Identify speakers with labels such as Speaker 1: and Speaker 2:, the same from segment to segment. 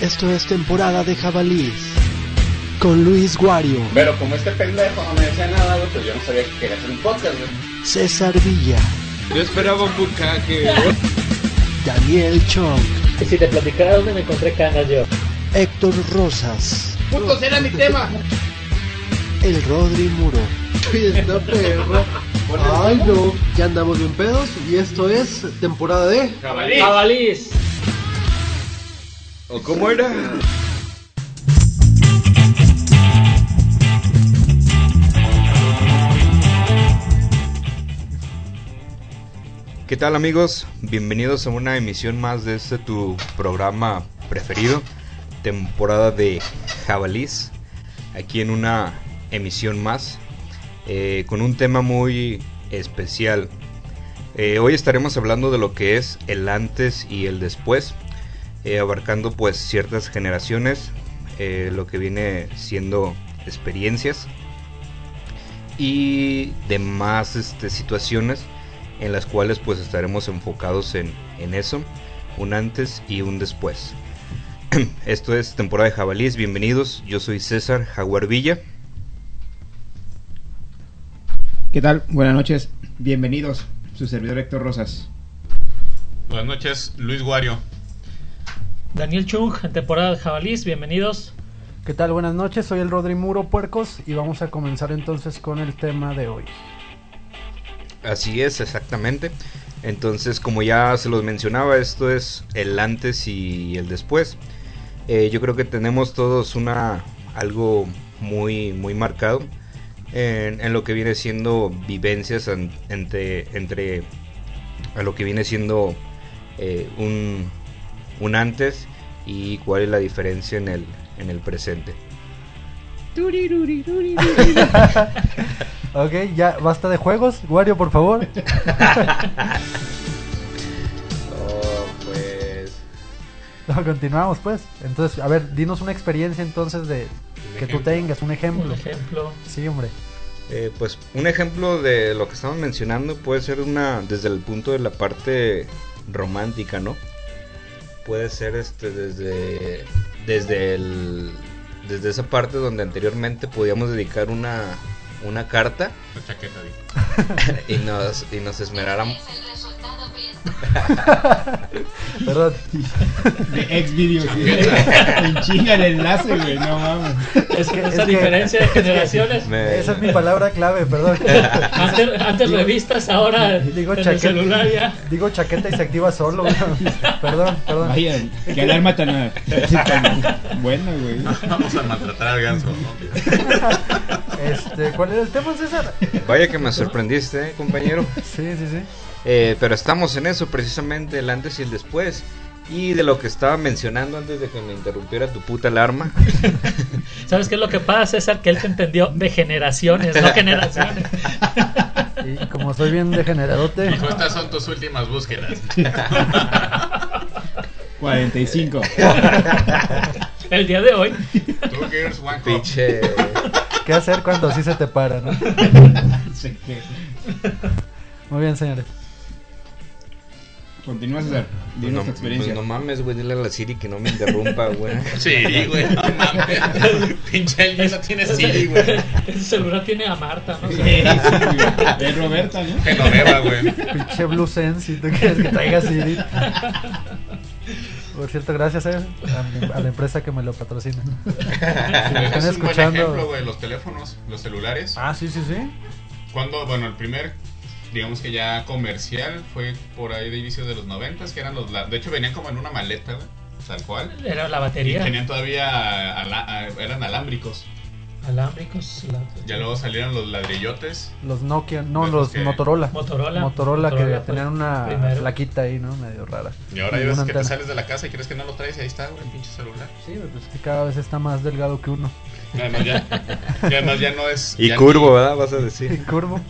Speaker 1: Esto es temporada de jabalíes con Luis Guario,
Speaker 2: Pero como este pendejo no me decía nada, güey, pues yo no sabía que quería hacer un podcast, güey.
Speaker 1: César Villa,
Speaker 3: Yo esperaba un bucaque.
Speaker 1: Daniel Chong,
Speaker 4: Y si te platicara dónde me encontré canas yo.
Speaker 1: Héctor Rosas,
Speaker 2: ¡Putos, era mi tema!
Speaker 1: el Rodri Muro. Está perro. Ay no, ya andamos bien pedos y esto es temporada de
Speaker 2: ¡Jabalí!
Speaker 4: Jabalís.
Speaker 3: ¿O cómo era? ¿Qué tal amigos? Bienvenidos a una emisión más de este tu programa preferido, temporada de Jabalís, aquí en una emisión más, eh, con un tema muy especial. Eh, hoy estaremos hablando de lo que es el antes y el después, eh, abarcando pues ciertas generaciones, eh, lo que viene siendo experiencias y demás este, situaciones en las cuales pues estaremos enfocados en, en eso, un antes y un después. Esto es temporada de jabalíes, bienvenidos, yo soy César Jaguar Villa.
Speaker 5: ¿Qué tal? Buenas noches, bienvenidos. Su servidor Héctor Rosas.
Speaker 6: Buenas noches, Luis Guario.
Speaker 4: Daniel Chung, en temporada de Jabalís, bienvenidos.
Speaker 7: ¿Qué tal? Buenas noches, soy el Rodri Muro Puercos y vamos a comenzar entonces con el tema de hoy.
Speaker 3: Así es, exactamente. Entonces, como ya se los mencionaba, esto es el antes y el después. Eh, yo creo que tenemos todos una algo muy muy marcado en, en lo que viene siendo vivencias an- entre entre a lo que viene siendo eh, un, un antes y cuál es la diferencia en el en el presente.
Speaker 7: Ok, ya basta de juegos, Wario, por favor.
Speaker 3: Oh, pues
Speaker 7: No, continuamos pues. Entonces, a ver, dinos una experiencia entonces de que tú tengas, un
Speaker 4: Un
Speaker 7: ejemplo.
Speaker 4: ejemplo.
Speaker 7: Sí, hombre.
Speaker 3: Eh, pues un ejemplo de lo que estamos mencionando puede ser una desde el punto de la parte romántica, ¿no? Puede ser este desde desde el desde esa parte donde anteriormente podíamos dedicar una una carta
Speaker 6: La chaqueta, digo.
Speaker 3: y nos y nos esmeráramos
Speaker 7: Perdón.
Speaker 5: De ex videos. En chinga el enlace, güey, no mames.
Speaker 4: Es que,
Speaker 7: es
Speaker 4: Esa
Speaker 7: que-
Speaker 4: diferencia de generaciones.
Speaker 3: Me-
Speaker 7: Esa es mi palabra clave, perdón.
Speaker 4: Antes, antes revistas, ahora
Speaker 7: Digo,
Speaker 4: en
Speaker 7: chaqueta.
Speaker 4: el celular ya.
Speaker 7: Digo chaqueta y se activa solo. güey. Perdón, perdón.
Speaker 5: Vaya, qué alarma tan, tan buena, güey.
Speaker 6: Vamos a maltratar al ganso, ¿no?
Speaker 7: Este, ¿cuál era el tema, César?
Speaker 3: Vaya que me sorprendiste, eh, compañero.
Speaker 7: Sí, sí, sí.
Speaker 3: Eh, pero estamos en eso precisamente, el antes y el después. Y de lo que estaba mencionando antes de que me interrumpiera tu puta alarma.
Speaker 4: ¿Sabes qué es lo que pasa, César? Que él te entendió de generaciones, no generaciones.
Speaker 7: Y como soy bien degeneradote,
Speaker 6: Dijo, estas son tus últimas búsquedas.
Speaker 5: 45.
Speaker 4: El día de hoy.
Speaker 6: Two girls, one cup.
Speaker 3: Pinche. pues
Speaker 7: ¿qué hacer cuando así se te para, no?
Speaker 5: Sé que-
Speaker 7: Muy bien, señores.
Speaker 5: Continúa, César. Dinos
Speaker 3: No,
Speaker 5: tu experiencia.
Speaker 3: pues no mames, güey, dile a la Siri que no me interrumpa, güey.
Speaker 6: Sí, güey, no mames. Pinche el no tiene Siri, güey.
Speaker 4: Ese celular tiene a Marta, ¿no?
Speaker 5: Sí, sí, güey. De Roberta, ¿no?
Speaker 7: Pues,
Speaker 6: Genoveva, güey.
Speaker 7: Pinche Blue Sense, si tú quieres que traiga CD. Por cierto, gracias eh, a, mi- a la empresa que me lo patrocina. Si
Speaker 6: Es
Speaker 7: me están
Speaker 6: un buen ejemplo,
Speaker 7: escuchando.
Speaker 6: güey. Los teléfonos, los celulares.
Speaker 7: Ah, sí, sí, sí.
Speaker 6: Cuando, bueno, el primer, digamos que ya comercial, fue por ahí de inicios de los noventas, que eran los... la- De hecho, venían como en una maleta, güey. Tal cual.
Speaker 4: Era la
Speaker 6: Y
Speaker 4: batería.
Speaker 6: tenían todavía... ala- a- eran alámbricos.
Speaker 4: Alámbricos. la-
Speaker 6: Ya luego salieron los ladrillotes.
Speaker 7: Los Nokia, no,
Speaker 6: Pues,
Speaker 7: los
Speaker 6: que-
Speaker 7: Motorola.
Speaker 4: Motorola.
Speaker 7: Motorola, que
Speaker 4: Motorola pues, fue
Speaker 7: tenían una
Speaker 4: primero.
Speaker 7: plaquita ahí, ¿no? Medio rara.
Speaker 6: Y ahora
Speaker 7: Y
Speaker 6: ya ves
Speaker 7: una
Speaker 6: que te
Speaker 7: antena.
Speaker 6: sales de la casa y crees que no lo traes y ahí está, güey, el pinche celular.
Speaker 7: Sí, pero es que cada vez está más delgado que uno.
Speaker 6: Además ya, y además ya no es.
Speaker 3: Y
Speaker 6: ya
Speaker 3: curvo, ¿verdad? Vas a
Speaker 7: Y
Speaker 3: decir.
Speaker 7: curvo.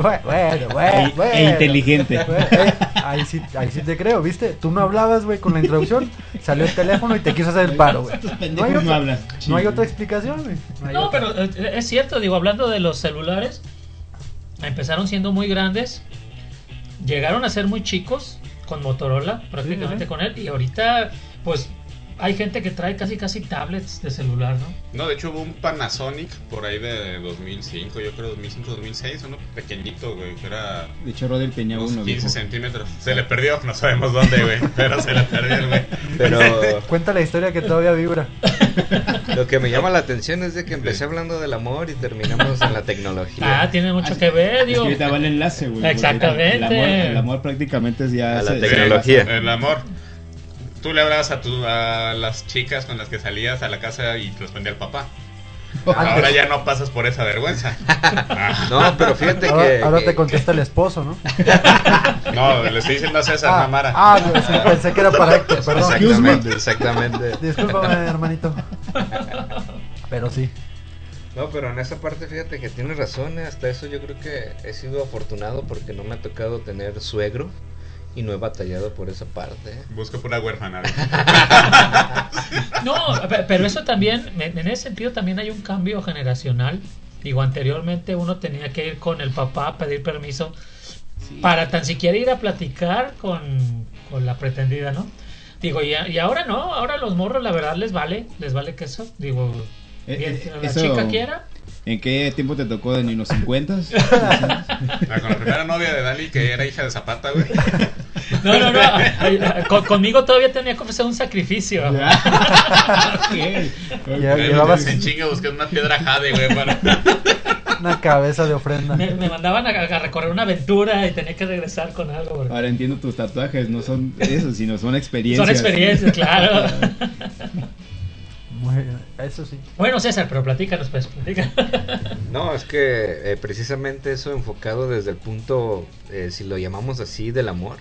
Speaker 7: bueno, bueno, bueno, bueno.
Speaker 5: E inteligente.
Speaker 7: Bueno, eh, ahí, sí, ahí sí te creo, ¿viste? Tú no hablabas, güey, con la introducción. Salió el teléfono y te quiso hacer el paro, güey.
Speaker 5: Estos
Speaker 7: No hay
Speaker 5: pendejos no
Speaker 7: otra-
Speaker 5: hablan.
Speaker 7: No hay otra explicación, güey. hay
Speaker 4: No,
Speaker 7: otra.
Speaker 4: pero eh, es cierto, digo, hablando de los celulares, empezaron siendo muy grandes, llegaron a ser muy chicos con Motorola, prácticamente
Speaker 7: sí, sí.
Speaker 4: con él, y ahorita, pues, hay gente que trae casi casi tablets de celular, ¿no?
Speaker 6: No, de hecho hubo un Panasonic por ahí de 2005, yo creo 2005-2006, uno pequeñito, güey, que era
Speaker 5: De hecho, Rodel Peña
Speaker 7: Pues,
Speaker 6: unos
Speaker 5: uno,
Speaker 6: 15
Speaker 5: viejo.
Speaker 6: centímetros. Se le perdió, no sabemos dónde, güey, pero se le perdió, el güey.
Speaker 3: Pero
Speaker 7: Cuenta la historia que todavía vibra.
Speaker 3: lo que me llama la atención es de que empecé hablando del amor y terminamos en la
Speaker 4: Ah,
Speaker 3: tecnología.
Speaker 4: tiene mucho
Speaker 5: Así-
Speaker 4: que ver,
Speaker 5: Es que
Speaker 4: digo.
Speaker 5: ahorita va el enlace, güey. porque
Speaker 4: Exactamente.
Speaker 5: El amor, el amor prácticamente es ya.
Speaker 3: A la
Speaker 5: se-
Speaker 3: tecnología.
Speaker 6: El amor. Tú le hablabas a, tu, a las chicas con las que salías a la casa y te los prendía el papá. Ahora ya no pasas por esa vergüenza. Ah,
Speaker 3: No, pero fíjate
Speaker 7: Ahora,
Speaker 3: que,
Speaker 7: ahora
Speaker 3: que-
Speaker 7: te contesta el esposo, ¿no?
Speaker 6: no, le estoy diciendo a César
Speaker 7: Ah,
Speaker 6: Mamara.
Speaker 7: ah, no, sí, pensé que era para Héctor, perdón.
Speaker 3: Exactamente, exactamente.
Speaker 7: Discúlpame, hermanito. Pero sí.
Speaker 3: No, pero en esa parte fíjate que tienes razón, eh, hasta eso yo creo que he sido afortunado porque no me ha tocado tener suegro y no he batallado por esa parte. eh.
Speaker 6: Busco pura huérfana. güey.
Speaker 4: No, pe- pero eso también, en en ese sentido también hay un cambio generacional. Digo, anteriormente uno tenía que ir con el papá a pedir permiso para tan siquiera ir a platicar con, con la pretendida, ¿no? Digo, y, a- y ahora no, ahora los morros la verdad les vale, les vale que eso. Digo,
Speaker 5: Eh, eh,
Speaker 4: mientras la
Speaker 5: eso-
Speaker 4: chica quiera,
Speaker 5: ¿En qué tiempo te tocó? ¿En los 50?
Speaker 6: Ah, Con la primera novia de Dani, que era hija de Zapata, güey.
Speaker 4: No, no, no. ay, ay, con- conmigo todavía tenía que ofrecer un sacrificio.
Speaker 7: Ya
Speaker 6: Güey,
Speaker 7: llevabas
Speaker 6: En chinga buscando una piedra jade, güey, para...
Speaker 7: una cabeza de ofrenda.
Speaker 4: Me, me mandaban a, a recorrer una aventura y tenía que regresar con algo. porque-
Speaker 5: Ahora entiendo tus tatuajes, no son esos, sino son experiencias.
Speaker 4: Son experiencias, claro.
Speaker 7: Muy bien, Eso sí.
Speaker 4: bueno, César, pero platícanos, pues, platícanos.
Speaker 3: No, es que eh, precisamente eso enfocado desde el punto, eh, si lo llamamos así, del amor.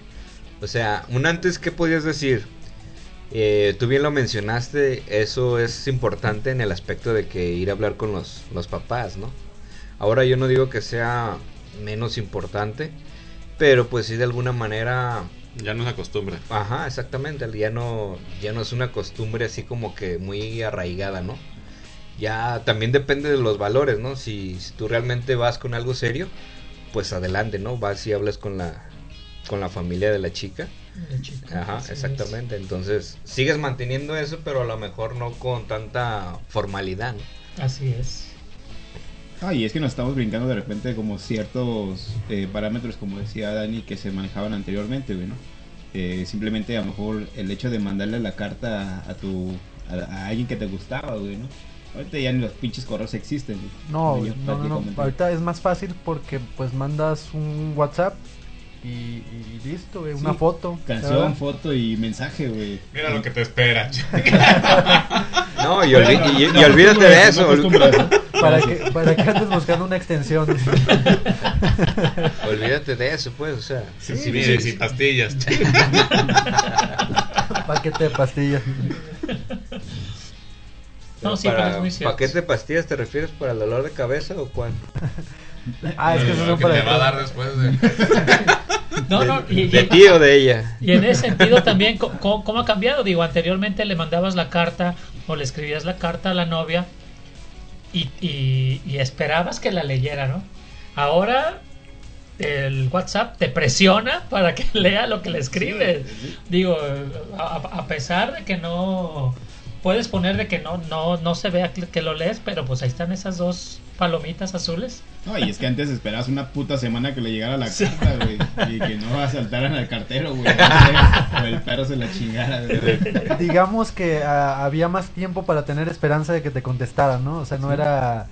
Speaker 3: O sea, un antes, ¿qué podías decir? Eh, tú bien lo mencionaste, eso es importante en el aspecto de que ir a hablar con los, los papás, ¿no? Ahora yo no digo que sea menos importante, pero pues sí de alguna manera
Speaker 6: Ya nos acostumbra.
Speaker 3: Ajá, exactamente. Ya no, ya no es una costumbre así como que muy arraigada, ¿no? Ya también depende de los valores, ¿no? Si, si tú realmente vas con algo serio, pues adelante, ¿no? Vas y hablas con la, con la familia de la chica. Ajá,
Speaker 4: Así es.
Speaker 3: exactamente. Entonces, sigues manteniendo eso, pero a lo mejor no con tanta formalidad, ¿no?
Speaker 4: Así es.
Speaker 5: Ah, y es que nos estamos brincando de repente como ciertos eh, parámetros, como decía Dani, que se manejaban anteriormente, güey, ¿no? Eh, simplemente a lo mejor el hecho de mandarle la carta a tu a, a alguien que te gustaba, güey, ¿no? Ahorita ya ni los pinches correos existen. güey.
Speaker 7: No,
Speaker 5: Yo
Speaker 7: no, no, no.
Speaker 5: prácticamente-
Speaker 7: Ahorita es más fácil porque pues mandas un WhatsApp y, y listo, güey, una
Speaker 5: Sí.
Speaker 7: foto.
Speaker 5: Canción, foto y mensaje, güey.
Speaker 6: Mira lo que te espera.
Speaker 3: No, y, olvi- y- y olvídate de eso. ol-
Speaker 7: ¿Para que, para que andes buscando una extensión.
Speaker 3: olvídate de eso, pues, o sea.
Speaker 6: Sin civiles y pastillas.
Speaker 7: Paquete de pastillas.
Speaker 4: No, sí, pero es muy cierto.
Speaker 3: ¿Paquete de pastillas te refieres para el dolor de cabeza o cuál?
Speaker 7: Ah, es que esos
Speaker 6: Lo
Speaker 7: son
Speaker 6: que te va a dar
Speaker 7: para.
Speaker 6: después de...
Speaker 4: No, no, y,
Speaker 3: ¿De
Speaker 4: y-
Speaker 3: ti o de ella?
Speaker 4: y en ese sentido también, co- co- ¿cómo, ha cambiado? Digo, anteriormente le mandabas la carta o le escribías la carta a la novia y, y- y esperabas que la leyera, ¿no? Ahora el WhatsApp te presiona para que lea lo que le escribes. Digo, a, a pesar de que no puedes poner de que no, no, no se vea que que lo lees, pero pues ahí están esas dos palomitas azules.
Speaker 5: No, y es que antes esperabas una puta semana que le llegara la carta, güey. Y que no asaltaran al cartero, güey. O el perro se la chingara, güey.
Speaker 7: Digamos que ah, había más tiempo para tener esperanza de que te contestaran, ¿no? O sea, no era.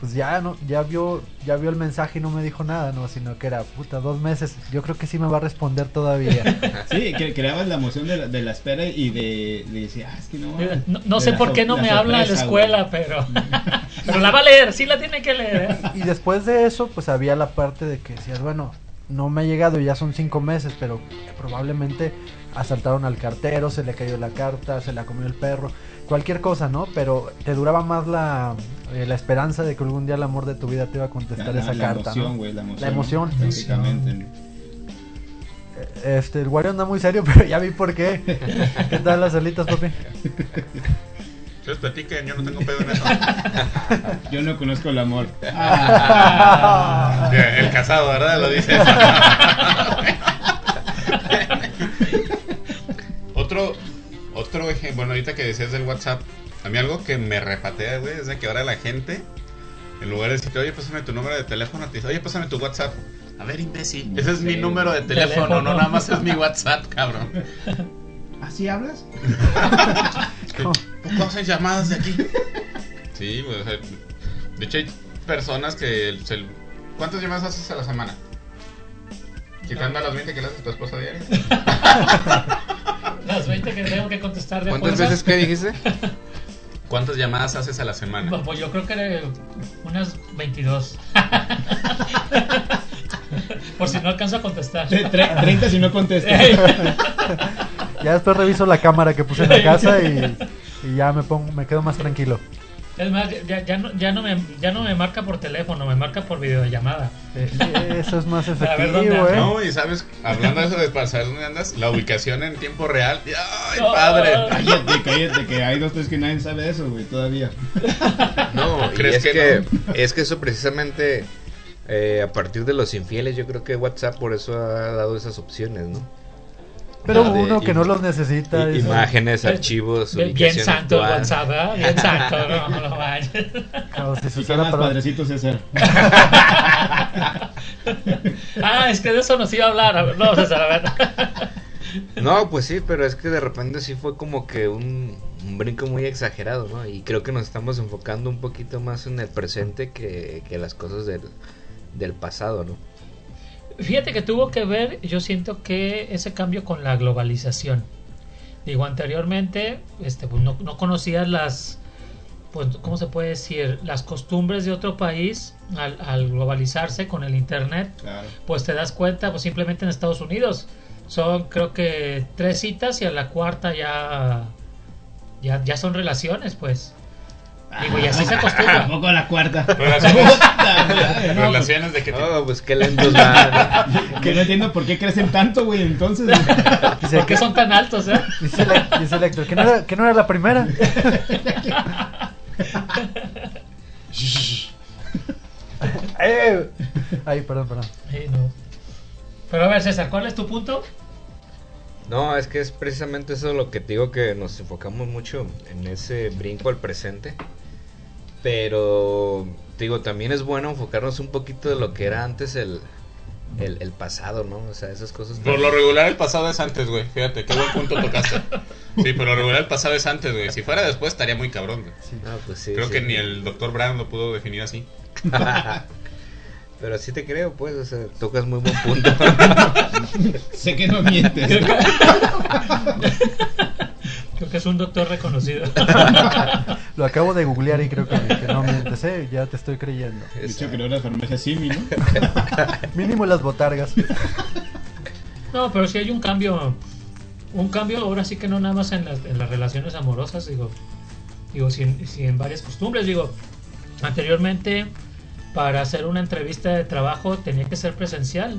Speaker 7: Pues ya no, ya vio, ya vio el mensaje y no me dijo nada, no, sino que era puta, dos meses. Yo creo que sí me va a responder todavía.
Speaker 5: Sí, que creabas la emoción de la, de la espera y de, de decir, ah, es que no.
Speaker 4: No, no
Speaker 5: de
Speaker 4: sé
Speaker 5: la
Speaker 4: por
Speaker 5: sor-
Speaker 4: qué no
Speaker 5: la
Speaker 4: me habla de la
Speaker 5: sorpresa,
Speaker 4: escuela, pero, pero la va a leer, sí la tiene que leer. ¿eh?
Speaker 7: Y después de eso, pues había la parte de que decías, bueno, no me ha llegado, ya son cinco meses, pero probablemente asaltaron al cartero, se le cayó la carta, se la comió el perro, cualquier cosa, ¿no? Pero te duraba más la, eh, la esperanza de que algún día el amor de tu vida te iba a
Speaker 5: güey.
Speaker 7: contestar
Speaker 5: La,
Speaker 7: esa
Speaker 5: la
Speaker 7: carta,
Speaker 5: emoción,
Speaker 7: ¿no?
Speaker 5: güey, la emoción.
Speaker 7: La emoción.
Speaker 5: Prácticamente. ¿no?
Speaker 7: Este, el Wario anda muy serio, pero ya vi por qué. ¿Qué tal las alitas, papi?
Speaker 6: Ustedes platiquen, yo no tengo pedo en eso.
Speaker 5: Yo no conozco el amor. Ah,
Speaker 6: El casado, ¿verdad? Lo dice. Otro, otro güey, que- bueno, ahorita que decías del WhatsApp, a mí algo que me repatea, güey, es de que ahora la gente, en lugar de decirte, oye, pásame tu número de teléfono, te dice, oye, pásame tu WhatsApp. A ver, imbécil, ese es mi
Speaker 3: Sí.
Speaker 6: número de teléfono,
Speaker 4: Teléfono.
Speaker 6: no nada más es mi WhatsApp, cabrón.
Speaker 5: ¿Así hablas?
Speaker 7: No.
Speaker 6: ¿Por qué hacen llamadas de aquí? Sí, güey, o sea, de hecho hay personas que... el- se- ¿Cuántas llamadas haces a la semana? Quitando a las 20 que le haces a tu esposa diaria.
Speaker 4: Las 20 que tengo que contestar de
Speaker 3: ¿Cuántas
Speaker 4: fuerza.
Speaker 3: veces que dijiste?
Speaker 6: ¿Cuántas llamadas haces a la semana?
Speaker 4: Pues yo creo que era unas 22. Por si no alcanzo a contestar.
Speaker 5: Tre- 30 si no contestas.
Speaker 4: Ey,
Speaker 7: Ya después reviso la cámara que puse en la casa y, y ya me pongo, me quedo más tranquilo.
Speaker 4: Es más, ya, ya no, ya, no me, ya no me marca por teléfono, me marca por videollamada.
Speaker 7: Eh, Eso es más
Speaker 4: ver,
Speaker 7: efectivo,
Speaker 4: ¿dónde ando?
Speaker 7: eh.
Speaker 6: No, y sabes, hablando de eso de para saber dónde andas, la ubicación en tiempo real. Y, ¡Ay,
Speaker 4: No.
Speaker 6: padre!
Speaker 5: Cállate, cállate, que hay dos, tres que nadie sabe de eso, güey, todavía.
Speaker 3: No, y
Speaker 6: ¿Crees
Speaker 3: es que,
Speaker 6: que
Speaker 3: es que eso precisamente eh, a partir de los infieles, yo creo que WhatsApp por eso ha dado esas opciones, ¿no?
Speaker 7: Pero
Speaker 3: La de
Speaker 7: uno que
Speaker 3: im-
Speaker 7: no los necesita.
Speaker 3: i-
Speaker 7: dice.
Speaker 3: Imágenes,
Speaker 4: Eh,
Speaker 3: archivos,
Speaker 4: Bien, bien
Speaker 3: ubicación
Speaker 4: santo el
Speaker 3: actual.
Speaker 4: WhatsApp, ¿verdad? Bien santo, no, no lo vayas.
Speaker 7: Como "Oh, si se
Speaker 5: Y qué
Speaker 7: usara
Speaker 5: más
Speaker 7: para-
Speaker 5: padrecito César.
Speaker 4: Ah, es que de eso nos iba a hablar. A ver, No, César, a ver.
Speaker 3: No, pues sí, pero es que de repente sí fue como que un, un brinco muy exagerado, ¿no? Y creo que nos estamos enfocando un poquito más en el presente que, que las cosas del, del pasado, ¿no?
Speaker 4: Fíjate que tuvo que ver, yo siento que ese cambio con la globalización. Digo, anteriormente, este, pues no, no conocías las, pues, ¿cómo se puede decir? Las costumbres de otro país al, al globalizarse con el Internet,
Speaker 5: Claro.
Speaker 4: pues te das cuenta, pues simplemente en Estados Unidos. Son, creo que, tres citas y a la cuarta ya, ya, ya son relaciones, pues. Digo, y así se acostumbra.
Speaker 5: Tampoco a la cuarta.
Speaker 6: Relaciones.
Speaker 5: Puta madre, no, pues,
Speaker 6: Relaciones de que te-
Speaker 3: Oh, pues qué lentos van.
Speaker 5: que no entiendo por qué crecen tanto, güey, entonces. güey.
Speaker 7: dice,
Speaker 4: ¿Por qué son tan altos, eh?
Speaker 7: dice Le- dice Lector, que no era, que no era la primera. Eh. Ay, perdón, perdón.
Speaker 4: Sí, no. Pero a ver, César, ¿cuál es tu punto?
Speaker 3: No, es que es precisamente eso lo que te digo que nos enfocamos mucho en ese brinco al presente. Pero, te digo, también es bueno enfocarnos un poquito de lo que era antes el, el, el pasado, ¿no? O sea, esas cosas.
Speaker 6: Por lo regular el pasado es antes, güey. Fíjate, qué buen punto tocaste. Sí, por lo regular el pasado es antes, güey. Si fuera después estaría muy cabrón, güey.
Speaker 3: Ah, pues sí,
Speaker 6: Creo
Speaker 3: sí.
Speaker 6: que ni el doctor Brown lo pudo definir así.
Speaker 3: Pero sí te creo, pues, o sea, tocas muy buen punto.
Speaker 5: sé que no mientes.
Speaker 4: Creo que es un doctor reconocido.
Speaker 7: Lo acabo de googlear y creo que, que no mientes, eh. Ya te estoy creyendo.
Speaker 5: De hecho, creo que la farmacia Simi, ¿no?
Speaker 7: Mínimo las botargas.
Speaker 4: No, pero sí hay un cambio. Un cambio ahora sí que no nada más en las, en las relaciones amorosas, digo. Digo, sí en, sí en varias costumbres, digo. Anteriormente, para hacer una entrevista de trabajo tenía que ser presencial.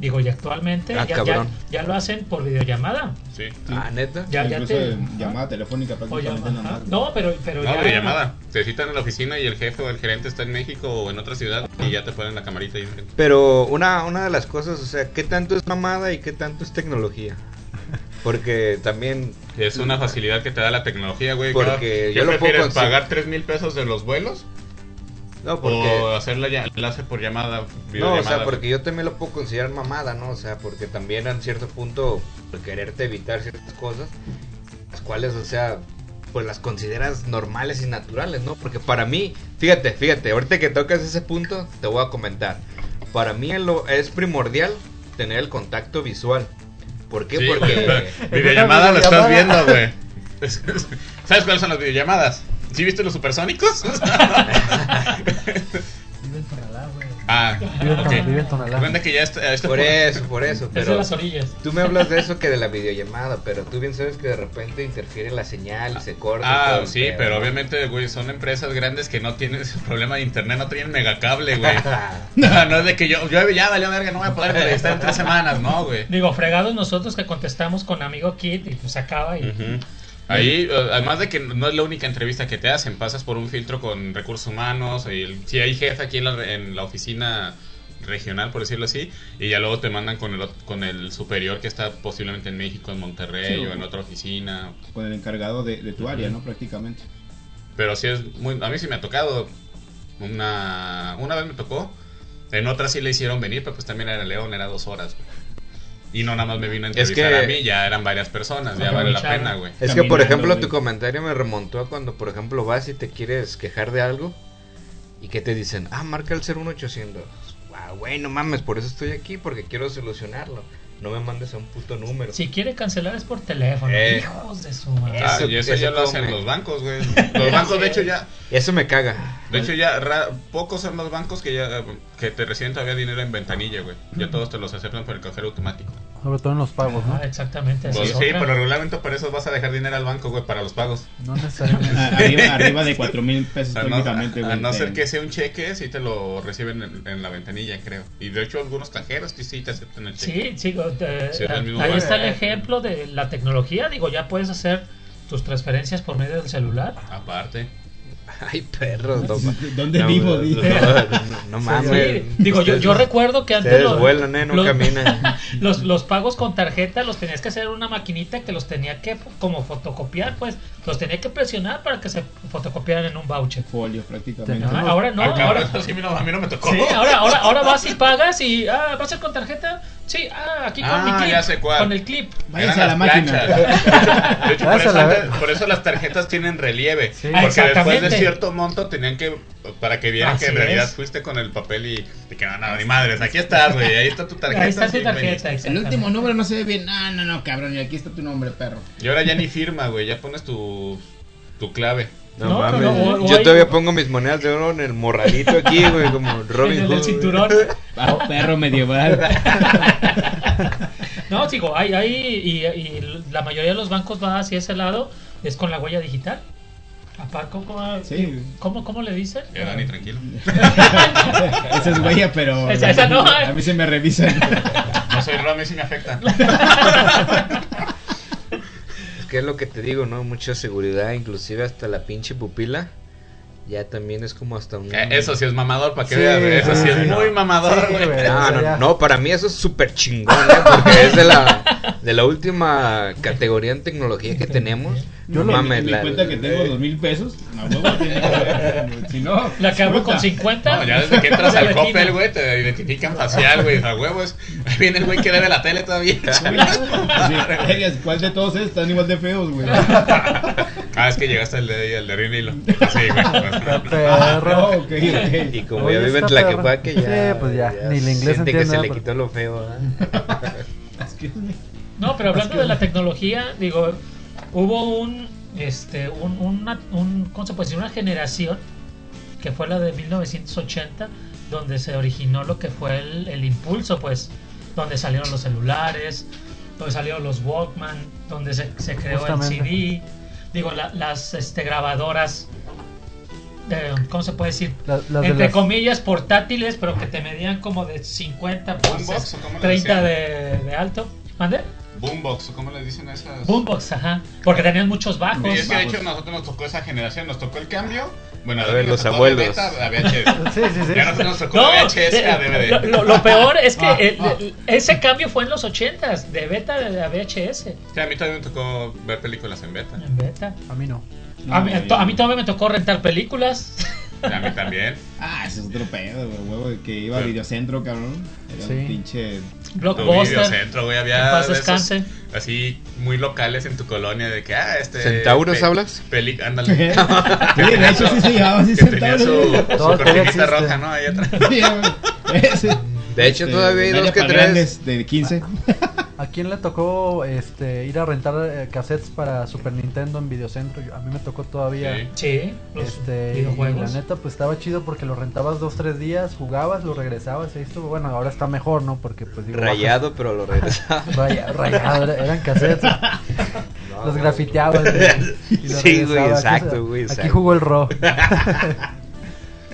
Speaker 4: Digo, y actualmente
Speaker 3: Ah,
Speaker 4: ya, ya,
Speaker 3: cabrón.
Speaker 4: ya lo hacen por videollamada.
Speaker 6: Sí.
Speaker 3: Ah, neta.
Speaker 4: Ya, ya
Speaker 5: Incluso
Speaker 4: te.
Speaker 5: en llamada telefónica
Speaker 4: o
Speaker 5: prácticamente nada
Speaker 4: llama-
Speaker 5: más.
Speaker 4: No, pero, pero
Speaker 6: No,
Speaker 4: ya.
Speaker 6: de llamada. Te citan en la oficina y el jefe o el gerente está en México o en otra ciudad y ya te ponen la camarita ahí enfrente.
Speaker 3: Pero una, una de las cosas, o sea, ¿qué tanto es mamada y qué tanto es tecnología? Porque también
Speaker 6: Es una facilidad que te da la tecnología, güey.
Speaker 3: Porque
Speaker 6: Cada- ¿Qué
Speaker 3: yo lo puedo
Speaker 6: prefieres,
Speaker 3: conseguir.
Speaker 6: pagar tres mil pesos de los vuelos
Speaker 3: no
Speaker 6: o
Speaker 3: porque
Speaker 6: hacer la ya- enlace por llamada,
Speaker 3: no, o sea,
Speaker 6: videollamada?
Speaker 3: porque yo también lo puedo considerar mamada, ¿no? O sea, porque también en cierto punto por quererte evitar ciertas cosas las cuales, o sea, pues las consideras normales y naturales, ¿no? Porque para mí, fíjate, fíjate, ahorita que tocas ese punto, te voy a comentar. Para mí es lo- es primordial tener el contacto visual. ¿Por qué?
Speaker 6: Sí,
Speaker 3: porque
Speaker 6: güey, pero videollamada lo estás viendo, güey. ¿Sabes cuáles son las videollamadas? ¿Sí viste los supersónicos?
Speaker 7: Vive en Tonalá, güey.
Speaker 6: ah,
Speaker 7: Vive en, Tonalá, vive en
Speaker 6: ok.
Speaker 7: Tonalá.
Speaker 6: Cuenta que ya este está, está
Speaker 3: por eso, por eso,
Speaker 4: Es de
Speaker 3: pero
Speaker 4: las orillas.
Speaker 3: Tú me hablas de eso que de la videollamada, pero tú bien sabes que de repente interfiere la señal y se corta. y todo
Speaker 6: Ah,
Speaker 3: el
Speaker 6: sí,
Speaker 3: pedo,
Speaker 6: pero
Speaker 3: ¿no?
Speaker 6: obviamente, güey, son empresas grandes que no tienen ese problema de internet, no tienen megacable, güey. No, no es de que yo, yo ya valió verga, no voy a poder entrevistar en tres semanas, no, güey.
Speaker 4: Digo, fregados nosotros que contestamos con amigo Kit y pues acaba y.
Speaker 6: Ujú. Ahí, eh, además de que no es la única entrevista que te hacen, pasas por un filtro con recursos humanos. y el- si hay jefe aquí en la, en la oficina regional, por decirlo así, y ya luego te mandan con el, ot- con el superior que está posiblemente en México, en Monterrey
Speaker 5: Sí,
Speaker 6: o
Speaker 5: o-
Speaker 6: en otra oficina.
Speaker 5: Con el encargado de, de tu área, ¿no? Prácticamente.
Speaker 6: Pero sí es muy. A mí sí me ha tocado. Una, una vez me tocó. En otra sí le hicieron venir, pero pues también era León, era dos horas. güey. Y no nada más me vino a
Speaker 3: Es
Speaker 6: entrevistar
Speaker 3: que-
Speaker 6: a mí, ya eran varias personas, ya vale la
Speaker 4: Aprovecharon.
Speaker 6: pena, güey.
Speaker 3: Es que, por
Speaker 5: Caminando,
Speaker 3: ejemplo,
Speaker 5: güey.
Speaker 3: tu comentario me remontó a cuando, por ejemplo, vas y te quieres quejar de algo y que te dicen, ah, marca el 01800. Ah, güey, no mames, por eso estoy aquí, porque quiero solucionarlo. No me mandes a un puto número.
Speaker 4: Si quiere cancelar es por teléfono.
Speaker 3: Eh.
Speaker 4: Hijos de su madre.
Speaker 6: Ah,
Speaker 3: Eso-
Speaker 6: y eso,
Speaker 3: eso
Speaker 6: ya lo
Speaker 3: come.
Speaker 6: hacen los bancos, güey. Los bancos, de hecho, ya.
Speaker 3: Eso me caga.
Speaker 6: De hecho, ya ra- pocos son los bancos que ya que te reciben todavía dinero en ventanilla, güey. Ya todos te los aceptan por el cajero automático.
Speaker 7: Sobre todo en los pagos, ¿no?
Speaker 4: Ah, exactamente. esa
Speaker 6: Pues
Speaker 4: es
Speaker 6: sí,
Speaker 4: otra.
Speaker 6: por el reglamento, por eso vas a dejar dinero al banco, güey, para los pagos.
Speaker 7: No necesariamente.
Speaker 5: A- Arriba, arriba de 4 mil
Speaker 6: O
Speaker 5: pesos
Speaker 6: sea, no-
Speaker 5: prácticamente,
Speaker 6: a,
Speaker 5: güey.
Speaker 6: a no ser
Speaker 5: Eh,
Speaker 6: que sea un cheque, sí te lo reciben en, en la ventanilla, creo. Y de hecho, algunos cajeros que sí te aceptan el cheque.
Speaker 4: Sí, sí, o- eh,
Speaker 6: Sí, es el mismo
Speaker 4: ahí
Speaker 6: banco.
Speaker 4: está el ejemplo de la tecnología. Digo, ya puedes hacer tus transferencias por medio del celular.
Speaker 6: Aparte.
Speaker 3: Ay, perros. no ma-
Speaker 5: ¿Dónde
Speaker 3: no,
Speaker 5: vivo?
Speaker 3: No,
Speaker 5: Dice.
Speaker 3: no, no, no mames.
Speaker 4: Sí, digo, yo, yo
Speaker 3: Ah, Ustedes-
Speaker 4: recuerdo que antes
Speaker 3: Ustedes vuelan, eh, no
Speaker 4: los-
Speaker 3: caminan.
Speaker 4: los, los pagos con tarjeta los tenías que hacer en una maquinita que los tenía que pues, como fotocopiar, pues los tenía que presionar para que se fotocopiaran en un voucher.
Speaker 5: Folio prácticamente.
Speaker 4: Ah, ahora no,
Speaker 6: Ah, cabrón,
Speaker 4: ahora,
Speaker 6: eso sí, mira, a mí no me tocó.
Speaker 4: sí, ahora, ahora, ahora vas y pagas y ah, vas a ser con tarjeta. Sí, ah, aquí con
Speaker 6: Ah,
Speaker 4: mi clip.
Speaker 6: ya sé cuál.
Speaker 4: Con el clip.
Speaker 5: Váyanse a
Speaker 6: Eran las
Speaker 5: la máquina.
Speaker 6: planchas. De hecho, por
Speaker 7: Váyanse a
Speaker 6: eso,
Speaker 7: la
Speaker 6: antes-
Speaker 7: verga.
Speaker 6: por eso las tarjetas tienen relieve.
Speaker 7: Sí.
Speaker 6: Porque
Speaker 4: Ah,
Speaker 6: después de
Speaker 4: exactamente.
Speaker 6: cierto monto tenían que. Para que vieran que en
Speaker 4: Así
Speaker 6: realidad
Speaker 4: es.
Speaker 6: fuiste con el papel y. y que no, no, ni madres, aquí estás, güey. Ahí está tu tarjeta.
Speaker 4: Ahí está
Speaker 6: sí,
Speaker 4: tu tarjeta.
Speaker 6: güey.
Speaker 5: El último
Speaker 4: exactamente.
Speaker 5: número no se ve bien. No, no, no, cabrón. Y aquí está tu nombre, perro.
Speaker 6: Y ahora ya ni firma, güey. Ya pones tu, tu clave.
Speaker 3: No,
Speaker 4: No,
Speaker 3: mames.
Speaker 4: no, no, o- o
Speaker 3: yo
Speaker 4: hay-
Speaker 3: todavía pongo mis monedas de oro en el morralito aquí, güey, como Robin
Speaker 4: en el
Speaker 3: Hood.
Speaker 4: del cinturón.
Speaker 5: Ah, perro medieval.
Speaker 4: No, digo, hay, hay y, y la mayoría de los bancos va hacia ese lado, es con la huella digital. Apar- ¿Cómo, cómo,
Speaker 5: Sí.
Speaker 4: cómo- cómo le dicen?
Speaker 6: Ya, Dani, tranquilo.
Speaker 5: Esa es huella, pero.
Speaker 4: Esa- esa no, eh.
Speaker 5: A mí se me revisan.
Speaker 6: No soy Rami, sí me afecta.
Speaker 3: Es que es lo que te digo, ¿no? Mucha seguridad, inclusive hasta la pinche pupila. Ya también es como hasta un...
Speaker 6: Eh, Eso sí es mamador, para que
Speaker 3: Sí,
Speaker 6: veas. güey. Eso sí
Speaker 3: sí,
Speaker 6: es
Speaker 3: no.
Speaker 6: muy mamador,
Speaker 7: Sí,
Speaker 6: güey.
Speaker 7: güey.
Speaker 3: Ah, No,
Speaker 7: O sea,
Speaker 3: no, no, para mí eso es súper chingón, ¿eh? porque es de la, de la última categoría en tecnología que tenemos.
Speaker 5: Yo
Speaker 3: No
Speaker 5: lo
Speaker 3: mames,
Speaker 5: me
Speaker 3: la-
Speaker 5: cuenta que tengo dos mil pesos. A huevo tiene que haber. Si no.
Speaker 4: La que abro con
Speaker 5: puta.
Speaker 4: 50.
Speaker 6: No, ya desde que entras
Speaker 4: de la
Speaker 6: al
Speaker 4: esquina.
Speaker 6: Coppel, güey, te identifican facial, güey. A huevos. Ahí viene el güey que debe la tele todavía.
Speaker 5: Sí, oigas, ¿Cuál de todos es? Están igual de feos, güey.
Speaker 6: Ah, es que llegaste al de, al de Rinilo. Sí, güey. pues,
Speaker 5: Ah,
Speaker 7: Perro.
Speaker 5: no, ok, ok.
Speaker 3: Y como
Speaker 7: Oye,
Speaker 3: ya vive en
Speaker 7: está
Speaker 3: Tlaquepaque,
Speaker 7: perro.
Speaker 3: ya.
Speaker 7: Sí, pues ya, ni el inglés
Speaker 3: Siente que
Speaker 7: entiende,
Speaker 3: se le
Speaker 7: pero-
Speaker 3: quitó lo feo, ¿eh?
Speaker 4: No, pero hablando de la tecnología, digo, hubo un, este, un, una, un, ¿cómo se puede decir? Una generación que fue la de 1980, donde se originó lo que fue el, el impulso, pues, donde salieron los celulares, donde salieron los Walkman, donde se, se creó
Speaker 7: Justamente.
Speaker 4: el CD, digo, la- las este, grabadoras, eh, ¿cómo se puede decir?
Speaker 7: La- las de
Speaker 4: Entre
Speaker 7: las-
Speaker 4: comillas, portátiles, pero que te medían como de 50
Speaker 6: Boombox,
Speaker 4: pulses,
Speaker 6: ¿o cómo le
Speaker 4: 30
Speaker 6: decían?
Speaker 4: de, de alto. ¿Mande?
Speaker 6: Boombox, ¿cómo le dicen a esas?
Speaker 4: Boombox, ajá. Porque tenían muchos
Speaker 6: Y
Speaker 4: bajos.
Speaker 6: es que de hecho nosotros nos tocó esa generación, nos tocó el cambio. Bueno,
Speaker 3: A
Speaker 6: Dani
Speaker 3: ver,
Speaker 6: nos
Speaker 3: los
Speaker 6: tocó
Speaker 3: abuelos.
Speaker 6: de beta a VHS.
Speaker 7: Sí, sí, sí.
Speaker 6: Ya nosotros nos tocó
Speaker 4: No,
Speaker 6: de VHS a
Speaker 4: eh, lo,
Speaker 6: DVD.
Speaker 4: lo- lo peor es que
Speaker 5: Ah,
Speaker 4: el-
Speaker 5: ah.
Speaker 4: el- ese cambio fue en los 80s, de beta de- a VHS.
Speaker 6: Sí, a mí también me tocó ver películas en beta.
Speaker 4: En beta.
Speaker 7: A mí no.
Speaker 4: A mí, a mí todavía me tocó rentar películas.
Speaker 6: A mí también.
Speaker 5: Ah, eso es otro pedo, güey, huevo, de que iba a
Speaker 6: Sí.
Speaker 5: videocentro, cabrón. Era
Speaker 7: Sí.
Speaker 5: un pinche.
Speaker 6: Tu
Speaker 4: Blockbuster.
Speaker 6: centro, güey,
Speaker 4: En
Speaker 6: había
Speaker 4: paz
Speaker 6: de esos
Speaker 4: descanse.
Speaker 6: así muy locales en tu colonia de que ah este
Speaker 3: ¿Centauros hablas?
Speaker 6: Peli,
Speaker 5: Sí,
Speaker 6: ándale.
Speaker 5: de hecho sí se llamaba así
Speaker 6: que tenía
Speaker 5: sentado.
Speaker 6: su,
Speaker 5: güey.
Speaker 6: su
Speaker 7: Todavía
Speaker 6: cortinita
Speaker 7: existe.
Speaker 6: roja, ¿no? Ahí atrás.
Speaker 5: Sí, güey. Ese.
Speaker 3: De hecho,
Speaker 5: Este,
Speaker 3: todavía hay
Speaker 5: Daria
Speaker 3: dos que
Speaker 5: para
Speaker 3: tres.
Speaker 5: grandes de 15.
Speaker 7: ¿A quién le tocó este, ir a rentar eh, cassettes para Super Nintendo en Videocentro? Yo- A mí me tocó todavía.
Speaker 6: Sí.
Speaker 4: Sí, los
Speaker 7: Este, y la
Speaker 4: videojuegos.
Speaker 7: neta, pues estaba chido porque lo rentabas dos, tres días, jugabas, lo regresabas. Y ahí estuvo. Bueno, ahora está mejor, ¿no? Porque, pues digo. bajas-
Speaker 3: Rayado, pero lo regresaba.
Speaker 7: Raya- rayado, era- eran cassettes.
Speaker 3: No,
Speaker 7: los
Speaker 3: güey.
Speaker 7: grafitabas. güey, y los
Speaker 3: Sí, güey,
Speaker 7: regresabas. Aquí-
Speaker 3: exacto, güey,
Speaker 7: Aquí
Speaker 3: exacto.
Speaker 7: jugó el Ro.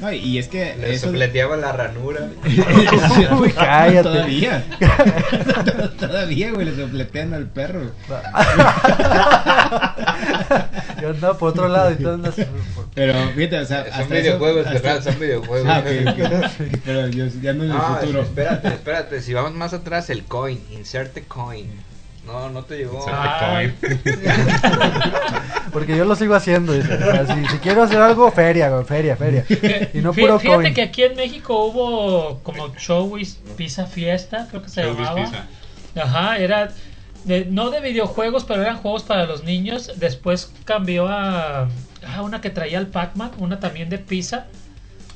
Speaker 5: No, y es que.
Speaker 3: Le
Speaker 5: eso-
Speaker 3: sopleteaba la ranura.
Speaker 7: Uy, cállate.
Speaker 5: Todavía. Todavía, güey, le sopletean al perro.
Speaker 7: Yo andaba por otro lado y tú andas por-
Speaker 5: Pero fíjate, o sea,
Speaker 3: Son
Speaker 5: hasta eso-
Speaker 3: videojuegos,
Speaker 5: hasta-
Speaker 3: ¿verdad? Son videojuegos. Ah,
Speaker 5: Ah, ok, ok. Pero yo ya no en el
Speaker 3: No,
Speaker 5: futuro.
Speaker 3: espérate, espérate. Si vamos más atrás, el coin. Inserte coin. No, no te llegó.
Speaker 6: Inserte
Speaker 4: Ah.
Speaker 6: coin.
Speaker 7: Porque yo lo sigo haciendo. dice. O sea, si, si quiero hacer algo, feria, güey, feria, feria. Y no
Speaker 4: Fí-
Speaker 7: puro
Speaker 4: fíjate
Speaker 7: coin.
Speaker 4: que aquí en México hubo como Showbiz Pizza Fiesta, creo que se
Speaker 6: Showbiz
Speaker 4: llamaba.
Speaker 6: Pizza.
Speaker 4: Ajá, era de- no de videojuegos, pero eran juegos para los niños. Después cambió a, a una que traía el Pac-Man, una también de pizza,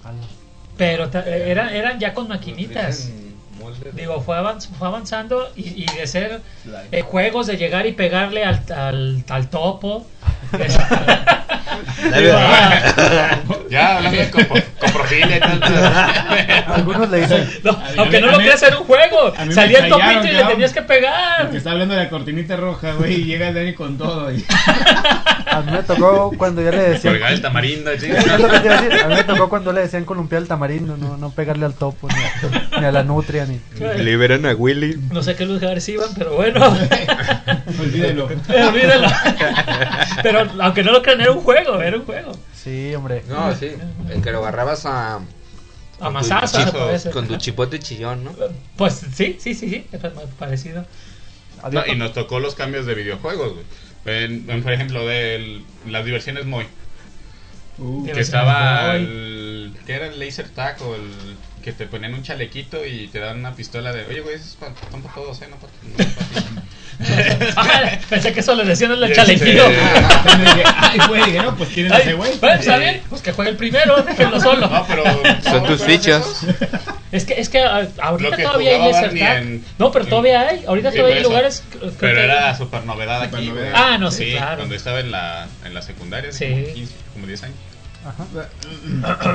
Speaker 7: Ala.
Speaker 4: pero ta- eran, eran ya con maquinitas.
Speaker 3: Utilizan moldes de-
Speaker 4: Digo, fue, avanz- fue avanzando y, y de ser eh, juegos de llegar y pegarle al, al, al topo. ah,
Speaker 3: Dale, va.
Speaker 6: Ya, hablando de copo- coprofilia y tal.
Speaker 7: Algunos le dicen,
Speaker 4: No,
Speaker 5: A mí-
Speaker 4: aunque
Speaker 5: a
Speaker 4: no
Speaker 5: mí-
Speaker 4: lo
Speaker 5: a mí-
Speaker 4: creas, era un juego.
Speaker 5: a mí me
Speaker 4: Salía el
Speaker 5: callaron,
Speaker 4: topito y le
Speaker 5: ya.
Speaker 4: tenías que pegar.
Speaker 5: Porque está hablando de la cortinita roja, güey, y llega el Dani con todo. Y...
Speaker 7: a mí me tocó cuando yo le decía.
Speaker 6: Colgar el tamarindo,
Speaker 7: Es lo
Speaker 6: chicos.
Speaker 7: que te iba a decir. A mí me tocó cuando le decían columpiar el tamarindo, no, no pegarle al topo, ni a, ni a la nutria, ni.
Speaker 3: Liberan a Willy.
Speaker 4: No sé qué lugares iban, pero bueno,
Speaker 5: Olvídelo.
Speaker 4: Eh, olvídalo. Pero aunque no lo crean, era un juego, era un juego.
Speaker 7: Sí, hombre.
Speaker 3: No, sí. El que lo agarrabas a.
Speaker 4: A masazos,
Speaker 3: con
Speaker 4: se
Speaker 3: tu
Speaker 4: puede
Speaker 3: chipo-
Speaker 4: ser.
Speaker 3: Con tu chipote chillón, ¿no?
Speaker 4: Pues sí, sí, sí, sí, era muy parecido.
Speaker 7: Había
Speaker 6: No, y nos tocó los cambios de videojuegos, güey. En- en, por ejemplo, de las diversiones muy.
Speaker 5: Uh,
Speaker 6: Que estaba el. que era el laser tag o el. Que te ponían un chalequito y te daban una pistola de. Oye, güey, eso es para, son para todos, ¿eh? No para, no para ti".
Speaker 4: Ah, pensé que eso le decían en el
Speaker 6: Y
Speaker 4: chalequillo.
Speaker 6: este,
Speaker 5: entonces dije, Ay, güey, dije, no, pues quieren ese
Speaker 4: Ay,
Speaker 5: güey.
Speaker 4: bueno, está bien, pues que juegue el primero, déjenlo solo.
Speaker 6: No, pero.
Speaker 3: Son
Speaker 6: ¿no
Speaker 3: tus
Speaker 6: recuerdas
Speaker 3: fichas.
Speaker 6: esos?
Speaker 4: Es que, es que ah, ahorita
Speaker 6: Lo que
Speaker 4: todavía hay
Speaker 6: jugaba
Speaker 4: laser
Speaker 6: Barney
Speaker 4: tag.
Speaker 6: en-
Speaker 4: No, pero
Speaker 6: en-
Speaker 4: todavía hay. Ahorita
Speaker 6: Sí,
Speaker 4: todavía
Speaker 6: por
Speaker 4: hay
Speaker 6: eso.
Speaker 4: lugares. que- que-
Speaker 6: Pero era super novedad aquí,
Speaker 5: Supernovedad.
Speaker 6: güey.
Speaker 4: Ah, no, sí, claro.
Speaker 6: Cuando estaba en la, en la secundaria,
Speaker 4: Sí.
Speaker 6: como 15, como 10 años.
Speaker 7: Ajá.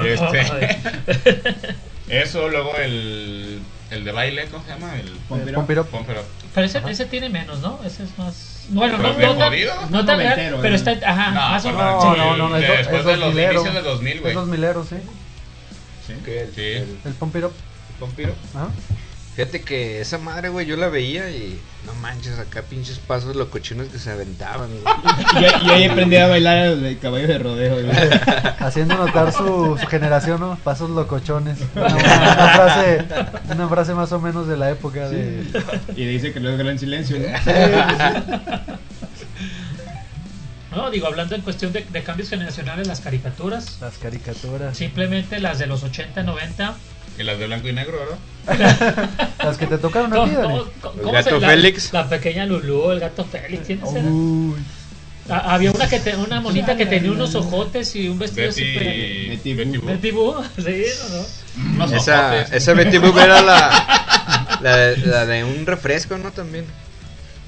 Speaker 6: Y este,
Speaker 4: Ay.
Speaker 6: eso, luego el. El de baile, ¿cómo se llama? El.
Speaker 5: Pompero.
Speaker 7: Pompiro.
Speaker 6: Pompero.
Speaker 4: Pero ese, ese tiene menos, ¿no? Ese es más. Bueno, no,
Speaker 6: Pero bien
Speaker 4: no, tan,
Speaker 6: jodido,
Speaker 4: no
Speaker 5: un
Speaker 4: tan grande,
Speaker 5: noventero,
Speaker 4: pero
Speaker 5: ¿eh?
Speaker 4: está. Ajá,
Speaker 6: No,
Speaker 4: más o
Speaker 6: por
Speaker 4: menos.
Speaker 7: No,
Speaker 6: Sí,
Speaker 7: no, no, es, do-
Speaker 6: después
Speaker 7: es
Speaker 6: de los
Speaker 7: dos
Speaker 6: inicios de 2000, güey.
Speaker 7: Es dos milero, sí.
Speaker 5: Sí.
Speaker 3: Que el-
Speaker 6: Sí.
Speaker 3: el
Speaker 7: El pompiro.
Speaker 3: vampiro.
Speaker 7: Ajá.
Speaker 3: Fíjate que esa madre, güey, yo la veía y no manches, acá pinches pasos locochones que se aventaban. güey.
Speaker 5: Y, ahí- y ahí aprendí a bailar el caballo de rodeo. güey.
Speaker 7: Haciendo notar su, su generación, ¿no? Pasos locochones. Una, una frase, una frase más o menos de la época de.
Speaker 5: Y dice que lo dejaron en silencio, ¿no?
Speaker 4: No, digo, hablando en cuestión de, de cambios generacionales, las caricaturas.
Speaker 7: Las caricaturas.
Speaker 4: Simplemente las de los 80, 90.
Speaker 6: Y las de blanco y negro, ¿no?
Speaker 7: Las que te tocaron a
Speaker 4: No,
Speaker 7: ti, Dani.
Speaker 4: no, ¿cómo
Speaker 3: El
Speaker 4: se-
Speaker 3: gato
Speaker 4: la,
Speaker 3: Félix.
Speaker 4: La pequeña Lulú, el gato Félix. ¿Quién es esa?
Speaker 7: Uy.
Speaker 4: Ah, Había una que te- una monita que tenía unos ojotes y un vestido así. pre-
Speaker 6: Betty.
Speaker 5: Betty Boop.
Speaker 6: Boop.
Speaker 4: Betty Boo, ¿sí o no?
Speaker 6: Unos
Speaker 3: Esa,
Speaker 6: ojotes.
Speaker 3: esa Betty Boop era la, la, de- la de un refresco, ¿no? También.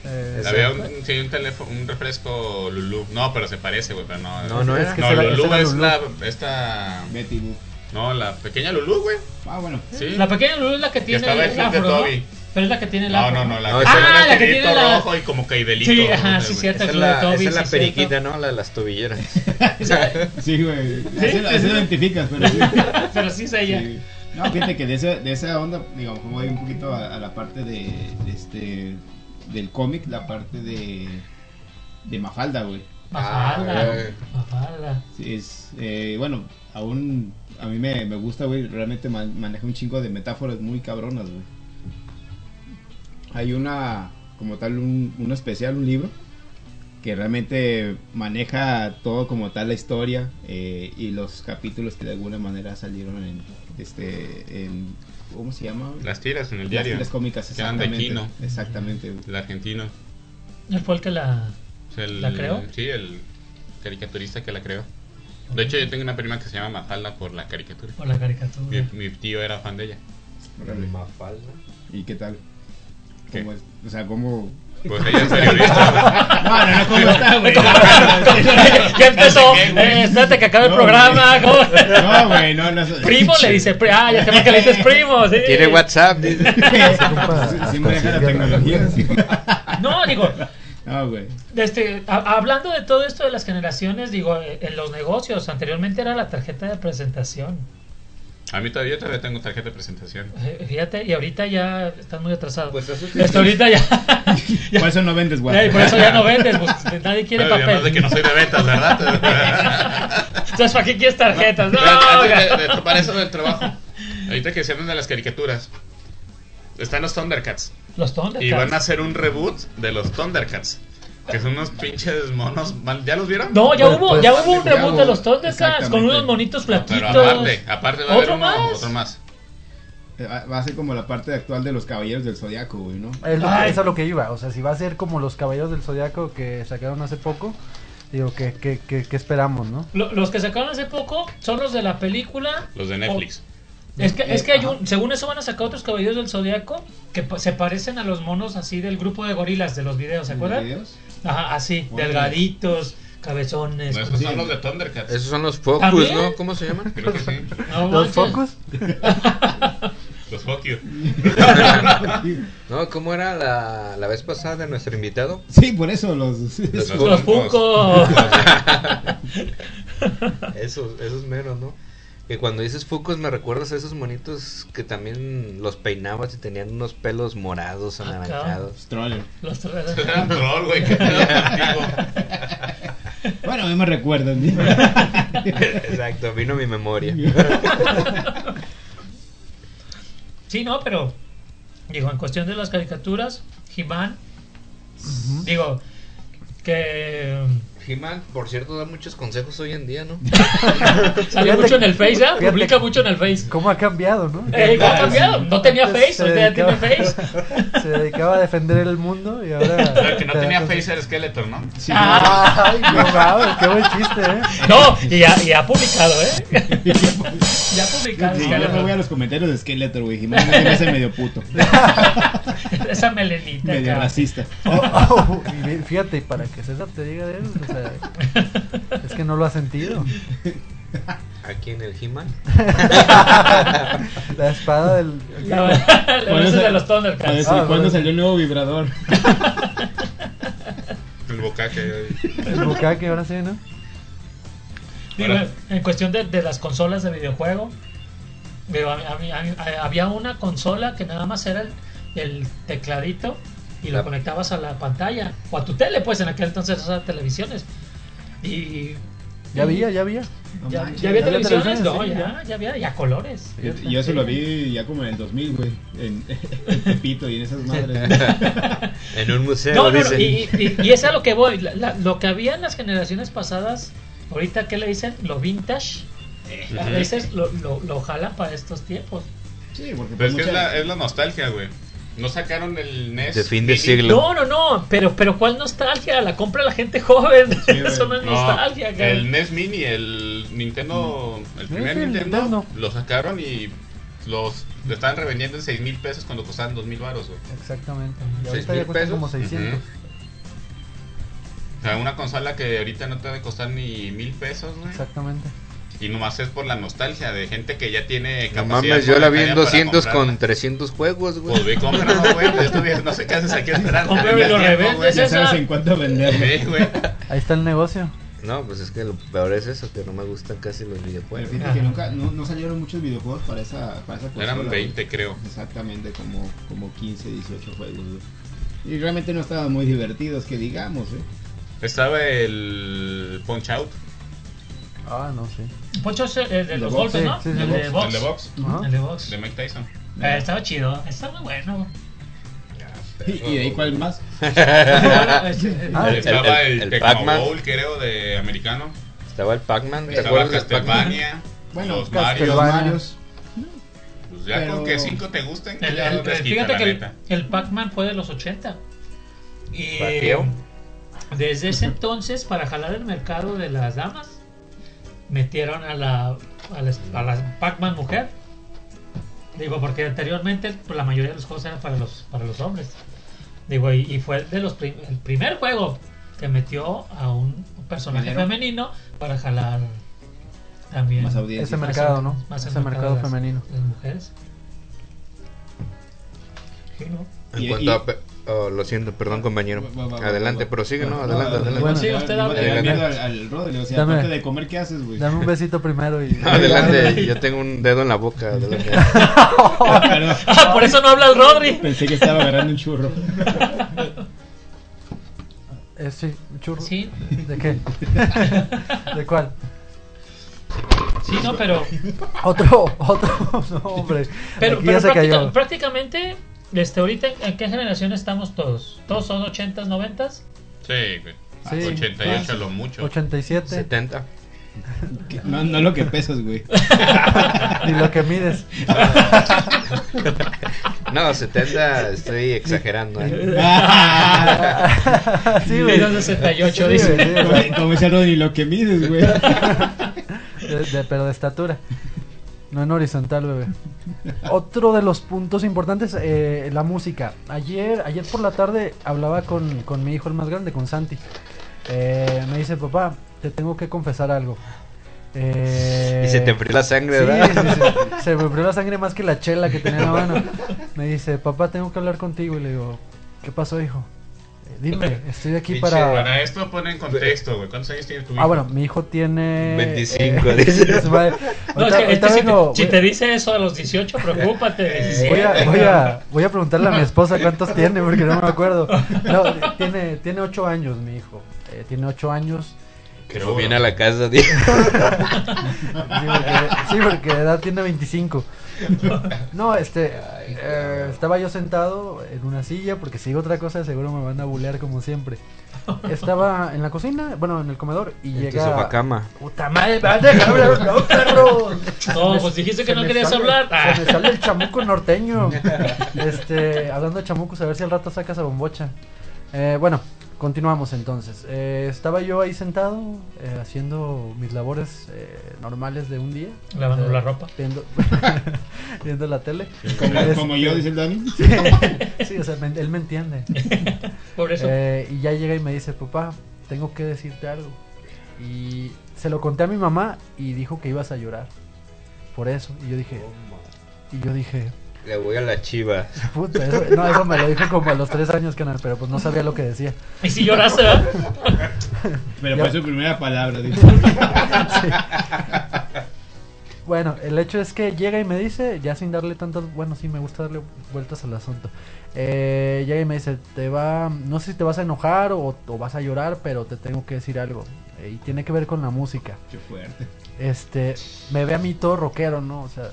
Speaker 7: Eh,
Speaker 3: Esa.
Speaker 6: Había un, sí, un teléfono, un refresco Lulú. No, pero se parece, güey, pero no.
Speaker 3: No, no era.
Speaker 7: que
Speaker 6: No,
Speaker 7: será-
Speaker 6: Lulú
Speaker 7: será
Speaker 6: es
Speaker 7: Lulú.
Speaker 6: la, esta,
Speaker 5: Betty Boop.
Speaker 6: no, la pequeña Lulú, güey.
Speaker 5: Ah, bueno.
Speaker 6: Sí.
Speaker 4: La pequeña Lulú es la que tiene
Speaker 6: estaba el
Speaker 4: el
Speaker 6: club de
Speaker 4: afro, ¿no?
Speaker 6: Toby.
Speaker 4: Pero es la que tiene el
Speaker 6: no,
Speaker 4: afro.
Speaker 6: no, no, la
Speaker 3: No,
Speaker 6: que
Speaker 3: esa-
Speaker 6: tiene
Speaker 4: Ah, la que
Speaker 6: pelito
Speaker 4: tiene la-
Speaker 6: rojo y como caidelito.
Speaker 4: Sí, ajá, sí,
Speaker 6: güey.
Speaker 4: cierto.
Speaker 3: Esa es
Speaker 4: el club de
Speaker 3: la,
Speaker 4: Toby,
Speaker 3: esa es la
Speaker 4: sí,
Speaker 3: periquita,
Speaker 4: cierto.
Speaker 3: ¿no? La de las tobilleras.
Speaker 5: Sí, güey. Así, lo- así lo identificas, pero sí.
Speaker 4: Pero sí es ella.
Speaker 5: Sí. No, fíjate que de esa, de esa onda, digamos, voy un poquito a, a la parte de, de este del cómic, la parte de, de Mafalda, güey.
Speaker 4: Mafalda.
Speaker 3: Ah,
Speaker 6: Ah,
Speaker 3: güey.
Speaker 4: Mafalda.
Speaker 5: Sí, Es, eh, bueno, aún a mí me, me gusta, güey, realmente man- maneja un chingo de metáforas muy cabronas, güey. Hay una, como tal, un, un especial, un libro, que realmente maneja todo como tal la historia eh, y los capítulos que de alguna manera salieron en, este, en, ¿cómo se llama? güey?
Speaker 6: Las tiras en el
Speaker 5: Las
Speaker 6: diario.
Speaker 5: tiras cómicas,
Speaker 6: Que eran de
Speaker 5: exactamente.
Speaker 6: Kino.
Speaker 5: Exactamente, güey.
Speaker 6: El argentino.
Speaker 4: Él fue el que la.
Speaker 6: O sea, el-
Speaker 4: ¿La creó?
Speaker 6: Sí, el caricaturista que la creó. De hecho, yo tengo una prima que se llama Mafalda por la caricatura.
Speaker 4: Por la caricatura.
Speaker 6: Mi, mi tío era fan de ella.
Speaker 5: Órale.
Speaker 3: Mafalda.
Speaker 5: ¿Y qué tal?
Speaker 6: ¿Qué?
Speaker 5: ¿Cómo es? O sea, ¿cómo...?
Speaker 6: Pues ella es periodista.
Speaker 5: No, no, no, ¿cómo está, güey?
Speaker 4: ¿Qué empezó?
Speaker 6: ¿Qué, güey?
Speaker 4: Eh, espérate que acabe el
Speaker 5: No,
Speaker 4: programa. ¿cómo?
Speaker 5: No, güey, no, no.
Speaker 4: Primo le dice. pri- Ah, ya sé que le dices primo. sí.
Speaker 3: Tiene WhatsApp, dice.
Speaker 7: compa,
Speaker 5: Sí, sí
Speaker 7: hasta
Speaker 5: maneja la
Speaker 7: sirvió.
Speaker 5: tecnología. sí.
Speaker 4: No, digo,
Speaker 5: No, güey.
Speaker 4: Este, ha- hablando de todo esto de las generaciones, digo, eh, en los negocios, anteriormente era la tarjeta de presentación.
Speaker 6: A mí todavía, todavía tengo tarjeta de presentación.
Speaker 4: Eh, Fíjate, y ahorita ya estás muy atrasado.
Speaker 2: Pues eso sí.
Speaker 4: Hasta ahorita ya. ya-
Speaker 5: Por eso no vendes,
Speaker 4: ya,
Speaker 5: guay.
Speaker 4: y por eso ya no vendes, pues, nadie quiere
Speaker 6: Pero además
Speaker 4: papel.
Speaker 6: de que no soy de ventas, ¿verdad?
Speaker 4: Entonces, ¿para qué quieres tarjetas? No,
Speaker 6: Antes de-
Speaker 4: gato.
Speaker 6: de- para eso del trabajo. Ahorita que se de las caricaturas. Están los Thundercats.
Speaker 4: Los Thundercats.
Speaker 6: Y van a hacer un reboot de los Thundercats. Que son unos pinches monos mal. ¿Ya los vieron?
Speaker 4: No, ya
Speaker 7: Pues,
Speaker 4: hubo,
Speaker 7: pues,
Speaker 4: ya hubo un
Speaker 5: ya
Speaker 4: reboot
Speaker 5: hubo,
Speaker 4: de los Thundercats con
Speaker 5: exactamente.
Speaker 4: unos monitos
Speaker 6: Pero
Speaker 4: flaquitos.
Speaker 6: aparte, aparte va a haber
Speaker 4: ¿Otro
Speaker 6: uno,
Speaker 4: más?
Speaker 6: otro más.
Speaker 5: Eh, Va va a ser como la parte actual de los caballeros del zodiaco, güey, ¿no?
Speaker 7: Es lo,
Speaker 4: Ay.
Speaker 7: es a lo que iba. O sea, si va a ser como los caballeros del zodiaco que sacaron hace poco, digo, ¿qué, qué, qué, qué esperamos, no?
Speaker 4: Lo- Los que sacaron hace poco son los de la película.
Speaker 6: Los de Netflix.
Speaker 4: Oh. Es que, es que
Speaker 5: Eh,
Speaker 4: hay un, según eso van a sacar otros caballeros del zodiaco que pa- se parecen a los monos así del grupo de gorilas de los videos, ¿se acuerdan?
Speaker 5: ¿Videos?
Speaker 4: Ajá, así,
Speaker 5: Órale.
Speaker 4: delgaditos, cabezones.
Speaker 6: No, esos son los de Thundercats.
Speaker 8: Esos son los Focus,
Speaker 4: ¿También?
Speaker 8: ¿no? ¿Cómo se llaman?
Speaker 6: Creo que sí.
Speaker 4: No
Speaker 7: ¿Los
Speaker 4: manches.
Speaker 7: focus?
Speaker 6: Los Fuck You.
Speaker 8: No, ¿cómo era la, la vez pasada de nuestro invitado?
Speaker 5: Sí, por eso los.
Speaker 6: Los
Speaker 4: Los Funko.
Speaker 8: Esos, esos meros, ¿no? Que cuando dices Focus me recuerdas a esos monitos que también los peinabas y tenían unos pelos morados,
Speaker 4: Ah, cabrón.
Speaker 8: anaranjados.
Speaker 5: Troller.
Speaker 4: Los
Speaker 6: Eran troll, güey. ¿Qué pedo contigo?
Speaker 5: Bueno, a mí me recuerdan.
Speaker 8: Exacto, vino a mi memoria.
Speaker 4: Sí, no, pero digo, en cuestión de las caricaturas, He-Man, digo, que mm,
Speaker 8: He-Man, por cierto, da muchos consejos hoy en día, ¿no?
Speaker 4: sale
Speaker 7: Fíjate-
Speaker 4: mucho en el Face, ¿ah?
Speaker 7: fíjate-
Speaker 4: Publica mucho en el Face.
Speaker 7: ¿Cómo ha cambiado, no?
Speaker 4: Eh, ¿cómo ha cambiado? No tenía Face,
Speaker 7: Se
Speaker 4: ahorita ya tiene
Speaker 7: dedicaba-
Speaker 4: Face.
Speaker 7: Se dedicaba a defender el mundo y ahora.
Speaker 6: El que no
Speaker 7: te da
Speaker 6: tenía
Speaker 7: cosas-
Speaker 6: face era Skeletor, ¿no?
Speaker 4: Ah.
Speaker 7: Ay, no mames, qué buen chiste, ¿eh?
Speaker 4: No, y ya, y ha publicado, ¿eh? ya ha publicado.
Speaker 5: Sí, yo me voy a los comentarios de Skeletor, güey. Jimena me hace medio puto.
Speaker 4: Esa melenita.
Speaker 5: medio
Speaker 4: acá.
Speaker 5: racista.
Speaker 4: Ah,
Speaker 7: Oh, oh, y bien, fíjate, y para que César te diga de él, o sea, es que no lo ha sentido.
Speaker 8: Aquí en el He-Man.
Speaker 7: La espada del.
Speaker 4: La verdad, la
Speaker 5: Por
Speaker 4: verdad es
Speaker 5: eso-
Speaker 4: de los
Speaker 5: Para
Speaker 4: Thundercats.
Speaker 5: decir,
Speaker 7: Ah,
Speaker 5: ¿cuándo
Speaker 7: bueno.
Speaker 5: salió el nuevo vibrador?
Speaker 6: El bocaque.
Speaker 7: El bucaque, ahora sí, ¿no?
Speaker 4: Digo, en cuestión de, de las consolas de videojuego, digo, a mí- a mí- a mí- a- había una consola que nada más era el, el tecladito y lo
Speaker 8: Ah.
Speaker 4: conectabas a la pantalla o a tu tele, pues en aquel entonces esas televisiones. Y
Speaker 7: Ya había, ya había.
Speaker 5: No
Speaker 4: ya,
Speaker 5: manches.
Speaker 4: ya había
Speaker 7: ya había
Speaker 4: televisiones, no,
Speaker 7: televisiones, sí,
Speaker 4: ya, ya había, y a colores.
Speaker 5: Yo, yo eso lo vi ya como en el 2000, güey. En, en Tepito y en esas madres. güey.
Speaker 8: En un museo,
Speaker 4: No, no, no,
Speaker 8: dicen.
Speaker 4: y, y- y es a lo que voy. la- la- lo que había en las generaciones pasadas, ahorita, ¿qué le dicen? Lo vintage. Eh, A veces lo, lo, lo jalan para estos tiempos.
Speaker 5: Sí, porque
Speaker 6: Pero
Speaker 5: pues
Speaker 6: es que es
Speaker 5: mucha-
Speaker 6: la, eh, es la nostalgia, güey. No sacaron el NES.
Speaker 8: De fin de
Speaker 6: mini.
Speaker 8: siglo.
Speaker 4: No, no, no, pero, pero ¿cuál nostalgia? La compra la gente joven.
Speaker 5: güey.
Speaker 4: Eso no es
Speaker 6: No,
Speaker 4: nostalgia,
Speaker 6: el
Speaker 4: cabrón.
Speaker 6: NES Mini, el Nintendo, el primer
Speaker 7: sí, el
Speaker 6: Nintendo,
Speaker 7: Nintendo.
Speaker 6: lo sacaron y los lo estaban revendiendo en 6 mil pesos cuando costaban 2 mil baros, güey.
Speaker 7: Exactamente. Y
Speaker 8: ¿Seis
Speaker 7: ahorita
Speaker 8: mil
Speaker 7: ya cuesta
Speaker 8: pesos?
Speaker 7: como 600.
Speaker 6: Ujú. O sea, una consola que ahorita no te debe costar ni mil pesos, güey.
Speaker 7: Exactamente.
Speaker 6: Y nomás es por la nostalgia de gente que ya tiene
Speaker 8: No
Speaker 6: capacidad.
Speaker 8: mames, yo la vi en
Speaker 6: monetaria para
Speaker 8: 200
Speaker 6: comprarla.
Speaker 8: con 300 juegos, güey.
Speaker 6: Pues ve, cómpralo, güey. Yo estoy- No sé qué haces aquí esperando.
Speaker 4: Cómprame y lo revendes,
Speaker 5: Ya sabes
Speaker 4: César.
Speaker 5: en cuánto venderlo.
Speaker 6: Sí, güey.
Speaker 7: Ahí está el negocio.
Speaker 8: No, pues es que lo peor es eso, que no me gustan casi los
Speaker 5: Pero
Speaker 8: videojuegos.
Speaker 5: fíjate que nunca, no, no salieron muchos videojuegos para esa, para esa consola.
Speaker 6: Eran
Speaker 5: güey.
Speaker 6: 20, creo.
Speaker 5: Exactamente, como, como 15, 18 juegos, güey. Y realmente no estaban muy divertidos, que digamos, ¿eh? güey.
Speaker 6: Estaba el Punch Out,
Speaker 7: Ah, no, sí.
Speaker 4: Poncho es el, el de
Speaker 5: El
Speaker 4: los
Speaker 5: de
Speaker 4: golpes,
Speaker 7: box,
Speaker 4: ¿no?
Speaker 7: sí, sí,
Speaker 4: el,
Speaker 7: sí.
Speaker 4: de box.
Speaker 6: el de Box,
Speaker 7: Ajá.
Speaker 4: El de box.
Speaker 6: de Mike Tyson.
Speaker 4: Eh, estaba chido, estaba muy bueno.
Speaker 5: ¿Y, y de ahí cuál más?
Speaker 4: Bueno, es- eh,
Speaker 7: Ah,
Speaker 8: El-
Speaker 6: Estaba
Speaker 8: el-
Speaker 6: el,
Speaker 8: el
Speaker 6: Tecmo
Speaker 8: Pac-Man.
Speaker 6: Bowl, creo, de americano.
Speaker 8: Estaba el Pac-Man, ¿te
Speaker 6: Estaba
Speaker 8: acuerdas del Pac-Man?
Speaker 6: Castlevania.
Speaker 5: Bueno,
Speaker 6: los
Speaker 5: Los
Speaker 6: Mario.
Speaker 7: Castlevania.
Speaker 5: Marios.
Speaker 6: Pues ya
Speaker 5: Pero-
Speaker 6: con que 5 te gusten,
Speaker 4: el-
Speaker 6: ya
Speaker 4: el-
Speaker 6: no les quita,
Speaker 4: fíjate
Speaker 6: la
Speaker 4: que el,
Speaker 6: neta.
Speaker 4: el Pac-Man fue de los 80. Y
Speaker 8: Vaqueo.
Speaker 4: desde ese entonces, para jalar el mercado de las damas, metieron a la, a la, a la Pac-Man mujer. Digo, porque anteriormente pues, la mayoría de los juegos eran para los, para los hombres. Digo, y, y fue de los prim- el primer juego que metió a un personaje
Speaker 5: Género.
Speaker 4: femenino para jalar también
Speaker 5: Más audiencia.
Speaker 7: Ese mercado, ¿no?
Speaker 4: más
Speaker 7: Ese
Speaker 4: el
Speaker 7: mercado
Speaker 4: de las-
Speaker 7: femenino.
Speaker 4: de Las mujeres. Sí, ¿no?
Speaker 8: En
Speaker 5: Y-
Speaker 8: cuanto
Speaker 5: y-
Speaker 8: a pe-
Speaker 3: Oh, lo siento, perdón compañero.
Speaker 5: Va, va, va,
Speaker 3: adelante,
Speaker 5: va, va.
Speaker 3: prosigue, ¿no?
Speaker 5: Va, va,
Speaker 3: Adelante,
Speaker 5: va,
Speaker 3: adelante.
Speaker 5: va, va,
Speaker 4: Sí,
Speaker 5: va,
Speaker 4: usted
Speaker 5: va,
Speaker 4: hable.
Speaker 5: le da miedo al, al Rodri, o sea,
Speaker 7: Dame-
Speaker 5: aparte de comer, ¿qué haces, güey?
Speaker 7: Dame un besito primero y.
Speaker 3: Adelante, yo tengo un dedo en la boca. adelante.
Speaker 5: Perdón,
Speaker 4: Ah, por eso no habla el Rodri.
Speaker 5: Pensé que estaba agarrando un churro.
Speaker 7: Eh, sí, un churro.
Speaker 4: Sí,
Speaker 7: ¿De qué? ¿De cuál?
Speaker 4: sí, no, pero.
Speaker 7: Otro, otro. No, hombre.
Speaker 4: Pero,
Speaker 7: Aquí
Speaker 4: pero
Speaker 7: ya se
Speaker 4: práctica-
Speaker 7: cayó.
Speaker 4: prácticamente, este, ahorita, ¿en qué generación estamos todos? ¿Todos son 80s, 90s?
Speaker 6: Sí, güey.
Speaker 7: Sí.
Speaker 6: 88 a lo mucho.
Speaker 7: 87.
Speaker 3: 70.
Speaker 5: Que- No, no lo que pesas, güey.
Speaker 7: Ni lo que mides.
Speaker 3: No, 70, estoy exagerando. ¿eh?
Speaker 7: sí, güey.
Speaker 4: Menos de 68,
Speaker 7: Sí,
Speaker 4: dice.
Speaker 7: güey, sí, o sea,
Speaker 5: Como- Como dice Rodri, lo que mides, güey.
Speaker 7: de- de- pero de estatura. No en horizontal, bebé. Otro de los puntos importantes, eh, la música. Ayer, ayer por la tarde hablaba con, con mi hijo el más grande, con Santi. Eh, me dice, papá, te tengo que confesar algo. Eh,
Speaker 3: Y se te enfrió la sangre,
Speaker 7: Sí,
Speaker 3: ¿verdad?
Speaker 7: sí, sí. Se me enfrió la sangre más que la chela que tenía en la mano. Me dice, papá, tengo que hablar contigo. Y le digo, ¿qué pasó, hijo? Eh, Dime, estoy aquí
Speaker 3: Pinche
Speaker 7: para...
Speaker 6: Para esto pone en contexto, güey. ¿Cuántos años tiene tu hijo?
Speaker 7: Ah, bueno, mi hijo tiene... eh,
Speaker 3: 25, dice.
Speaker 7: su madre.
Speaker 4: No, es
Speaker 7: Ahorita-
Speaker 4: que- es
Speaker 7: ahorita
Speaker 4: que si,
Speaker 7: vengo,
Speaker 4: te, si te dice eso a los 18, preocúpate.
Speaker 7: voy-
Speaker 4: 17.
Speaker 7: voy a, voy, a, voy a preguntarle a mi esposa cuántos tiene, porque no me acuerdo. No, tiene, tiene 8 años mi hijo. Eh, tiene 8 años.
Speaker 3: Que no viene a la casa, tío.
Speaker 7: Sí, porque, sí, porque de edad tiene 25. No, este, eh, estaba yo sentado en una silla, porque si digo otra cosa seguro me van a bulear como siempre. Estaba en la cocina, bueno, en el comedor, y
Speaker 3: En tu
Speaker 7: llega...
Speaker 3: sofá cama.
Speaker 7: ¡Puta madre! ¡Me vas a dejar hablar, no, perro!
Speaker 4: No,
Speaker 7: Me-
Speaker 4: pues dijiste
Speaker 7: se
Speaker 4: que no
Speaker 7: me
Speaker 4: querías
Speaker 7: sale-
Speaker 4: hablar. Ah.
Speaker 7: Se me sale el chamuco norteño. Este, hablando de chamucos, a ver si al rato sacas a bombocha. Eh, bueno, continuamos entonces. Eh, estaba yo ahí sentado eh, haciendo mis labores eh, normales de un día.
Speaker 4: Lavando
Speaker 7: Eh,
Speaker 4: la ropa.
Speaker 7: Viendo, viendo la tele.
Speaker 5: Como,
Speaker 7: Este,
Speaker 5: como yo, dice el Dani.
Speaker 7: sí, o sea, me- él me entiende.
Speaker 4: Por eso.
Speaker 7: Eh, y ya llega y me dice, papá, tengo que decirte algo. Y se lo conté a mi mamá y dijo que ibas a llorar. Por eso. Y yo dije, y yo dije,
Speaker 3: Le voy a la chiva.
Speaker 7: puta, eso, no, eso me lo dijo como a los tres años, canal, pero pues no sabía lo que decía.
Speaker 4: Y si lloraste, ¿verdad?
Speaker 5: Pero
Speaker 7: Ya.
Speaker 5: fue su primera palabra, dice.
Speaker 7: Bueno, el hecho es que llega y me dice, ya sin darle tantas, bueno, sí, me gusta darle vueltas al asunto. Eh, llega y me dice, te va, no sé si te vas a enojar o, o vas a llorar, pero te tengo que decir algo. Eh, y tiene que ver con la música.
Speaker 5: Qué fuerte.
Speaker 7: este, me ve a mí todo rockero, ¿no? O sea,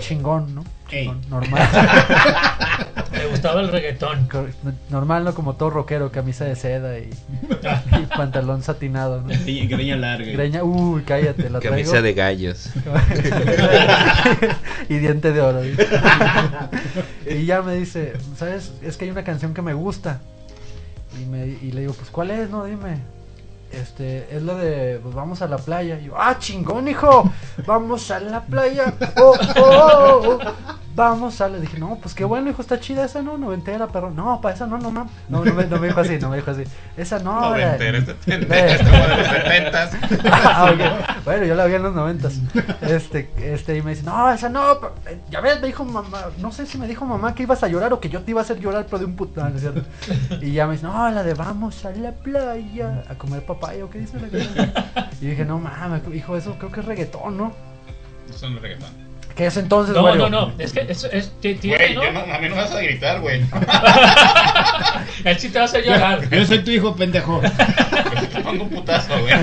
Speaker 7: chingón, ¿no? Chingón,
Speaker 5: Ey.
Speaker 7: normal.
Speaker 4: Me gustaba el reggaetón.
Speaker 7: Cor- normal, ¿no? Como todo rockero, camisa de seda y, y pantalón satinado, ¿no?
Speaker 5: Greña, greña larga.
Speaker 7: Greña, uy, cállate, la traigo.
Speaker 3: Camisa de gallos.
Speaker 7: y diente de oro. dice. y ya me dice, ¿sabes? Es que hay una canción que me gusta. Y, me, y le digo, pues ¿cuál es? No, dime. Este, es la de, pues vamos a la playa. Y yo, ah, chingón, hijo. Vamos a la playa. Oh, oh, oh, oh. Vamos a la. Dije, no, pues qué bueno, hijo, está chida esa, ¿no? Noventera, perro. No, para esa no, no, mam. No, no me, no me dijo así, no me dijo así. Esa no. la-
Speaker 6: Noventera, este pendejo.
Speaker 7: Eh.
Speaker 6: Es como de los setentas.
Speaker 7: Ah, ok. Bueno, yo la vi en los noventas. Este, este, y me dice, no, esa no, pa- eh, ya ves, me dijo mamá, no sé si me dijo mamá que ibas a llorar o que yo te iba a hacer llorar, pero de un puto, no, no es cierto. Y ya me dice, no, la de vamos a la playa a comer papaya, ¿o qué dice la canción? Y dije, no mames, hijo, eso creo que es reggaetón, ¿no?
Speaker 6: Eso no es reggaetón.
Speaker 7: ¿Qué es entonces,
Speaker 4: No,
Speaker 7: Mario?
Speaker 4: no, no. Es que es, es, ti-
Speaker 6: Güey,
Speaker 4: tiene, ¿no?
Speaker 6: yo no- a mí no me vas a gritar, güey.
Speaker 4: Él sí te va a hacer llorar.
Speaker 5: Yo soy tu hijo, pendejo.
Speaker 6: Te pongo un putazo, güey.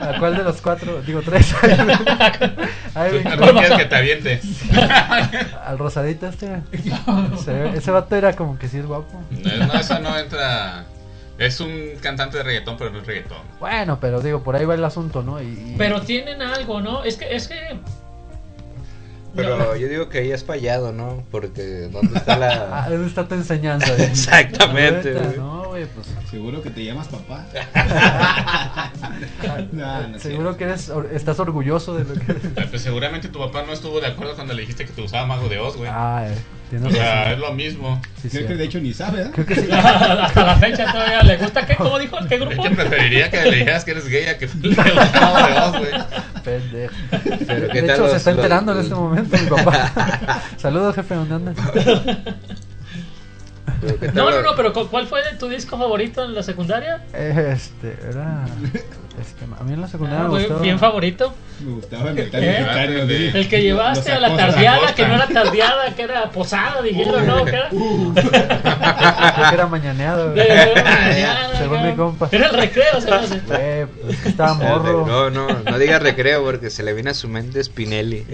Speaker 7: ¿A cuál de los cuatro? Digo, tres. Ay,
Speaker 6: Tú
Speaker 7: güey,
Speaker 6: no quieres que te aviente.
Speaker 7: al rosadito este. Ese, ese vato era como que sí es guapo.
Speaker 6: No, no, eso no entra. Es un cantante de reggaetón, pero no es reggaetón.
Speaker 7: Bueno, pero digo, por ahí va el asunto, ¿no? Y, y-
Speaker 4: Pero tienen algo, ¿no? Es que, es que.
Speaker 3: Pero yo digo que ahí has fallado, ¿no? Porque ¿dónde está
Speaker 7: Ah,
Speaker 3: la...?
Speaker 7: ¿dónde está tu enseñanza? güey?
Speaker 3: Exactamente.
Speaker 7: Neta,
Speaker 3: güey.
Speaker 7: No, güey, pues.
Speaker 5: ¿Seguro que te llamas papá? Ah, no, no es
Speaker 7: ah, Seguro
Speaker 5: cierto.
Speaker 7: que eres, or- estás orgulloso de lo que.
Speaker 6: Eh, Pues seguramente tu papá no estuvo de acuerdo cuando le dijiste que te usaba Mago de Oz, güey.
Speaker 7: Ah, eh,
Speaker 6: o
Speaker 7: tienes
Speaker 6: sea,
Speaker 7: razón.
Speaker 6: es lo mismo.
Speaker 7: Sí,
Speaker 5: Creo que
Speaker 7: cierto.
Speaker 5: de hecho ni sabe, ¿eh?
Speaker 7: Creo que sí.
Speaker 4: Hasta la fecha todavía le gusta. ¿Qué? ¿Cómo dijo? ¿Qué
Speaker 6: Es
Speaker 4: grupo?
Speaker 6: que preferiría que le dijeras que eres gay a que le gustaba Mago de Oz, güey.
Speaker 7: Pendejo.
Speaker 3: Pero
Speaker 7: De
Speaker 3: ¿qué tal
Speaker 7: hecho,
Speaker 3: los-
Speaker 7: se está
Speaker 3: los-
Speaker 7: enterando en este momento mi papá. Saludos, jefe, ¿dónde andas?
Speaker 3: Pero, ¿qué tal
Speaker 4: No, no,
Speaker 3: la-
Speaker 4: no, pero ¿cu- ¿cuál fue tu disco favorito en la secundaria?
Speaker 7: Este, era. Este, a mí en la secundaria
Speaker 4: Ah,
Speaker 7: me
Speaker 4: güey,
Speaker 7: gustaba.
Speaker 4: bien favorito.
Speaker 5: Me gustaba el metal
Speaker 4: ¿Eh?
Speaker 5: mexicano, sí.
Speaker 4: El que
Speaker 5: Los
Speaker 4: llevaste a la
Speaker 5: acosan,
Speaker 4: tardeada,
Speaker 5: acosan.
Speaker 4: que no era tardeada, que era posada, dijeron, no, que era.
Speaker 7: Pensé que era mañaneado.
Speaker 4: De-
Speaker 7: güey.
Speaker 4: de- de- de-
Speaker 7: Según mi compa.
Speaker 4: Era el recreo, se me hace.
Speaker 7: Güey, pues,
Speaker 3: Ah,
Speaker 7: estaba morro.
Speaker 3: No, no, no diga recreo porque se le viene a su mente Spinelli.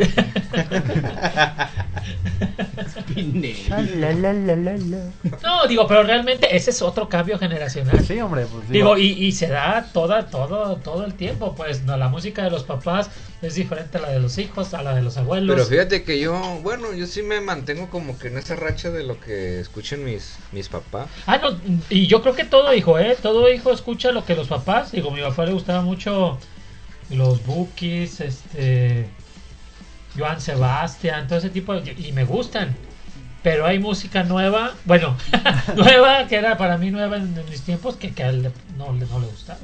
Speaker 7: Ah, la, la, la, la, la.
Speaker 4: No, digo, pero realmente ese es otro cambio generacional.
Speaker 7: Sí, hombre, pues
Speaker 4: Digo, y, y se da toda, todo, todo el tiempo, pues no, la música de los papás es diferente a la de los hijos, a la de los abuelos.
Speaker 3: Pero fíjate que yo, bueno, yo sí me mantengo como que en esa racha de lo que escuchan mis, mis papás.
Speaker 4: Ah, no, y yo creo que todo hijo, ¿eh? Todo hijo escucha lo que los papás. Digo, a mi papá le gustaba mucho los Bookies, este. Joan Sebastián, todo ese tipo. de- y me gustan. Pero hay música nueva, bueno, nueva, que era para mí nueva en, en mis tiempos, que, que a él le- no, le- no le gustaba.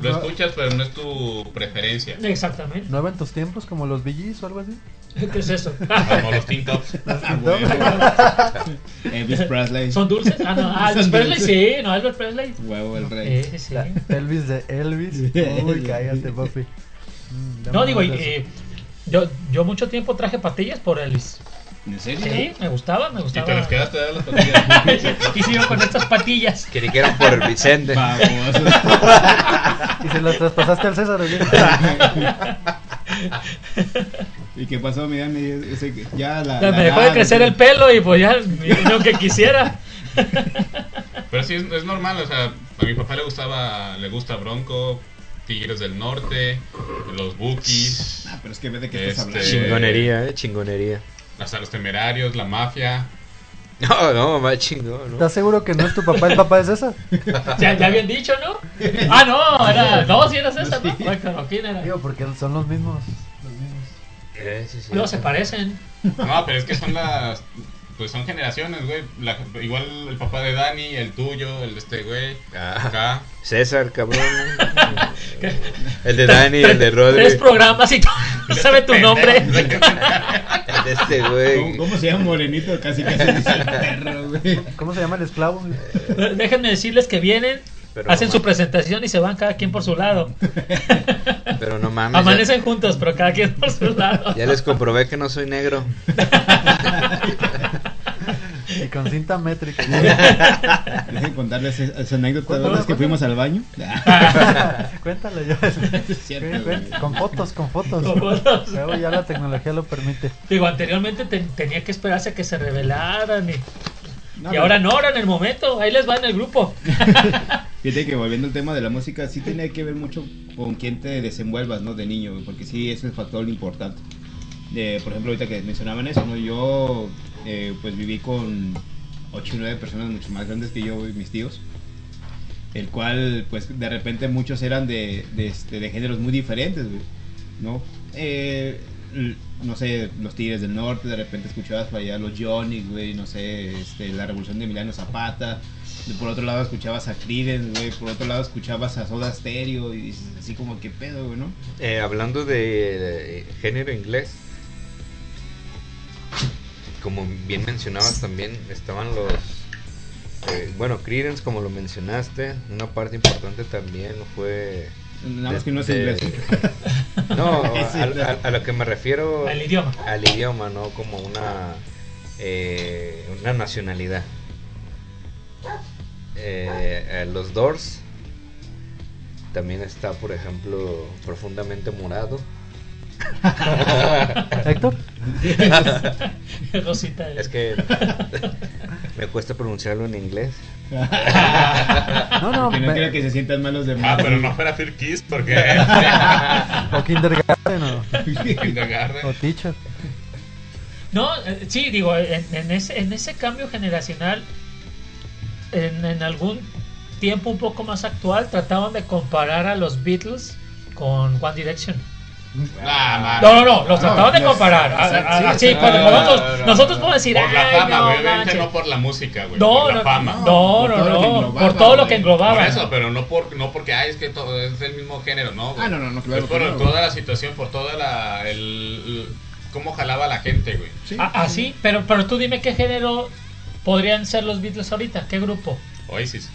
Speaker 6: Lo escuchas, pero no es tu preferencia.
Speaker 4: Exactamente.
Speaker 7: ¿Nueva en tus tiempos? ¿Como los BGs o algo así?
Speaker 4: ¿Qué es eso?
Speaker 6: Como los Teen Tops.
Speaker 5: Ah, Elvis Presley.
Speaker 4: ¿Son dulces? Ah, no, ah, Elvis
Speaker 5: Son
Speaker 4: Presley,
Speaker 5: dulces.
Speaker 4: sí, no, Albert Presley.
Speaker 5: Huevo el rey.
Speaker 7: Eh.
Speaker 4: Sí, sí.
Speaker 7: La Elvis de Elvis. Uy, cállate, papi. Mm, dame
Speaker 4: No, digo, eh,
Speaker 7: más
Speaker 4: y-
Speaker 7: de eso.
Speaker 4: y yo, yo mucho tiempo traje patillas por Elvis.
Speaker 5: ¿En serio?
Speaker 4: Sí, me gustaba, me
Speaker 6: Y
Speaker 4: gustaba.
Speaker 6: te los quedaste de las patillas.
Speaker 4: Hicieron con estas patillas.
Speaker 3: Que dijeron por el Vicente.
Speaker 5: Baboso.
Speaker 7: ¿Y se las traspasaste al César, oye?
Speaker 5: ¿Y qué pasó, mi Dani? Ese que- Ya la.
Speaker 4: O sea,
Speaker 5: la
Speaker 4: me dejó de
Speaker 5: edad,
Speaker 4: crecer
Speaker 5: ¿no?
Speaker 4: el pelo y pues ya lo que quisiera.
Speaker 6: Pero sí, es, es normal, o sea, a mi papá le gustaba, le gusta Bronco, Tigres del Norte, los Bookies,
Speaker 5: Ah, pero es que ve de qué estás hablando.
Speaker 6: Este-
Speaker 3: Chingonería, eh, chingonería.
Speaker 6: hasta los Temerarios, la Mafia.
Speaker 3: No, no, mamá, chingón, ¿no?
Speaker 7: ¿Estás seguro que no es tu papá el papá de César?
Speaker 4: Ya, ya habían dicho, ¿no? Ah, no, era. No, si era esa, ¿no? Bueno, pero ¿quién era?
Speaker 7: Digo, porque son los mismos. Los mismos.
Speaker 3: Eh, sí, sí.
Speaker 4: No se parecen.
Speaker 6: No, pero es que son las, pues son generaciones, güey. La- igual el papá de Dani, el tuyo, el de este güey,
Speaker 3: Ah,
Speaker 6: acá.
Speaker 3: César, cabrón. el de Dani, el de
Speaker 4: Tres
Speaker 3: Rodri.
Speaker 4: programas y no sabe tu nombre.
Speaker 3: El de este
Speaker 5: ¿Cómo,
Speaker 3: güey.
Speaker 5: cómo se llama Morenito? Casi casi dice el perro, güey.
Speaker 7: ¿Cómo se llama el esclavo?
Speaker 4: Déjenme decirles que vienen,
Speaker 3: Pero
Speaker 4: hacen
Speaker 3: no
Speaker 4: su
Speaker 3: mames.
Speaker 4: presentación y se van cada quien por su lado.
Speaker 3: Pero no mames. ya-
Speaker 4: Amanecen juntos, pero cada quien por su lado.
Speaker 3: ya les comprobé que no soy negro.
Speaker 7: Y con cinta métrica.
Speaker 5: Dejen contarles esa, esa anécdota
Speaker 7: ¿Cuándo,
Speaker 5: ¿verdad? Es que
Speaker 7: cuándo?
Speaker 5: fuimos al baño.
Speaker 4: Ah,
Speaker 7: Cuéntala yo.
Speaker 5: cierto, güey.
Speaker 7: Con fotos, con
Speaker 4: Con
Speaker 7: fotos.
Speaker 4: fotos.
Speaker 7: Luego ya la tecnología lo permite.
Speaker 4: Digo, anteriormente te- tenía que esperarse a que se revelaran y,
Speaker 5: No,
Speaker 4: y ahora no, ahora en el momento, ahí les va en el grupo.
Speaker 5: Fíjate que volviendo al tema de la música, sí tiene que ver mucho con quién te desenvuelvas, ¿no? De niño, güey, porque sí es el factor importante. De, por ejemplo, ahorita que mencionaban eso, ¿no? Yo, eh, pues viví con 8 o 9 personas mucho más grandes que yo y mis tíos. El cual, pues de repente muchos eran de, de, este, de géneros muy diferentes, güey, ¿no? Eh, l- no sé, los Tigres del Norte, de repente escuchabas para allá los Johnny, güey, no sé, este, la Revolución de Emiliano Zapata. De- Por otro lado escuchabas a Creedence, güey. Por otro lado escuchabas a Soda Stereo. Y dices así como, ¿qué pedo, güey, no?
Speaker 3: Eh, hablando de eh, género inglés, como bien mencionabas también, estaban los. eh, bueno, Creedence, como lo mencionaste, una parte importante también fue.
Speaker 5: Nada
Speaker 3: de-
Speaker 5: más que no es
Speaker 3: de-
Speaker 5: inglés.
Speaker 3: No, a,
Speaker 5: Sí,
Speaker 3: a-
Speaker 5: no.
Speaker 3: a- a lo que me refiero
Speaker 4: El idioma.
Speaker 3: al idioma, ¿no? Como una, eh, una nacionalidad. Eh, eh, los Doors también está, por ejemplo, profundamente morado.
Speaker 7: Héctor,
Speaker 4: Rosita.
Speaker 3: Es que me cuesta pronunciarlo en inglés.
Speaker 7: no, no,
Speaker 5: que no
Speaker 7: me-
Speaker 5: quiero que se sientan malos de
Speaker 6: Ah,
Speaker 5: más.
Speaker 6: pero no fuera Phil Kiss porque
Speaker 7: o kindergarten o, o
Speaker 6: kindergarten.
Speaker 7: teacher.
Speaker 4: No, eh, sí, digo, en, en ese, en ese cambio generacional, en, en algún tiempo un poco más actual, trataban de comparar a los Beatles con One Direction.
Speaker 6: Nah,
Speaker 4: No, no, no, los
Speaker 5: No,
Speaker 4: trataban de
Speaker 5: los-
Speaker 4: comparar. Ah, a-
Speaker 5: sí,
Speaker 4: a-
Speaker 5: sí,
Speaker 4: así,
Speaker 5: sí,
Speaker 4: cuando
Speaker 5: no,
Speaker 4: nosotros,
Speaker 6: no, no,
Speaker 4: nosotros
Speaker 6: no.
Speaker 4: podemos decir,
Speaker 6: Por la
Speaker 4: "Ay,
Speaker 6: fama,
Speaker 4: no,
Speaker 6: güey, obviamente
Speaker 4: manches".
Speaker 6: no por la música, güey.
Speaker 4: No,
Speaker 6: por la
Speaker 4: no,
Speaker 6: fama.
Speaker 4: no,
Speaker 5: por
Speaker 4: no,
Speaker 5: todo lo que
Speaker 4: no,
Speaker 5: englobaba,
Speaker 4: por todo lo que
Speaker 5: güey.
Speaker 4: englobaba.
Speaker 6: Por eso, pero no por no porque ay, es que todo es el mismo género, ¿no? güey?
Speaker 5: Ah, no, no, no, claro
Speaker 6: Es Pues por
Speaker 5: que no,
Speaker 6: toda la situación, por toda la el, el- cómo jalaba la gente, güey.
Speaker 5: Sí.
Speaker 4: Ah, ah, sí, pero, pero tú dime qué género podrían ser los Beatles ahorita. ¿Qué grupo?
Speaker 6: Oasis.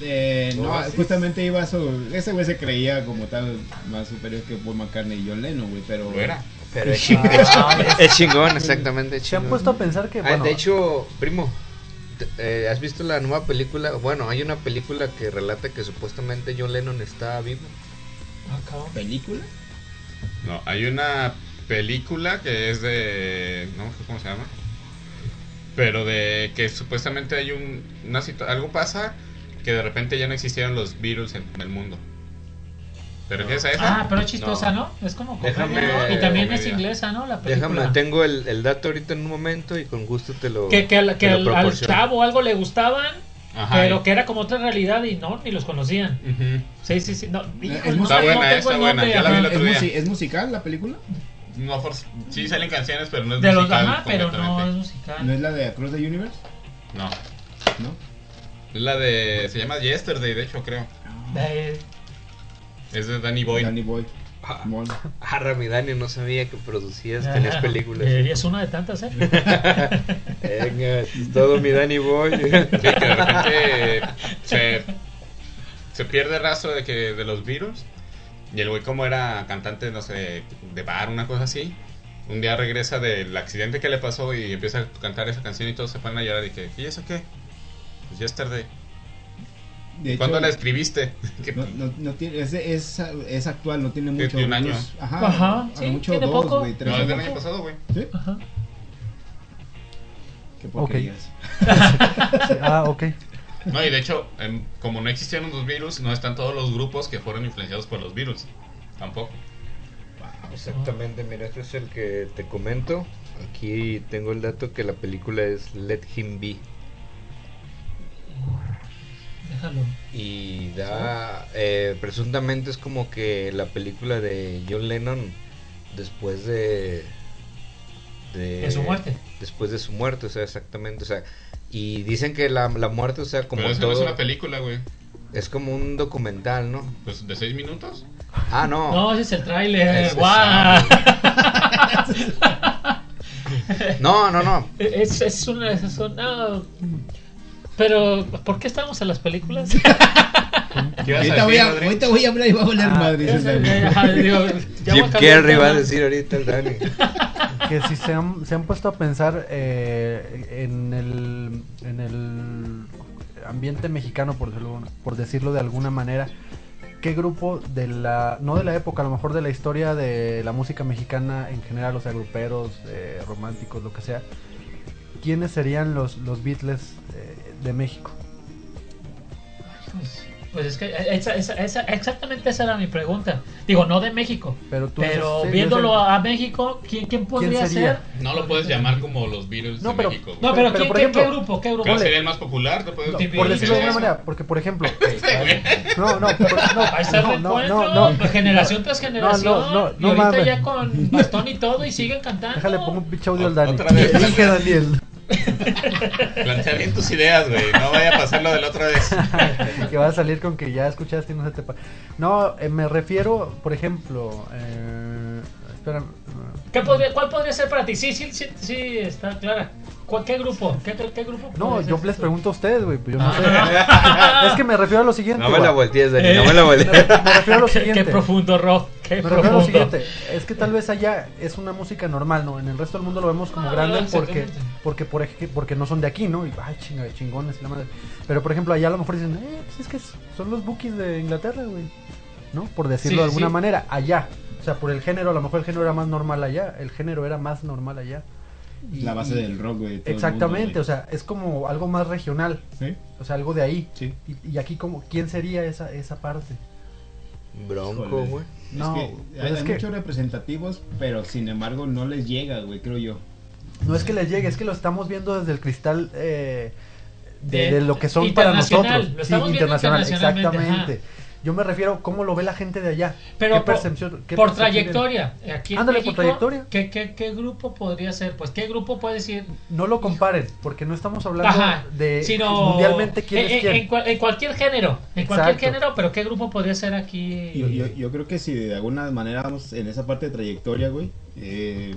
Speaker 5: Eh, no,
Speaker 8: Oasis.
Speaker 5: justamente iba a su... Ese güey se creía como tal más superior que Paul McCartney y John Lennon, güey, pero...
Speaker 6: Lo era.
Speaker 8: Pero es chingón, es chingón, exactamente. es
Speaker 7: Ah, Se han
Speaker 8: chingón.
Speaker 7: puesto a pensar que,
Speaker 8: Ah,
Speaker 7: bueno,
Speaker 8: de hecho, primo, t- eh, ¿has visto la nueva película? Bueno, hay una película que relata que supuestamente John Lennon está vivo.
Speaker 4: Ah, cabrón.
Speaker 5: ¿Película?
Speaker 6: No, hay una película que es de. No me acuerdo cómo se llama. Pero de que supuestamente hay un. Una situ- algo pasa que de repente ya no existieron los virus en el mundo. ¿Te refieres a esa?
Speaker 4: Ah, pero es chistosa, ¿no? Es como comedia,
Speaker 6: Déjame-
Speaker 4: ¿no? Y también es
Speaker 6: comedia.
Speaker 4: inglesa, ¿no? La película.
Speaker 8: Déjame, tengo el, el dato ahorita en un momento y con gusto te lo.
Speaker 4: Que, que, al- que
Speaker 8: te lo
Speaker 4: al- al
Speaker 8: proporciono.
Speaker 4: chavo algo le gustaban,
Speaker 6: Ajá.
Speaker 4: pero que era como otra realidad y no, ni los conocían.
Speaker 6: Ujú.
Speaker 4: Sí, sí, sí. No, hijo,
Speaker 5: es
Speaker 4: no,
Speaker 5: muy-
Speaker 6: Está
Speaker 4: no
Speaker 6: buena,
Speaker 4: tengo
Speaker 6: está
Speaker 4: el
Speaker 6: buena,
Speaker 4: nombre,
Speaker 6: ya la vi
Speaker 4: ajá.
Speaker 6: el
Speaker 5: ¿Es,
Speaker 6: otro día.
Speaker 5: musi- es musical la película?
Speaker 6: No, for- sí salen canciones, pero no es
Speaker 4: De los
Speaker 6: musical
Speaker 4: ajá, pero no es
Speaker 6: completamente.
Speaker 5: ¿No
Speaker 4: musical.
Speaker 5: es la de Across the Universe?
Speaker 6: No.
Speaker 5: ¿No?
Speaker 6: Es la de. Se llama Yesterday, de hecho, creo.
Speaker 4: Eh,
Speaker 6: Es de Danny Boyle.
Speaker 5: Danny Boy. Mon.
Speaker 8: Ah, Rami Dani, no sabía que producías,
Speaker 4: ajá.
Speaker 8: tenías películas.
Speaker 4: Ah, Eh, es una de tantas, ¿eh?
Speaker 8: Venga, es todo mi Danny Boy.
Speaker 6: Sí, que de repente se, se pierde el rastro de que de los virus. Y el güey como era cantante, no sé, de bar, una cosa así. Un día regresa del accidente que le pasó y empieza a cantar esa canción y todos se ponen a llorar y que, ¿y eso qué? Pues yesterday.
Speaker 5: De hecho,
Speaker 6: ¿Cuándo la escribiste? Que-
Speaker 5: No, no, no tiene, es, es, es actual, no tiene
Speaker 6: Sí,
Speaker 5: mucho.
Speaker 6: tiene un año.
Speaker 5: dos- Ajá,
Speaker 4: Ajá,
Speaker 5: a lo
Speaker 4: sí,
Speaker 5: mucho
Speaker 4: tiene
Speaker 5: dos,
Speaker 4: poco.
Speaker 5: güey, tres
Speaker 6: no, es del
Speaker 5: años.
Speaker 6: año pasado, güey.
Speaker 5: ¿Sí?
Speaker 4: Ajá.
Speaker 5: Qué porquerías.
Speaker 7: ah, ok.
Speaker 6: No, y de hecho, em, como no existieron los virus, no están todos los grupos que fueron influenciados por los virus. Tampoco.
Speaker 8: Exactamente, mira, este es el que te comento. Aquí tengo el dato que la película es Let Him Be.
Speaker 4: Déjalo.
Speaker 8: Y da, eh, presuntamente es como que la película de John Lennon después de, de...
Speaker 3: Eh,
Speaker 4: De su muerte.
Speaker 8: Después de su muerte, o sea, exactamente, o sea, y dicen que la, la muerte, o sea, como
Speaker 6: Pero eso
Speaker 8: todo...
Speaker 6: no es una película, güey.
Speaker 8: es como un documental, ¿no?
Speaker 6: Pues de seis minutos.
Speaker 8: Ah, no.
Speaker 4: No, ese es el tráiler.
Speaker 8: Ese es-
Speaker 4: ¡Guau!
Speaker 8: No, no, no.
Speaker 4: Eh, Es, es una. Es una... Pero, ¿por qué estamos en las películas?
Speaker 6: ¿Qué ibas a
Speaker 5: Ahorita voy,
Speaker 6: decir,
Speaker 5: a,
Speaker 6: Rodri?
Speaker 5: ahorita voy a hablar y voy a voler
Speaker 7: Ah,
Speaker 5: madre.
Speaker 4: Ya sé, ya, ajá, digo, ya voy
Speaker 8: Jim
Speaker 4: a cambiar
Speaker 8: Carrey
Speaker 4: el
Speaker 8: va a
Speaker 4: tema.
Speaker 8: decir ahorita el Dani.
Speaker 7: Que si se han, se han puesto a pensar eh, en, el, en el ambiente mexicano, por decirlo, por decirlo de alguna manera, ¿qué grupo de la, no de la época, a lo mejor de la historia de la música mexicana en general, o sea, gruperos, eh, románticos, lo que sea, quiénes serían los, los Beatles eh, de México?
Speaker 4: Pues, pues es que esa- esa- esa- exactamente esa era mi pregunta. Digo, no de México.
Speaker 7: Pero, tú
Speaker 4: Pero
Speaker 7: sí, yo
Speaker 4: viéndolo
Speaker 7: sé-
Speaker 4: a, a México, ¿quién, quién podría
Speaker 7: sería?
Speaker 4: ser?
Speaker 6: No lo puedes llamar como los Beatles
Speaker 7: No,
Speaker 6: de
Speaker 7: pero-
Speaker 6: México. güey.
Speaker 4: No, pero,
Speaker 7: Pero,
Speaker 4: ¿quién,
Speaker 7: por
Speaker 4: qué-
Speaker 7: ejemplo,
Speaker 4: ¿qué grupo? ¿Qué grupo?
Speaker 6: ¿Cuál sería el más popular? ¿Te puedes
Speaker 7: No,
Speaker 6: dividir
Speaker 7: por decirlo de
Speaker 6: en
Speaker 7: alguna
Speaker 6: eso?
Speaker 7: manera, porque por ejemplo, no, no,
Speaker 4: Ahí está el
Speaker 7: por- no, no, no,
Speaker 4: reencuentro,
Speaker 7: no, no,
Speaker 4: generación tras generación.
Speaker 7: no, no,
Speaker 4: y
Speaker 7: no
Speaker 4: ahorita
Speaker 7: mames.
Speaker 4: ya con bastón y todo y siguen cantando.
Speaker 7: Déjale, pongo un pinche audio al Dani.
Speaker 6: Otra vez.
Speaker 7: Elige Daniel.
Speaker 6: Plantea bien tus ideas, güey. No vaya a pasar lo de la otra vez.
Speaker 7: que va a salir con que ya escuchaste y no se te pa- No, eh, me refiero, por ejemplo. Eh, espera. eh,
Speaker 4: ¿Qué podría- ¿Cuál podría ser para ti? Sí, sí, sí, sí, está clara. ¿Cuál- ¿Qué grupo? ¿Qué, qué- qué grupo?
Speaker 7: No,
Speaker 4: podría
Speaker 7: yo
Speaker 4: ser?
Speaker 7: les pregunto a ustedes, güey. pues Yo no
Speaker 4: Ah.
Speaker 7: sé. es que me refiero a lo siguiente.
Speaker 8: No me la
Speaker 7: güey.
Speaker 8: voltees, Dani, no me la
Speaker 7: me,
Speaker 8: voltees.
Speaker 7: re- me refiero a lo
Speaker 4: Qué-
Speaker 7: siguiente.
Speaker 4: Qué profundo, Rob. Qué
Speaker 7: Me refiero a
Speaker 4: profundo.
Speaker 7: lo siguiente. Es que tal vez allá es una música normal, ¿no? En el resto del mundo lo vemos como
Speaker 4: Ah,
Speaker 7: grande porque,
Speaker 4: exactamente.
Speaker 7: porque, por ej- porque no son de aquí, ¿no? Y, ay, chinga, chingones, la madre. Pero, por ejemplo, allá a lo mejor dicen, eh, pues es que son los bookies de Inglaterra, güey. ¿No? Por
Speaker 4: Sí,
Speaker 7: decirlo de alguna
Speaker 4: sí.
Speaker 7: manera, allá. O sea, por el género, a lo mejor el género era más normal allá. El género era más normal allá. Y-
Speaker 5: La base
Speaker 7: y-
Speaker 5: del rock, güey. todo el
Speaker 7: Exactamente,
Speaker 5: mundo,
Speaker 7: o sea, es como algo más regional,
Speaker 5: güey. ¿Sí?
Speaker 7: o sea, algo de ahí.
Speaker 5: Sí.
Speaker 7: Y, y aquí como, ¿quién sería esa, esa parte?
Speaker 8: Bronco, güey.
Speaker 7: No,
Speaker 5: es que
Speaker 7: pues
Speaker 5: hay,
Speaker 7: es
Speaker 5: hay
Speaker 7: que-
Speaker 5: muchos representativos, pero sin embargo no les llega, güey, creo yo.
Speaker 7: No es que les llegue, es que lo estamos viendo desde el cristal eh, de,
Speaker 4: De-
Speaker 7: de lo que son para
Speaker 4: internacional,
Speaker 7: nosotros.
Speaker 4: lo estamos viendo internacionalmente,
Speaker 7: exactamente. Yo me refiero a cómo lo ve la gente de allá.
Speaker 4: Pero
Speaker 7: ¿Qué
Speaker 4: por-
Speaker 7: percepción- qué
Speaker 4: por
Speaker 7: percepción
Speaker 4: trayectoria. Aquí en
Speaker 7: Ándale, por
Speaker 4: México,
Speaker 7: trayectoria.
Speaker 4: ¿qué, qué, qué grupo podría ser? Pues, ¿qué grupo puede decir?
Speaker 7: tienen? No lo comparen, porque no estamos hablando
Speaker 4: Ajá.
Speaker 7: de
Speaker 4: sino-
Speaker 7: mundialmente quién
Speaker 4: en,
Speaker 7: es
Speaker 4: en-
Speaker 7: quién.
Speaker 4: En, cual- en cualquier género. En cualquier
Speaker 7: Exacto.
Speaker 4: género, pero ¿qué grupo podría ser aquí? Eh,
Speaker 5: Yo, yo, yo creo que si de alguna manera vamos en esa parte de trayectoria, güey, eh,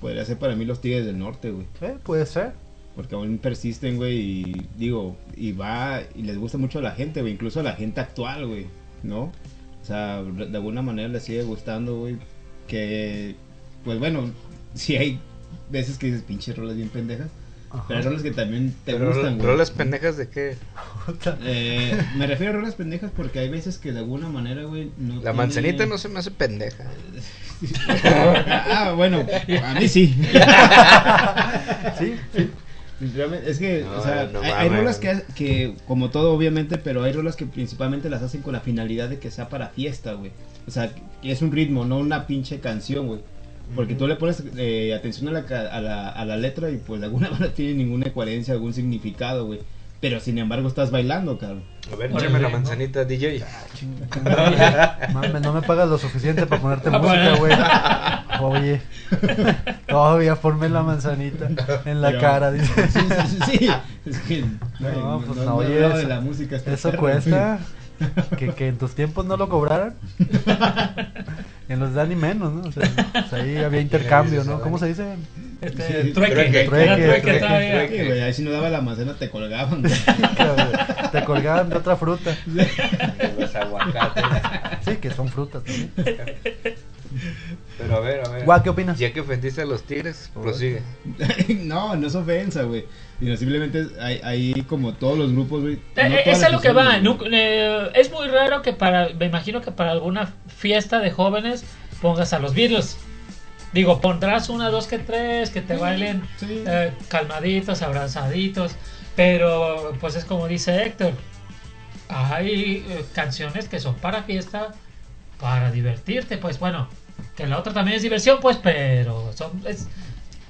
Speaker 5: podría ser para mí los Tigres del Norte, güey.
Speaker 7: Eh, puede ser.
Speaker 5: Porque aún persisten, güey, y digo, y va, y les gusta mucho a la gente, güey, incluso a la gente actual, güey, ¿no? O sea, de alguna manera les sigue gustando, güey, que, pues bueno, si hay veces que dices pinche rolas bien pendejas,
Speaker 7: Ajá.
Speaker 5: pero hay rolas que también te
Speaker 3: Pero
Speaker 5: gustan, güey.
Speaker 3: rolas pendejas de qué?
Speaker 7: Puta.
Speaker 5: Eh, me refiero a rolas pendejas porque hay veces que de alguna manera, güey, no
Speaker 3: La
Speaker 5: tiene-
Speaker 3: manzanita no se me hace pendeja.
Speaker 5: ah, bueno, a mí sí.
Speaker 7: Sí, sí.
Speaker 5: Realmente, es que,
Speaker 3: No,
Speaker 5: o sea,
Speaker 3: no
Speaker 5: hay, hay
Speaker 3: mames.
Speaker 5: rolas que, que, como todo, obviamente, pero hay rolas que principalmente las hacen con la finalidad de que sea para fiesta, güey. O sea, que es un ritmo, no una pinche canción, güey. Porque tú le pones eh, atención a la, ca- a, la, a la letra y pues de alguna manera tiene ninguna coherencia, algún significado, güey. Pero sin embargo estás bailando, cabrón.
Speaker 3: A ver,
Speaker 4: Órale,
Speaker 3: échame la
Speaker 4: ¿no?
Speaker 3: manzanita, DJ.
Speaker 7: Mames, no me pagas lo suficiente para ponerte
Speaker 4: Ah,
Speaker 7: música,
Speaker 4: bueno.
Speaker 7: güey. Oye, todavía ponme la manzanita en la
Speaker 5: Pero-
Speaker 7: cara, dice.
Speaker 5: Sí, sí, sí. Es que, güey,
Speaker 7: No,
Speaker 5: no,
Speaker 7: pues
Speaker 5: no
Speaker 7: no,
Speaker 5: he
Speaker 7: oye,
Speaker 5: hablado
Speaker 7: eso-
Speaker 5: de la música. está
Speaker 7: Eso
Speaker 5: perro,
Speaker 7: cuesta. Que, que en tus tiempos no lo cobraran. En los de Dani menos, ¿no? O sea, pues ahí había intercambio, ¿no? ¿Cómo se dice?
Speaker 4: Este,
Speaker 5: Sí,
Speaker 4: trueque,
Speaker 3: trueque,
Speaker 4: era
Speaker 7: trueque,
Speaker 4: trueque
Speaker 7: trueque,
Speaker 4: todavía.
Speaker 5: güey. Sí, güey, ahí si no daba la manzana te colgaban, güey.
Speaker 7: Te colgaban de otra fruta.
Speaker 8: Los aguacates.
Speaker 7: Sí, que son frutas también.
Speaker 8: Pero a ver, a ver.
Speaker 7: Guau, ¿qué opinas?
Speaker 3: Ya que ofendiste a los tigres, prosigue.
Speaker 5: no, no es ofensa, güey. Sino simplemente es- hay, hay como todos los grupos, güey.
Speaker 4: Eh,
Speaker 5: no
Speaker 4: eh,
Speaker 5: todas
Speaker 4: es a lo
Speaker 5: las
Speaker 4: que va.
Speaker 5: personas,
Speaker 4: nunca- eh, es muy raro que para, me imagino que para alguna fiesta de jóvenes pongas a los Beatles. Digo, pondrás una, dos, que tres, que te bailen
Speaker 5: Sí.
Speaker 4: eh, calmaditos, abrazaditos. Pero, pues es como dice Héctor, hay eh, canciones que son para fiesta, para divertirte. Pues bueno, que la otra también es diversión, pues, pero son... Es,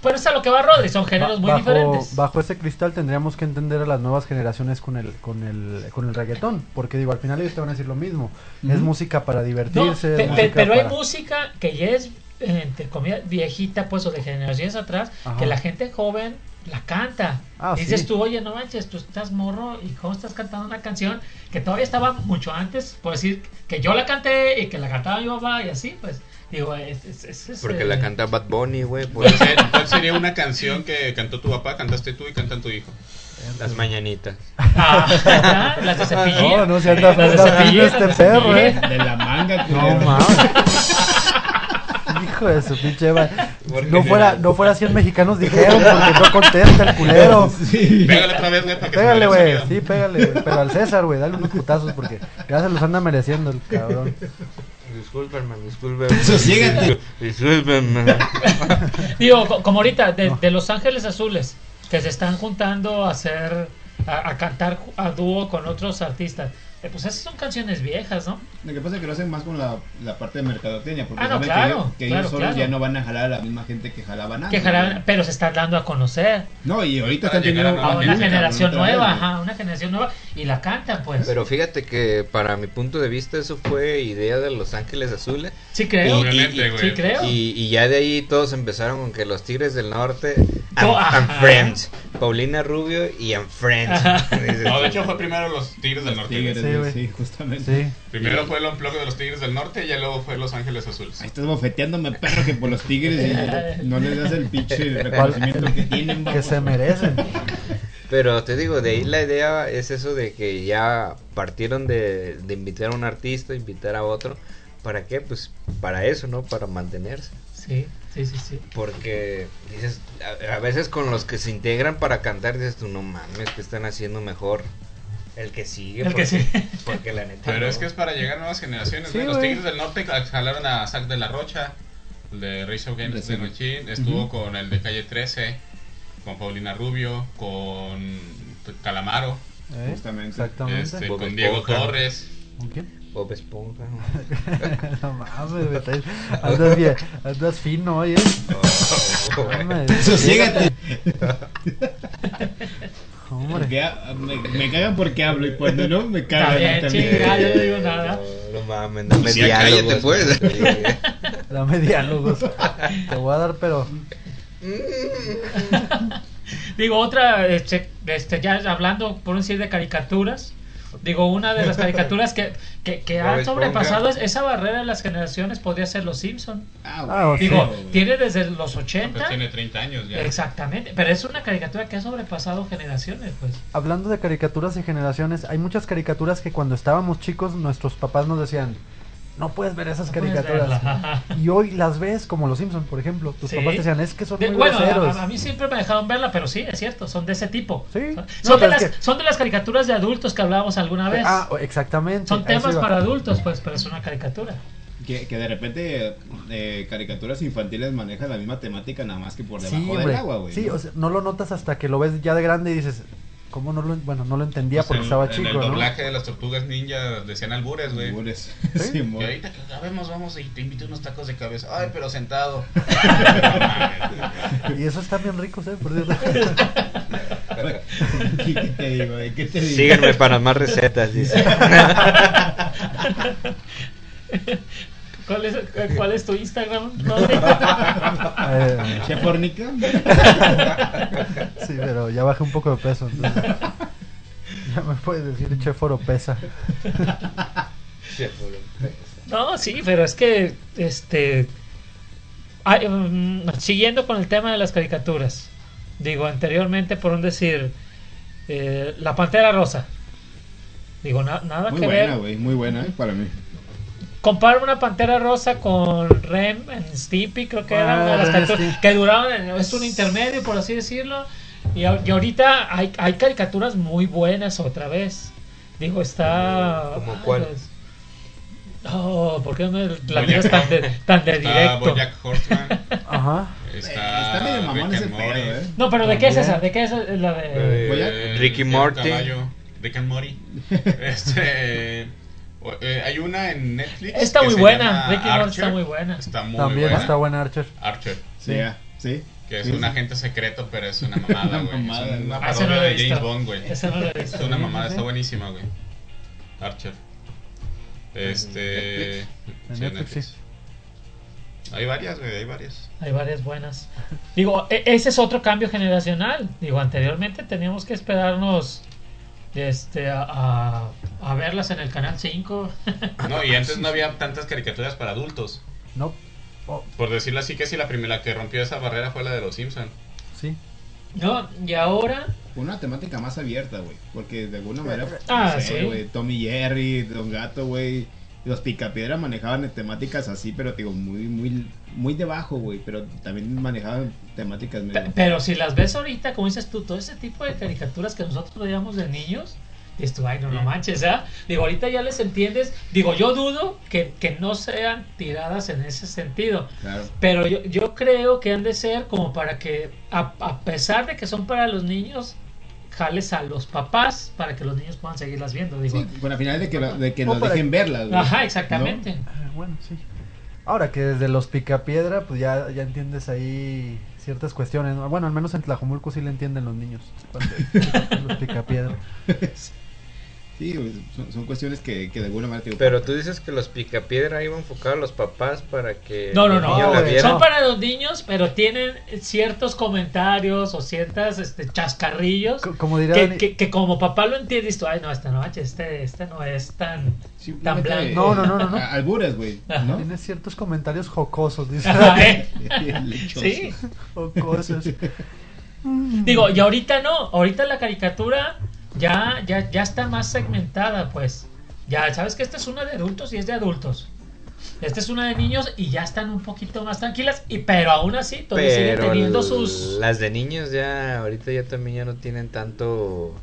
Speaker 4: pero es a lo que va Rodri, son géneros muy
Speaker 7: Ba- bajo,
Speaker 4: diferentes.
Speaker 7: Bajo ese cristal tendríamos que entender a las nuevas generaciones con el, con el, con el reggaetón. Porque digo, al final ellos te van a decir lo mismo. Es
Speaker 5: Ujú.
Speaker 7: música para
Speaker 4: No,
Speaker 7: divertirse.
Speaker 4: pe- pe-
Speaker 7: es música
Speaker 4: pero hay
Speaker 7: para-
Speaker 4: música que ya es, eh, entre comillas, viejita, pues, o de generaciones atrás,
Speaker 7: Ajá.
Speaker 4: que la gente joven la canta.
Speaker 7: Ah,
Speaker 4: Y dices
Speaker 7: sí.
Speaker 4: tú, oye, no manches, tú estás morro y cómo estás cantando una canción que todavía estaba mucho antes, por decir, que yo la canté y que la cantaba mi papá y así, pues, digo, es... es- es- es,
Speaker 3: Porque
Speaker 4: eh,
Speaker 3: la canta Bad Bunny, güey. por
Speaker 6: ¿Cuál, ser- cuál sería una canción que cantó tu papá, cantaste tú y cantan tu hijo?
Speaker 3: Las mañanitas.
Speaker 4: Ah, ¿verdad? las de cepillín.
Speaker 7: No, no, si andas,
Speaker 4: Las de
Speaker 7: andas
Speaker 4: Cepillín,
Speaker 7: fino
Speaker 4: las de
Speaker 7: este perro,
Speaker 4: Cepillín.
Speaker 7: eh.
Speaker 5: De la manga,
Speaker 7: No
Speaker 5: culero.
Speaker 7: mames. Hijo de su pinche va-
Speaker 3: Porque
Speaker 7: No fuera, no fuera 100 mexicanos dijeron porque no contesta el culero.
Speaker 5: Sí.
Speaker 6: Pégale otra vez, güey, para que se
Speaker 7: Pégale,
Speaker 6: me
Speaker 7: güey.
Speaker 6: olvide el
Speaker 7: Sí, pégale, güey. Pero al César, güey, dale unos putazos porque ya se los anda mereciendo el cabrón.
Speaker 3: Discúlpenme, discúlpenme.
Speaker 5: Sosiégate.
Speaker 3: Discúlpenme.
Speaker 4: Digo, co- como ahorita, de, de Los Ángeles Azules, que se están juntando a hacer, a, a cantar ju- a dúo con otros artistas. Eh, pues esas son canciones viejas, ¿no?
Speaker 5: Lo que pasa es que lo hacen más con la, la parte de mercadotecnia. Porque
Speaker 4: Ah, no,
Speaker 5: saben
Speaker 4: claro,
Speaker 5: que, ellos- que
Speaker 4: claro,
Speaker 5: ellos solos
Speaker 4: claro.
Speaker 5: ya no van a jalar a la misma gente que jalaban antes.
Speaker 4: Que jalaban-
Speaker 5: güey.
Speaker 4: pero se están dando a conocer
Speaker 5: No, y ahorita
Speaker 6: Para
Speaker 5: están
Speaker 6: llegar a
Speaker 5: teniendo.
Speaker 6: Ah,
Speaker 4: a una
Speaker 6: sí,
Speaker 4: generación
Speaker 5: otra vez,
Speaker 4: nueva,
Speaker 5: güey.
Speaker 4: ajá, una generación nueva, y la cantan, pues.
Speaker 3: Pero fíjate que para mi punto de vista eso fue idea de Los Ángeles Azules.
Speaker 4: sí creo,
Speaker 3: y-
Speaker 6: Obviamente, güey.
Speaker 4: sí creo.
Speaker 3: Y, y ya de ahí todos empezaron con que los Tigres del Norte and,
Speaker 4: No, ajá.
Speaker 3: and Friends. Paulina Rubio y and Friends. Dices
Speaker 6: No, de
Speaker 3: tú,
Speaker 6: hecho fue primero los Tigres del Norte.
Speaker 5: Tigres,
Speaker 6: güey.
Speaker 7: Sí,
Speaker 5: güey,
Speaker 7: güey.
Speaker 5: sí, justamente.
Speaker 7: Sí.
Speaker 6: Primero fue el unplug de los Tigres del Norte y ya luego fue Los Ángeles Azules.
Speaker 5: Ahí estás bofeteándome, perro, que por los tigres y no les das el pinche reconocimiento que tienen.
Speaker 7: Que
Speaker 5: vamos.
Speaker 7: se merecen.
Speaker 3: Pero te digo, de ahí la idea es eso de que ya partieron de, de invitar a un artista, invitar a otro. ¿Para qué? Pues para eso, ¿no? Para mantenerse.
Speaker 4: Sí, sí, sí, sí.
Speaker 3: Porque dices, a, a veces con los que se integran para cantar, dices tú, no mames, que están haciendo mejor el que sigue.
Speaker 4: El que
Speaker 3: porque-
Speaker 4: sigue.
Speaker 3: Porque la neta.
Speaker 6: Pero
Speaker 3: no.
Speaker 6: es que es para llegar a nuevas generaciones.
Speaker 7: Sí,
Speaker 6: güey. los
Speaker 7: güey.
Speaker 6: Tigres del Norte jalaron a Zack de la Rocha, el de Race of Games de
Speaker 5: Ujú.
Speaker 6: Nochín, estuvo con el de Calle 13, con Paulina Rubio, con Calamaro,
Speaker 7: ¿Eh?
Speaker 5: Justamente.
Speaker 6: este,
Speaker 7: Exactamente.
Speaker 3: Bob
Speaker 6: con Diego
Speaker 3: Esponja.
Speaker 6: Torres.
Speaker 7: ¿Con quién?
Speaker 3: Bob Esponja.
Speaker 7: No mames, güey. te- Andas bien, andas fino hoy, eh. Mames,
Speaker 5: Sosiégate.
Speaker 7: hombre.
Speaker 5: Porque ha- me, me cagan porque hablo y cuando no me
Speaker 4: Está
Speaker 5: cagan.
Speaker 4: bien,
Speaker 5: también.
Speaker 4: chinga, yo no digo nada.
Speaker 3: No, no mames, no me
Speaker 8: Pues ya cállate, pues.
Speaker 7: Dame diálogos. Te voy a dar, pero.
Speaker 4: Digo, otra, este, este, ya hablando, por decir, de caricaturas, Digo, una de las caricaturas que, que, que
Speaker 8: Bob
Speaker 4: han
Speaker 8: Esponja.
Speaker 4: sobrepasado es- esa barrera de las generaciones podría ser Los Simpson.
Speaker 7: Ah, o
Speaker 4: Digo,
Speaker 5: sí.
Speaker 4: tiene desde los
Speaker 6: Ah,
Speaker 4: 80.
Speaker 6: pues tiene 30 años ya.
Speaker 4: Exactamente, pero es una caricatura que ha sobrepasado generaciones, pues.
Speaker 7: Hablando de caricaturas y generaciones, hay muchas caricaturas que cuando estábamos chicos nuestros papás nos decían, no puedes ver esas
Speaker 4: No puedes
Speaker 7: caricaturas.
Speaker 4: verla.
Speaker 7: Y hoy las ves como Los Simpson, por ejemplo. Tus
Speaker 4: Sí.
Speaker 7: papás te decían, es que son
Speaker 4: De-
Speaker 7: muy
Speaker 4: bueno,
Speaker 7: groseros.
Speaker 4: a, a mí siempre me dejaron verla, pero sí, es cierto, son de ese tipo.
Speaker 7: Sí.
Speaker 4: Son,
Speaker 7: No,
Speaker 4: de
Speaker 7: pero
Speaker 4: las,
Speaker 7: es que-
Speaker 4: son de las caricaturas de adultos que hablábamos alguna vez.
Speaker 7: Ah, o- exactamente.
Speaker 4: son
Speaker 7: a eso
Speaker 4: temas
Speaker 7: iba.
Speaker 4: para adultos, pues, pero es una caricatura.
Speaker 5: Que, que de repente eh, caricaturas infantiles manejan la misma temática, nada más que por debajo
Speaker 7: Sí,
Speaker 5: del
Speaker 7: hombre.
Speaker 5: agua, güey.
Speaker 7: Sí,
Speaker 5: ¿no?
Speaker 7: o sea, no lo notas hasta que lo ves ya de grande y dices, ¿cómo no lo, en- bueno, no lo entendía
Speaker 6: Pues
Speaker 7: porque
Speaker 6: en-
Speaker 7: estaba
Speaker 6: en
Speaker 7: chico,
Speaker 6: el
Speaker 7: ¿no?
Speaker 6: doblaje de las tortugas ninja decían albures, güey.
Speaker 5: Albures.
Speaker 7: Sí.
Speaker 5: Simón.
Speaker 6: Y ahorita que acabemos, vamos y te invito unos tacos de cabeza. Ay, pero sentado.
Speaker 7: Y eso está bien rico, ¿eh? Por cierto.
Speaker 5: ¿Qué qué te digo, güey? ¿Qué te digo?
Speaker 8: Síganme para más recetas, dice.
Speaker 4: ¿Cuál es, cuál es tu Instagram?
Speaker 7: Eh,
Speaker 5: ¿Chef Fornica?
Speaker 7: sí, pero ya bajé un poco de peso, entonces. Ya me puedes decir chef oropesa.
Speaker 4: No, sí, pero es que, este, ay, mm, siguiendo con el tema de las caricaturas, digo, anteriormente, por un decir, eh, La Pantera Rosa, digo, na- nada
Speaker 5: Muy
Speaker 4: que
Speaker 5: buena,
Speaker 4: ver,
Speaker 5: güey. Muy buena, eh, para mí.
Speaker 4: comparo una Pantera Rosa con Rem en Stimpy, creo que era
Speaker 7: Ah,
Speaker 4: una de las
Speaker 7: Ren
Speaker 4: caricaturas
Speaker 7: Stimpy.
Speaker 4: que duraron, en- es un intermedio, por así decirlo, y, a- y ahorita hay, hay caricaturas muy buenas otra vez, digo, está...
Speaker 8: ¿Cómo
Speaker 4: ay,
Speaker 8: cuál?
Speaker 4: pues, Oh, ¿por qué me la
Speaker 6: Bojack
Speaker 4: tiras tan de, tan de
Speaker 6: Está
Speaker 4: directo?
Speaker 6: Bojack Horseman.
Speaker 7: Ajá.
Speaker 6: Está,
Speaker 5: Eh, Está medio mamón
Speaker 6: Rick
Speaker 5: ese
Speaker 6: and
Speaker 5: pedo,
Speaker 6: Morty.
Speaker 5: eh.
Speaker 4: No, pero ¿de qué es
Speaker 7: También.
Speaker 4: esa? ¿De qué es la de...?
Speaker 8: Eh,
Speaker 5: Voy a-
Speaker 6: Eh,
Speaker 8: Rick y
Speaker 6: el
Speaker 8: Morty.
Speaker 6: caballo, Rick and Morty. Este, o- eh, hay una en Netflix.
Speaker 4: Está
Speaker 6: que
Speaker 4: muy
Speaker 6: se
Speaker 4: buena,
Speaker 6: llama
Speaker 4: Rick and Morty
Speaker 6: Archer.
Speaker 4: está muy buena.
Speaker 6: Está muy
Speaker 7: También
Speaker 6: buena.
Speaker 7: está buena Archer.
Speaker 6: Archer,
Speaker 5: Sí. ah, Sí.
Speaker 6: que es
Speaker 5: Sí,
Speaker 6: un
Speaker 5: sí.
Speaker 6: agente secreto, pero es una mamada,
Speaker 5: Una
Speaker 6: güey.
Speaker 5: mamada,
Speaker 6: es una
Speaker 4: Ah, esa no
Speaker 6: parodia
Speaker 4: la he
Speaker 6: de
Speaker 4: visto.
Speaker 6: James Bond, güey. Es
Speaker 4: Esa no la he visto.
Speaker 6: una mamada,
Speaker 4: Sí, sí,
Speaker 6: está buenísima, güey. Archer. Este.
Speaker 7: En
Speaker 6: sí,
Speaker 7: Netflix, sí.
Speaker 6: Hay varias, güey, hay varias.
Speaker 4: Hay varias buenas. Digo, e- ese es otro cambio generacional. Digo, anteriormente teníamos que esperarnos este, a, a- a verlas en el Canal 5.
Speaker 6: No, y antes no había tantas caricaturas para adultos.
Speaker 7: No. Oh,
Speaker 6: Por decirlo así, que si la primera que rompió esa barrera fue la de los Simpsons.
Speaker 7: sí.
Speaker 4: No, y ahora...
Speaker 5: Una temática más abierta, güey. Porque de alguna manera. pues,
Speaker 4: Ah,
Speaker 5: no
Speaker 4: sí.
Speaker 5: güey, Tommy Jerry, Don Gato, güey. Los Picapiedra manejaban temáticas así, pero digo, muy, muy, muy debajo, güey. Pero también manejaban temáticas
Speaker 4: pe-
Speaker 5: medio.
Speaker 4: Pero si las ves ahorita, como dices tú, todo ese tipo de caricaturas que nosotros veíamos de niños... Dices tú, ay, no, no manches, ¿ah? Digo, ahorita ya les entiendes. Digo, yo dudo que, que no sean tiradas en ese sentido.
Speaker 5: Claro.
Speaker 4: Pero yo, yo creo que han de ser como para que, a, a pesar de que son para los niños, jales a los papás para que los niños puedan seguirlas viendo. Digo.
Speaker 5: Sí, con la final de que, de que
Speaker 7: No,
Speaker 5: nos
Speaker 7: para-
Speaker 5: dejen verlas, güey.
Speaker 4: Ajá, exactamente.
Speaker 7: Ah, Bueno, sí. Ahora que desde los picapiedra, pues ya, ya entiendes ahí ciertas cuestiones. ¿no? Bueno, al menos en Tlajomulco sí le entienden los niños. cuando- los picapiedra.
Speaker 5: Sí, güey, son, son cuestiones que, que de alguna manera. digo,
Speaker 8: Pero tú dices que los picapiedra iban enfocados a los papás para que
Speaker 4: Eh, No, no,
Speaker 8: los
Speaker 4: no.
Speaker 8: niños la
Speaker 7: güey,
Speaker 8: vieran.
Speaker 4: Son para los niños, pero tienen ciertos comentarios o ciertas este, chascarrillos.
Speaker 7: Co- Como diría
Speaker 4: Que,
Speaker 7: Dani-
Speaker 4: que- que como papá lo entiende, dices tú, ay, no, esta noche, este, este no es tan.
Speaker 5: simplemente,
Speaker 4: tan
Speaker 7: blanco. No, no, no, no, no.
Speaker 5: a- Albures, güey. ¿no?
Speaker 7: Tiene ciertos comentarios jocosos, dice.
Speaker 3: Ah,
Speaker 4: Ajá, ¿eh?
Speaker 5: Lechoso.
Speaker 4: Sí.
Speaker 7: jocosos.
Speaker 4: Digo, y ahorita no, ahorita la caricatura ya, ya, ya está más segmentada, pues. Ya sabes que esta es una de adultos y es de adultos. Esta es una de niños y ya están un poquito más tranquilas, y, pero aún así todavía siguen
Speaker 8: Pero
Speaker 4: teniendo
Speaker 8: l-
Speaker 4: sus...
Speaker 8: las de niños ya ahorita ya también ya no tienen tanto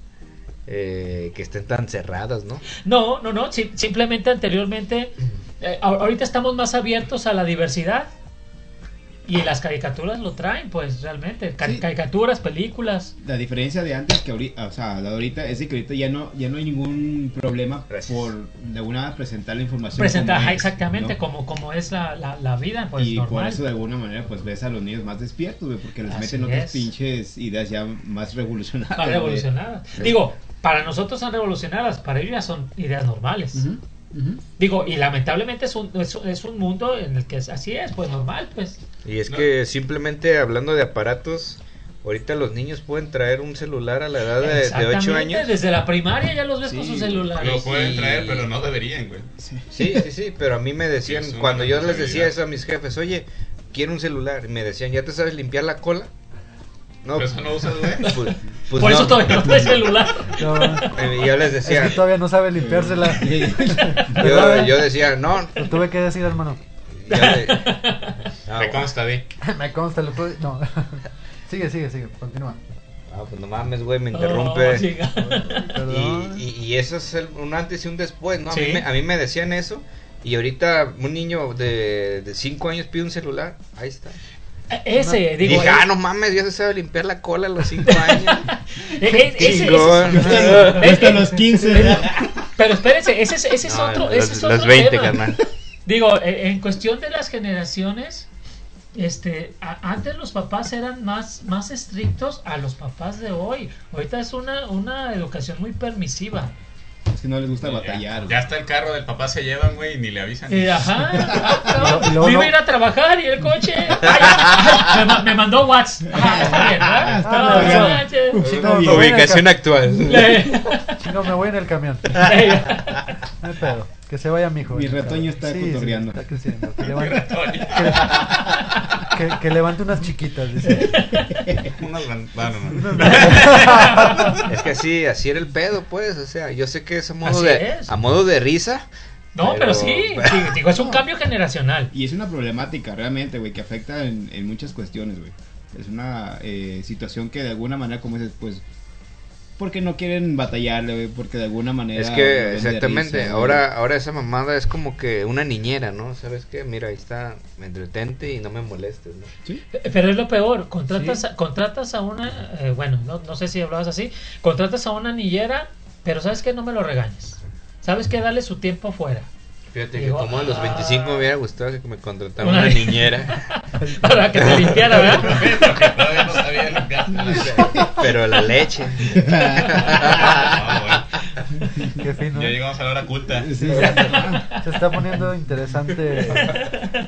Speaker 8: eh, que estén tan cerradas, ¿no?
Speaker 4: No, no, no, si- simplemente anteriormente, eh, a- ahorita estamos más abiertos a la diversidad. Y las caricaturas lo traen, pues realmente. Ca-
Speaker 5: Sí.
Speaker 4: Caricaturas, películas.
Speaker 5: La diferencia de antes que ahorita, o sea, la de ahorita es de que ahorita ya no, ya no hay ningún problema
Speaker 8: Gracias.
Speaker 5: por de alguna manera presentar la información.
Speaker 4: Presentar
Speaker 5: como
Speaker 4: ajá,
Speaker 5: es,
Speaker 4: exactamente
Speaker 5: ¿no?
Speaker 4: como, como es la, la- la vida, pues
Speaker 5: y por
Speaker 4: normal.
Speaker 5: eso de alguna manera pues ves a los niños más despiertos, güey, porque les
Speaker 4: Así
Speaker 5: meten otras
Speaker 4: es.
Speaker 5: pinches ideas ya más revolucionarias.
Speaker 4: Más
Speaker 5: güey.
Speaker 4: revolucionadas. Digo, para nosotros son revolucionadas, para ellos ya son ideas normales.
Speaker 5: Ujú, ujú.
Speaker 4: Digo, y lamentablemente es un, es, es un mundo en el que es- así es, pues normal, pues.
Speaker 8: Y es
Speaker 6: No.
Speaker 8: que simplemente hablando de aparatos,
Speaker 3: Ahorita los niños pueden traer un celular a la edad de, de
Speaker 4: Exactamente,
Speaker 3: 8 años. pues,
Speaker 4: Desde la primaria ya los ves con
Speaker 5: Sí,
Speaker 4: su celular.
Speaker 6: Lo pueden
Speaker 3: Sí.
Speaker 6: traer, pero no deberían, güey.
Speaker 3: Sí, sí, sí, pero a mí me decían,
Speaker 6: Sí, es una
Speaker 3: cuando yo les decía
Speaker 6: responsabilidad.
Speaker 3: eso a mis jefes, oye, quiero un celular, y me decían, ¿ya te sabes limpiar la cola? No,
Speaker 6: Por eso no usas, güey.
Speaker 3: pues, pues
Speaker 4: Por eso
Speaker 3: no.
Speaker 4: todavía no trae celular.
Speaker 7: No,
Speaker 3: Eh, Y yo les
Speaker 7: es
Speaker 3: decía,
Speaker 7: que todavía no sabe limpiársela.
Speaker 3: yo, yo decía, no,
Speaker 7: Lo tuve que decir, hermano.
Speaker 3: yo le- Ah,
Speaker 6: Me consta, di.
Speaker 7: Me consta, lo tuve. No. sigue, sigue, sigue. Continúa.
Speaker 3: ah, pues no mames, güey, me
Speaker 4: Oh,
Speaker 3: interrumpe.
Speaker 4: chinga.
Speaker 7: Perdón.
Speaker 3: Y, y- y eso es el- un antes y un después, ¿no? A,
Speaker 4: Sí.
Speaker 3: mí me, a mí me decían eso. Y ahorita un niño de 5 años pide un celular. Ahí está.
Speaker 4: Ese, digo.
Speaker 3: Dije,
Speaker 4: eh,
Speaker 3: ah, no mames, ya se sabe limpiar la cola a los 5 años.
Speaker 4: eh, eh, ese- ese-
Speaker 3: Chingón.
Speaker 4: Eh, eh,
Speaker 5: Hasta los 15.
Speaker 4: Pero espérense, ese es, ese es
Speaker 3: No,
Speaker 4: otro,
Speaker 3: las-
Speaker 4: ese es otro
Speaker 3: las 20,
Speaker 4: tema.
Speaker 3: carnal.
Speaker 4: Digo, eh, en cuestión de las generaciones, este, a- antes los papás eran más, más estrictos a los papás de hoy. Ahorita es una, una educación muy permisiva.
Speaker 5: Es que no les gusta batallar,
Speaker 6: Ya,
Speaker 5: güey.
Speaker 6: ya está el carro del papá, se llevan, güey, y ni le avisan.
Speaker 4: Eh, ajá, ah, cabrón,
Speaker 7: Y lo- y luego
Speaker 4: yo iba a
Speaker 7: no-
Speaker 4: ir a trabajar y el coche. ay, ay, me, ma- me mandó WhatsApp. Ah, está bien, ¿verdad?
Speaker 7: Ah,
Speaker 4: No,
Speaker 5: está
Speaker 4: no
Speaker 5: bien.
Speaker 4: manches.
Speaker 7: Sí, no, me voy en el
Speaker 3: Ubicación
Speaker 7: cam-
Speaker 3: actual.
Speaker 4: Le-
Speaker 7: sí, no, me voy en el camión. No hay pedo. Que se vaya mi hijo.
Speaker 5: Mi retoño está cotorreando.
Speaker 7: está creciendo. Que levante, que, que levante unas chiquitas, dice.
Speaker 6: Unas van- bueno, no.
Speaker 3: Es que así, así era el pedo, pues. O sea, yo sé que es a modo,
Speaker 4: Así
Speaker 3: de,
Speaker 4: es.
Speaker 3: a modo de risa.
Speaker 4: No, pero
Speaker 3: Pero-
Speaker 4: sí, digo, digo, es un cambio generacional.
Speaker 5: Y es una problemática realmente, güey, que afecta en, en muchas cuestiones, güey. Es una eh, situación que de alguna manera, como dices, pues, porque no quieren batallarle, güey, porque de alguna manera...
Speaker 3: es
Speaker 5: lo ven de
Speaker 3: que, exactamente.
Speaker 5: risa, güey.
Speaker 3: ahora, ahora esa mamada es como que una niñera, ¿no? ¿Sabes qué? Mira, ahí está, me entretente y no me molestes, ¿no?
Speaker 5: Sí,
Speaker 4: Pero es lo peor, contratas, a, contratas a una, eh, bueno, no, no sé si hablabas así, contratas a una niñera, pero sabes que no me lo regañes. Sabes que dale su tiempo fuera.
Speaker 3: Fíjate
Speaker 4: Digo,
Speaker 3: que como a
Speaker 4: ah.
Speaker 3: los 25 me hubiera gustado que me contratara
Speaker 4: Una
Speaker 3: una,
Speaker 4: ni-
Speaker 3: niñera.
Speaker 4: Para que te limpiara, ¿verdad?
Speaker 6: Todavía no sabía limpiar.
Speaker 3: Pero la leche.
Speaker 6: Ah,
Speaker 7: Qué fino. ¿eh?
Speaker 6: bueno. Ya llegamos a la hora culta.
Speaker 5: sí, sí.
Speaker 7: Se está poniendo interesante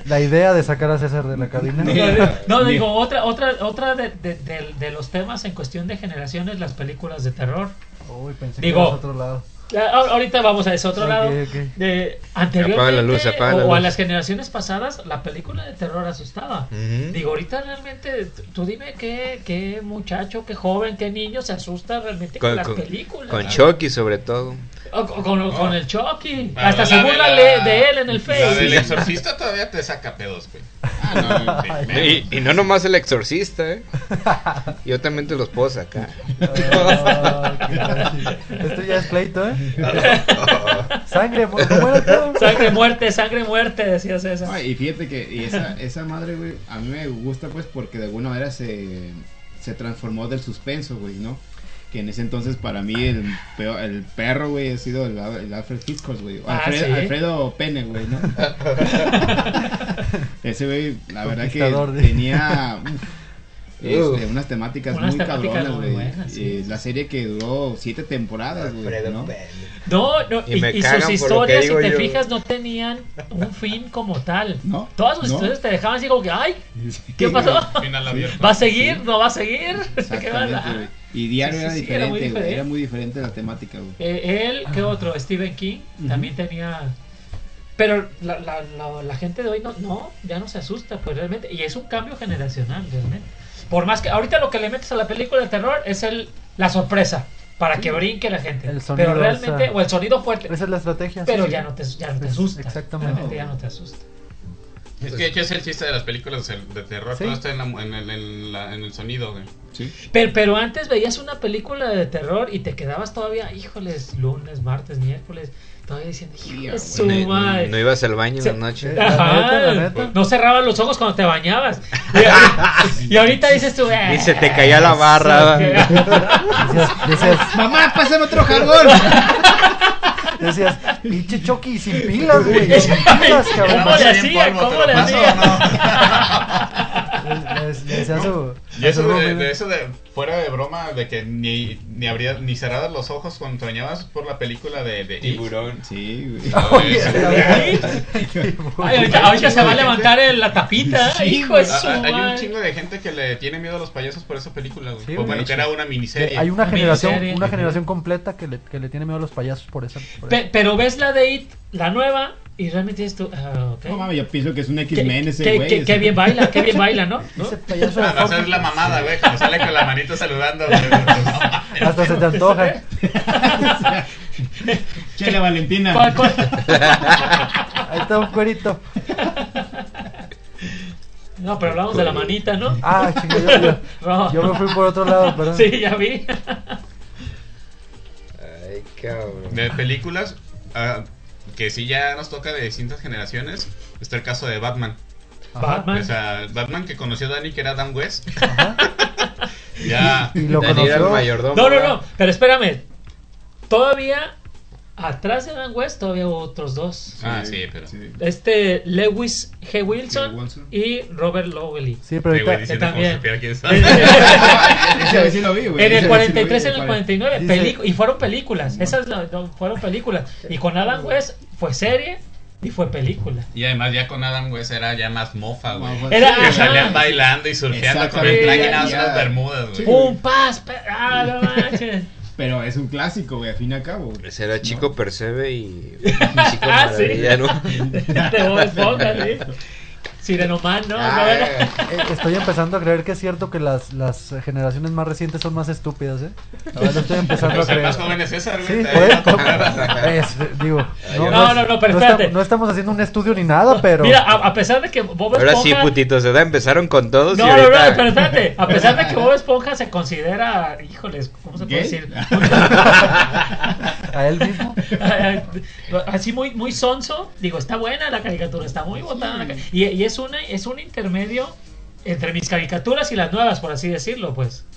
Speaker 7: la idea de sacar a César de la cabina.
Speaker 4: No,
Speaker 5: Ni-
Speaker 4: digo, otra, otra, otra de, de- de- de los temas en cuestión de generaciones, las películas de terror.
Speaker 7: Uy, pensé
Speaker 4: Digo,
Speaker 7: que era otro lado.
Speaker 4: Ah, ahor- Ahorita vamos a ese otro
Speaker 7: Ok,
Speaker 4: lado.
Speaker 7: ok.
Speaker 4: De, anteriormente,
Speaker 3: Apaga la luz, apaga
Speaker 4: o,
Speaker 3: la
Speaker 4: o a
Speaker 3: luz.
Speaker 4: las generaciones pasadas, la película de terror asustaba.
Speaker 3: Ujú.
Speaker 4: Digo, ahorita realmente, t- tú dime qué, qué muchacho, qué joven, qué niño se asusta realmente con,
Speaker 3: Con-
Speaker 4: las
Speaker 3: con-
Speaker 4: películas.
Speaker 3: Con Chucky, sobre todo.
Speaker 4: O con, con- con el Chucky.
Speaker 6: Ah,
Speaker 4: Hasta
Speaker 6: la
Speaker 4: se
Speaker 6: de
Speaker 4: burla
Speaker 6: la-
Speaker 4: le- de él en el
Speaker 6: La del
Speaker 4: Face.
Speaker 6: exorcista todavía te saca pedos, güey. Ah, no, güey,
Speaker 3: Y, y no nomás el exorcista, ¿eh? Yo también te los puedo sacar.
Speaker 7: Ah, qué fácil. Esto ya es pleito, ¿eh? Sangre, ¿cómo era el pedo?
Speaker 4: Sangre muerte, sangre muerte, decía César.
Speaker 5: Ay, y fíjate que y esa, esa madre, güey, a mí me gusta, pues, porque de alguna manera se, se transformó del suspenso, güey, ¿no? Que en ese entonces para mí el, peor- el perro, güey, ha sido el, el Alfred Hitchcock, güey. o
Speaker 4: Ah,
Speaker 5: Alfredo,
Speaker 4: ¿sí?
Speaker 5: Alfredo Pene, güey, ¿no? Ese güey, la verdad que
Speaker 7: Conquistador de-
Speaker 5: tenía uf,
Speaker 3: Uh.
Speaker 5: este, unas temáticas
Speaker 4: Unas
Speaker 5: muy
Speaker 4: temáticas
Speaker 5: cabronas,
Speaker 4: muy
Speaker 5: güey.
Speaker 4: buenas, sí,
Speaker 5: Eh,
Speaker 4: sí,
Speaker 5: La serie que duró siete temporadas, güey, ¿no?
Speaker 4: No, no,
Speaker 3: Y
Speaker 4: y,
Speaker 3: me
Speaker 4: y
Speaker 3: cagan
Speaker 4: sus
Speaker 3: por lo que
Speaker 4: historias, si
Speaker 3: digo
Speaker 4: te
Speaker 3: yo.
Speaker 4: fijas, no tenían un fin como tal.
Speaker 5: No,
Speaker 4: Todas sus
Speaker 5: no.
Speaker 4: historias te dejaban así como que, ay, ¿qué
Speaker 5: Sí,
Speaker 4: pasó?
Speaker 6: Final abierto.
Speaker 4: ¿Va a seguir? ¿No va a seguir? ¿Qué
Speaker 5: Exactamente, güey.
Speaker 4: onda?
Speaker 5: Y diario
Speaker 4: Sí,
Speaker 5: era
Speaker 4: sí, sí, era muy
Speaker 5: diferente, güey.
Speaker 4: diferente.
Speaker 5: Era muy diferente la temática, güey.
Speaker 4: Eh, él,
Speaker 7: Ah.
Speaker 4: ¿qué otro? Stephen King también tenía. Pero la, la- la- la gente de hoy no, no, ya no se asusta, pues realmente. Y es un cambio generacional, realmente. Por más que ahorita lo que le metes a la película de terror es el, la sorpresa, para que brinque la gente.
Speaker 7: El sonido,
Speaker 4: pero realmente,
Speaker 7: o sea,
Speaker 4: o el sonido fuerte.
Speaker 7: Esa es la estrategia.
Speaker 4: Pero
Speaker 7: sí,
Speaker 4: ya
Speaker 7: sí.
Speaker 4: no te, ya no te
Speaker 7: Es-
Speaker 4: asusta.
Speaker 7: exactamente.
Speaker 4: Realmente ya no te asusta.
Speaker 6: Es que de hecho es el chiste de las películas de de terror.
Speaker 7: Sí.
Speaker 6: Todo está en, la- en el, en la- en el sonido, güey.
Speaker 5: Sí.
Speaker 4: Pero, pero antes veías una película de terror y te quedabas todavía, híjoles, lunes, martes, miércoles, todavía diciendo, híjole, su
Speaker 3: No,
Speaker 4: madre.
Speaker 3: no ibas al baño en la
Speaker 4: Sí.
Speaker 3: noche.
Speaker 7: La
Speaker 4: Ajá,
Speaker 7: neta, la neta.
Speaker 4: No cerrabas los ojos cuando te bañabas. Y, ahorita- y ahorita dices tú, "Eh,
Speaker 3: Y se te caía la barra.
Speaker 7: Decías, decías,
Speaker 5: ¡Mamá, ¡Ah, pásame otro jarbón!
Speaker 7: decías, pinche Chucky sin pilas, güey. Sin pilas,
Speaker 4: ¿Cómo
Speaker 7: cabrón.
Speaker 4: le hacía?
Speaker 6: ¿Te lo
Speaker 4: ¿Cómo le
Speaker 6: paso o
Speaker 4: hacía?
Speaker 6: no?
Speaker 7: Le, le- le decía a su,
Speaker 6: Y eso
Speaker 7: Hacerlo
Speaker 6: de,
Speaker 7: bien.
Speaker 6: de eso de fuera de broma, de que ni, ni abrías, ni cerrabas los ojos cuando soñabas por la película de, de It.
Speaker 2: Tiburón.
Speaker 5: Sí, güey.
Speaker 7: Oye,
Speaker 6: Sí.
Speaker 7: la verdad.
Speaker 4: Ay, ahorita, ahorita se va a levantar el- la tapita, hijo de
Speaker 6: Ah,
Speaker 4: su
Speaker 6: ah, Hay un
Speaker 4: madre.
Speaker 6: chingo de gente que le tiene miedo a los payasos por esa película, güey.
Speaker 7: Sí,
Speaker 6: O
Speaker 7: güey.
Speaker 6: bueno, que era una miniserie.
Speaker 7: Hay una
Speaker 4: Una
Speaker 7: generación,
Speaker 4: miniserie.
Speaker 7: una generación completa que le, que le tiene miedo a los payasos por esa. por
Speaker 4: Pe- pero ves la de It, la nueva, y realmente dices tú, ah, ok.
Speaker 5: No mames, yo pienso que es un
Speaker 4: Qué-
Speaker 5: X-Men ese
Speaker 4: qué-
Speaker 5: güey.
Speaker 4: qué-
Speaker 5: o
Speaker 4: qué
Speaker 5: sea.
Speaker 4: bien baila, qué bien baila, ¿no? ¿No?
Speaker 7: Ese payaso de
Speaker 6: Ah, no, esa es
Speaker 7: Fox,
Speaker 6: la mamada, güey, cuando sale con la manita saludando. güey. No,
Speaker 7: Hasta se te antoja.
Speaker 5: Chele Valentina.
Speaker 4: ¿Cuál- cuál?
Speaker 7: Ahí está un cuerito.
Speaker 4: No, pero hablamos de la manita, ¿no?
Speaker 7: Ah, chinga, yo, yo-
Speaker 4: No.
Speaker 7: yo me fui por otro lado, perdón.
Speaker 4: Sí, ya vi.
Speaker 8: Ay, cabrón.
Speaker 6: De películas ah, que sí ya nos toca de distintas generaciones. Está el caso de Batman.
Speaker 7: Ajá,
Speaker 4: Batman.
Speaker 6: O sea, Batman que conoció a Danny, que era Dan West.
Speaker 7: ajá.
Speaker 6: Ya.
Speaker 7: Y lo
Speaker 8: Daniel era el
Speaker 7: conoció.
Speaker 8: mayordomo.
Speaker 4: No, no,
Speaker 8: ¿verdad?
Speaker 4: no, pero espérame. Todavía, atrás de Dan West, todavía hubo otros dos.
Speaker 6: Ah, sí, pero.
Speaker 5: Sí.
Speaker 4: Este, Lewis G. Wilson,
Speaker 5: G. Wilson.
Speaker 4: y Robert Lowell.
Speaker 7: Sí, pero
Speaker 6: Sí, güey,
Speaker 7: ahorita.
Speaker 6: diciendo como
Speaker 4: también.
Speaker 6: si supiera quién es.
Speaker 5: Ese a ver si lo vi, güey.
Speaker 4: En
Speaker 5: Ese
Speaker 4: el
Speaker 5: a ver si lo
Speaker 4: 43
Speaker 5: vi,
Speaker 4: en el
Speaker 5: para-
Speaker 4: 49,
Speaker 7: Dice-
Speaker 4: pelicu- y fueron películas, esas no- no, fueron películas. Y con Adam West fue serie y fue película.
Speaker 6: Y además, ya con Adam West era ya más mofa, güey.
Speaker 5: Mofa,
Speaker 4: Era-
Speaker 6: Que
Speaker 4: Ajá.
Speaker 6: salían bailando y surfeando con el
Speaker 5: Exactamente.
Speaker 6: traje y nada más
Speaker 5: Ya.
Speaker 6: unas bermudas, güey.
Speaker 5: Sí.
Speaker 7: Uh,
Speaker 4: ¡Pum! ¡Paz! pa- ¡Ah, no manches!
Speaker 5: Pero es un clásico, güey, al fin y al cabo. güey.
Speaker 8: Ese Pues era Chico Percebe y Chico
Speaker 4: Ah, sí.
Speaker 8: Maravilla, ¿no?
Speaker 4: De Bob Esponja, sí. Sirenoman, ¿no? No,
Speaker 8: Ah,
Speaker 4: bueno.
Speaker 7: eh, Estoy empezando a creer que es cierto que las, las generaciones más recientes son más estúpidas, ¿eh? La verdad, estoy empezando a
Speaker 6: Pues el
Speaker 7: creer.
Speaker 6: más joven es César, güey.
Speaker 7: Sí,
Speaker 6: te-
Speaker 7: por eso. Es, digo,
Speaker 8: No,
Speaker 4: no, no, pero
Speaker 7: estamos-
Speaker 4: espérate.
Speaker 7: no estamos haciendo un estudio ni nada, pero.
Speaker 4: Mira, a, a pesar de que Bob Esponja...
Speaker 8: Ahora sí, putitos, ¿verdad? Empezaron con todos
Speaker 4: No,
Speaker 8: y
Speaker 4: no, no,
Speaker 8: ahorita...
Speaker 4: pero espérate. A pesar de que Bob Esponja se considera, híjoles, ¿cómo se puede
Speaker 5: ¿Gay?
Speaker 4: decir?
Speaker 7: a él mismo.
Speaker 4: Así muy, muy sonso. Digo, está buena la caricatura, está muy botada. la ca- Y, y es, una, es un intermedio entre mis caricaturas y las nuevas, por así decirlo, pues.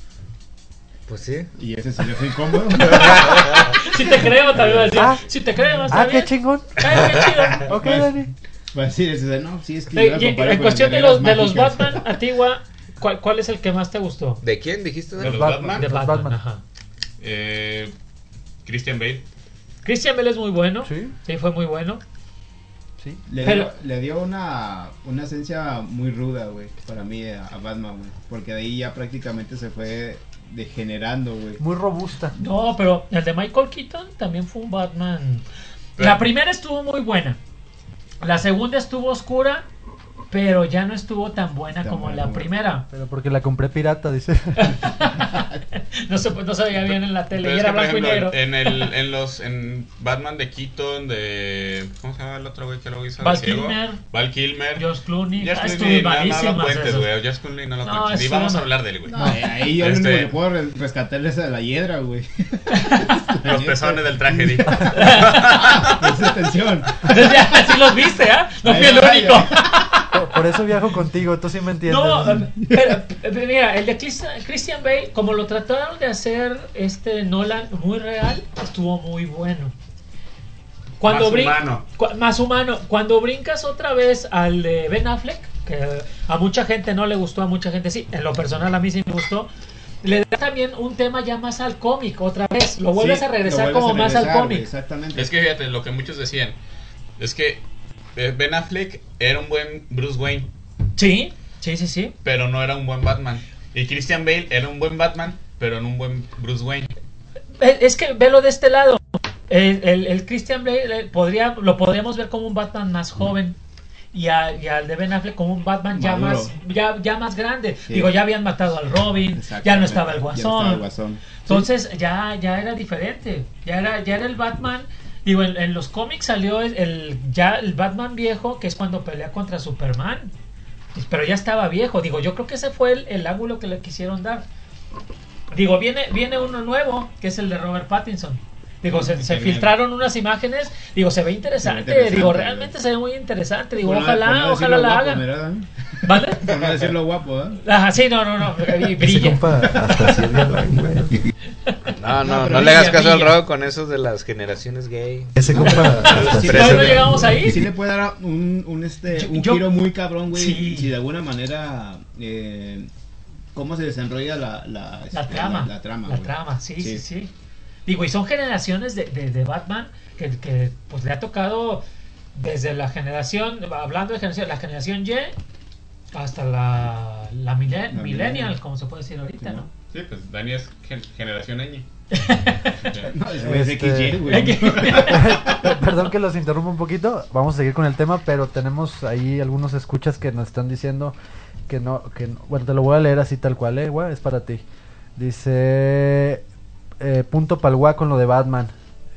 Speaker 8: Pues sí.
Speaker 5: Y ese sí le fue incómodo.
Speaker 4: Si te creo, también voy a decir.
Speaker 7: Ah.
Speaker 4: si te creo, está
Speaker 7: Ah,
Speaker 4: bien.
Speaker 7: qué chingón.
Speaker 4: Ay, qué chido.
Speaker 7: Ok,
Speaker 5: Más-
Speaker 7: Dani.
Speaker 5: Pues sí, ese de, no, sí, es que. yo la
Speaker 4: Eh, y-
Speaker 5: comparo
Speaker 4: en
Speaker 5: con
Speaker 4: cuestión de
Speaker 5: las
Speaker 4: los, de los
Speaker 5: mágicas.
Speaker 4: Batman antigua, ¿cuál, ¿cuál es el que más te gustó?
Speaker 8: ¿De quién dijiste?
Speaker 6: De los Batman.
Speaker 4: De
Speaker 7: Ah, los
Speaker 4: Batman.
Speaker 7: Batman.
Speaker 4: Ajá.
Speaker 6: Eh, Christian Bale.
Speaker 4: Christian Bale es muy bueno.
Speaker 7: Sí.
Speaker 4: Sí, fue muy bueno.
Speaker 7: Sí.
Speaker 5: Le,
Speaker 4: Pero-
Speaker 5: dio, le dio una, una esencia muy ruda, güey, para mí a, a Batman, güey. Porque de ahí ya prácticamente se fue degenerando, güey.
Speaker 7: Muy robusta.
Speaker 4: No, pero el de Michael Keaton también fue un Batman.
Speaker 6: Pero-
Speaker 4: La primera estuvo muy buena. La segunda estuvo oscura, pero ya no estuvo tan buena
Speaker 5: Tan
Speaker 4: como
Speaker 5: buena,
Speaker 4: la
Speaker 5: güey.
Speaker 4: primera.
Speaker 7: Pero porque la compré pirata, dice.
Speaker 4: No se, no se veía bien en la tele
Speaker 6: Pero
Speaker 4: y
Speaker 6: es
Speaker 4: era
Speaker 6: que, por
Speaker 4: blanco y negro.
Speaker 6: ejemplo, en, el, en los en Batman de Keaton, de. ¿Cómo se llama el otro güey que lo hizo? de
Speaker 4: Val
Speaker 6: ciego?
Speaker 4: Kilmer.
Speaker 6: Val Kilmer.
Speaker 4: George Clooney. Ah,
Speaker 6: George
Speaker 4: estuvo
Speaker 6: Clooney, no, no lo
Speaker 4: malísimas
Speaker 6: cuentes,
Speaker 4: esas.
Speaker 6: güey. George Clooney no lo
Speaker 4: No,
Speaker 6: cuentes. Ni
Speaker 4: eso
Speaker 6: vamos
Speaker 4: no.
Speaker 6: a hablar de él, güey.
Speaker 5: No, ahí yo
Speaker 6: Este-
Speaker 5: lo único que puedo re- rescatarle es a la hiedra, güey.
Speaker 6: Los pezones del traje, di.
Speaker 5: Esa tensión.
Speaker 4: Así los viste, ¿ah? No fui el
Speaker 5: Ay,
Speaker 4: único.
Speaker 7: Por- Por eso viajo contigo, tú sí me entiendes.
Speaker 4: No, pero, pero eh, mira, el de Chris- Christian Bale, como lo trataron de hacer este Nolan muy real, estuvo muy bueno. Cuando
Speaker 6: Más
Speaker 4: brin-
Speaker 6: humano.
Speaker 4: cua- más humano. Cuando brincas otra vez al de Ben Affleck, que a mucha gente no le gustó, a mucha gente sí, en lo personal a mí sí me gustó, le da también un tema ya más al cómic, otra vez. Lo vuelves
Speaker 5: Sí,
Speaker 4: a regresar
Speaker 5: lo vuelves
Speaker 4: como
Speaker 5: a
Speaker 4: más
Speaker 5: regresar,
Speaker 4: al
Speaker 5: güey,
Speaker 4: cómic.
Speaker 5: Exactamente.
Speaker 6: Es que fíjate, lo que muchos decían es que eh, Ben Affleck era un buen Bruce Wayne,
Speaker 4: Sí, sí, sí, sí.
Speaker 6: pero no era un buen Batman. Y Christian Bale era un buen Batman, pero no un buen Bruce Wayne.
Speaker 4: Eh, Es que velo de este lado. El, el- el Christian Bale eh, podría, lo podríamos ver como un Batman más
Speaker 5: Mm.
Speaker 4: joven. Y, a- y al de Ben Affleck como un Batman ya
Speaker 5: Maduro.
Speaker 4: más, ya, ya más grande.
Speaker 5: Sí.
Speaker 4: Digo, ya habían matado al Robin, ya no
Speaker 5: Exactamente.
Speaker 4: estaba el
Speaker 5: Ya no
Speaker 4: Guasón.
Speaker 5: estaba el guasón.
Speaker 4: Entonces ya, ya era diferente. Ya era, ya era el Batman. Digo, en, en los cómics salió el, el- ya el Batman viejo, que es cuando pelea contra Superman. Pues, Pero ya estaba viejo. Digo, yo creo que ese fue el, el ángulo que le quisieron dar. Digo, viene, viene uno nuevo, que es el de Robert Pattinson. Digo, se, se
Speaker 5: Genial.
Speaker 4: filtraron unas imágenes. Digo, se ve interesante.
Speaker 5: interesante,
Speaker 4: digo,
Speaker 5: ¿verdad?
Speaker 4: realmente se ve muy interesante. Digo,
Speaker 5: Por no-
Speaker 4: ojalá,
Speaker 5: por no
Speaker 4: ojalá
Speaker 5: decirlo
Speaker 4: la
Speaker 5: guapo,
Speaker 4: hagan.
Speaker 5: ¿verdad?
Speaker 4: ¿Vale?
Speaker 5: Por no decirlo guapo, ¿eh?
Speaker 4: Ajá, sí, no, no, no. y
Speaker 7: Ese
Speaker 4: Brilla.
Speaker 7: compa hasta ciega, güey.
Speaker 8: No, no,
Speaker 5: No,
Speaker 8: no,
Speaker 5: pero
Speaker 8: le hagas
Speaker 4: brilla,
Speaker 8: caso al
Speaker 4: brilla.
Speaker 8: robo con esos de las generaciones gay.
Speaker 7: Ese compa hasta
Speaker 4: Si
Speaker 8: Pero
Speaker 4: todavía
Speaker 8: ese
Speaker 4: no
Speaker 8: me-
Speaker 4: llegamos ahí.
Speaker 5: Y sí le puede dar un, un, este,
Speaker 4: Yo-
Speaker 5: un
Speaker 4: yo-
Speaker 5: giro muy cabrón, güey.
Speaker 4: Sí.
Speaker 5: Si de alguna manera eh, cómo se desenrolla la, la,
Speaker 4: La
Speaker 5: este,
Speaker 4: trama.
Speaker 5: La, trama, güey.
Speaker 4: sí, sí, sí, Digo, y son generaciones de, de- de Batman que, que, pues le ha tocado desde la generación, hablando de generación, la generación Y hasta la, la, mile-
Speaker 5: La
Speaker 4: millennial,
Speaker 5: millennial.
Speaker 4: como se puede decir ahorita,
Speaker 5: Sí,
Speaker 4: ¿no?
Speaker 6: Sí, pues Dani es gen- generación ñ.
Speaker 5: No, es, es
Speaker 7: Este-
Speaker 5: XY, güey.
Speaker 7: Perdón que los interrumpo un poquito. Vamos a seguir con el tema, pero tenemos ahí algunos escuchas que nos están diciendo que no, que no- Bueno, te lo voy a leer así tal cual, eh, güey, es para ti. Dice eh, punto palguá con lo de Batman.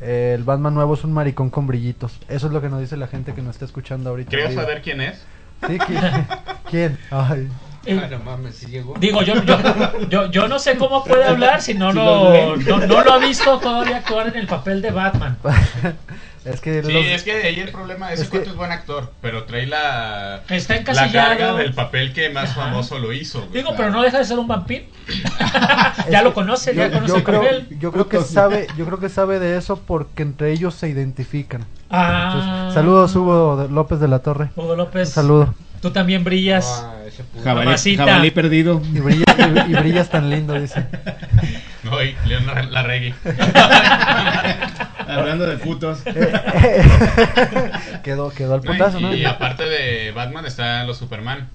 Speaker 7: Eh, el Batman nuevo es un maricón con brillitos. Eso es lo que nos dice la gente que nos está escuchando ahorita.
Speaker 6: Quiero
Speaker 7: Sí.
Speaker 6: saber quién es.
Speaker 7: Sí, ¿quién? ¿Quién? Ay.
Speaker 4: Y-
Speaker 8: Ah, no mames, sí llegó.
Speaker 4: Eh, Digo, yo, yo, yo, yo no sé cómo puede hablar si no,
Speaker 5: Si
Speaker 4: lo,
Speaker 5: lo lee.
Speaker 4: no, no lo ha visto todavía actuar en el papel de Batman.
Speaker 7: es que
Speaker 6: Sí,
Speaker 7: los-
Speaker 6: es que ahí el problema es,
Speaker 7: es
Speaker 6: que
Speaker 7: que-
Speaker 6: es buen actor, pero trae la,
Speaker 4: Está
Speaker 6: la carga
Speaker 4: encasillado.
Speaker 6: del papel que más
Speaker 4: Ajá.
Speaker 6: famoso lo hizo. güey.
Speaker 4: Digo, pero no deja de ser un vampiro. ya lo conoce, ya
Speaker 7: yo,
Speaker 4: conoce
Speaker 7: yo
Speaker 4: el
Speaker 7: creo,
Speaker 4: papel.
Speaker 7: yo creo que
Speaker 5: Putos.
Speaker 7: sabe, yo creo que sabe de eso porque entre ellos se identifican.
Speaker 4: Ah,
Speaker 7: Entonces, saludos Hugo de- López de la Torre.
Speaker 4: Hugo
Speaker 7: Un
Speaker 4: López.
Speaker 7: saludo.
Speaker 4: Tú también brillas.
Speaker 8: Ah, ese puto.
Speaker 5: Jabalí,
Speaker 4: Mamacita.
Speaker 5: jabalí perdido.
Speaker 7: Y brillas, y, y brillas tan lindo, dice.
Speaker 6: No, y Leonardo Larregui.
Speaker 5: Hablando de putos.
Speaker 7: Eh, eh, quedó, quedó al puntazo, ¿no?
Speaker 6: Y aparte de Batman está los Superman.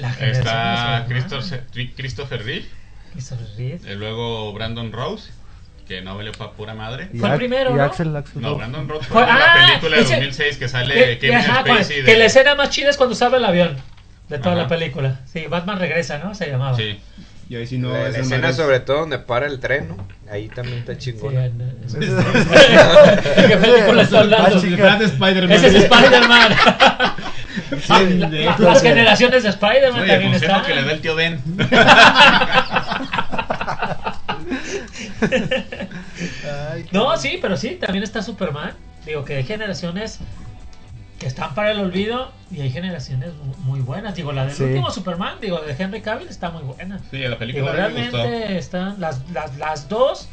Speaker 4: La generación
Speaker 6: Está
Speaker 4: de Superman.
Speaker 6: Christopher, Christopher Reeve,
Speaker 4: Christopher Reeve.
Speaker 6: eh, luego Brandon Rose, que no valió para pura madre.
Speaker 7: Y
Speaker 4: Fue el
Speaker 7: Ac-
Speaker 4: primero,
Speaker 7: y
Speaker 4: ¿no?
Speaker 7: Axel, Axel
Speaker 6: No,
Speaker 7: Rose.
Speaker 6: Brandon Rose fue
Speaker 4: Fue-
Speaker 6: en la
Speaker 4: ah,
Speaker 6: película de
Speaker 4: ese-
Speaker 6: 2006 que
Speaker 4: Que-
Speaker 6: sale
Speaker 4: que,
Speaker 6: Kevin
Speaker 4: ajá,
Speaker 6: Spacey.
Speaker 4: que
Speaker 6: de-
Speaker 4: la escena más chida es cuando sale el avión de toda
Speaker 6: Ajá.
Speaker 4: la película. Sí, Batman regresa, ¿no? Se llamaba.
Speaker 6: Sí.
Speaker 5: Y ahí sí no.
Speaker 8: la, la
Speaker 5: esas
Speaker 8: escena
Speaker 5: madres-
Speaker 8: sobre todo donde para el tren, ¿no? Ahí también está
Speaker 4: Sí,
Speaker 8: chingona.
Speaker 4: en- en- ¿Qué película está hablando?
Speaker 7: Ah, sí.
Speaker 5: Detrás de Spider-Man.
Speaker 4: Ese es Spider-Man. Ah, la-
Speaker 5: Pendejo.
Speaker 4: las generaciones de
Speaker 6: Oye,
Speaker 4: Spider-Man
Speaker 6: el
Speaker 4: también
Speaker 6: consejo
Speaker 4: están.
Speaker 6: que le da el tío Ben.
Speaker 7: Ay, qué-
Speaker 4: No, sí, pero sí, también está Superman. Digo que hay generaciones que están para el olvido y hay generaciones mu- muy buenas. Digo, la del
Speaker 7: Sí.
Speaker 4: último Superman, digo, de Henry Cavill está muy buena.
Speaker 6: Sí, la
Speaker 4: Digo,
Speaker 6: película a mí me gustó.
Speaker 4: realmente están las, las, las dos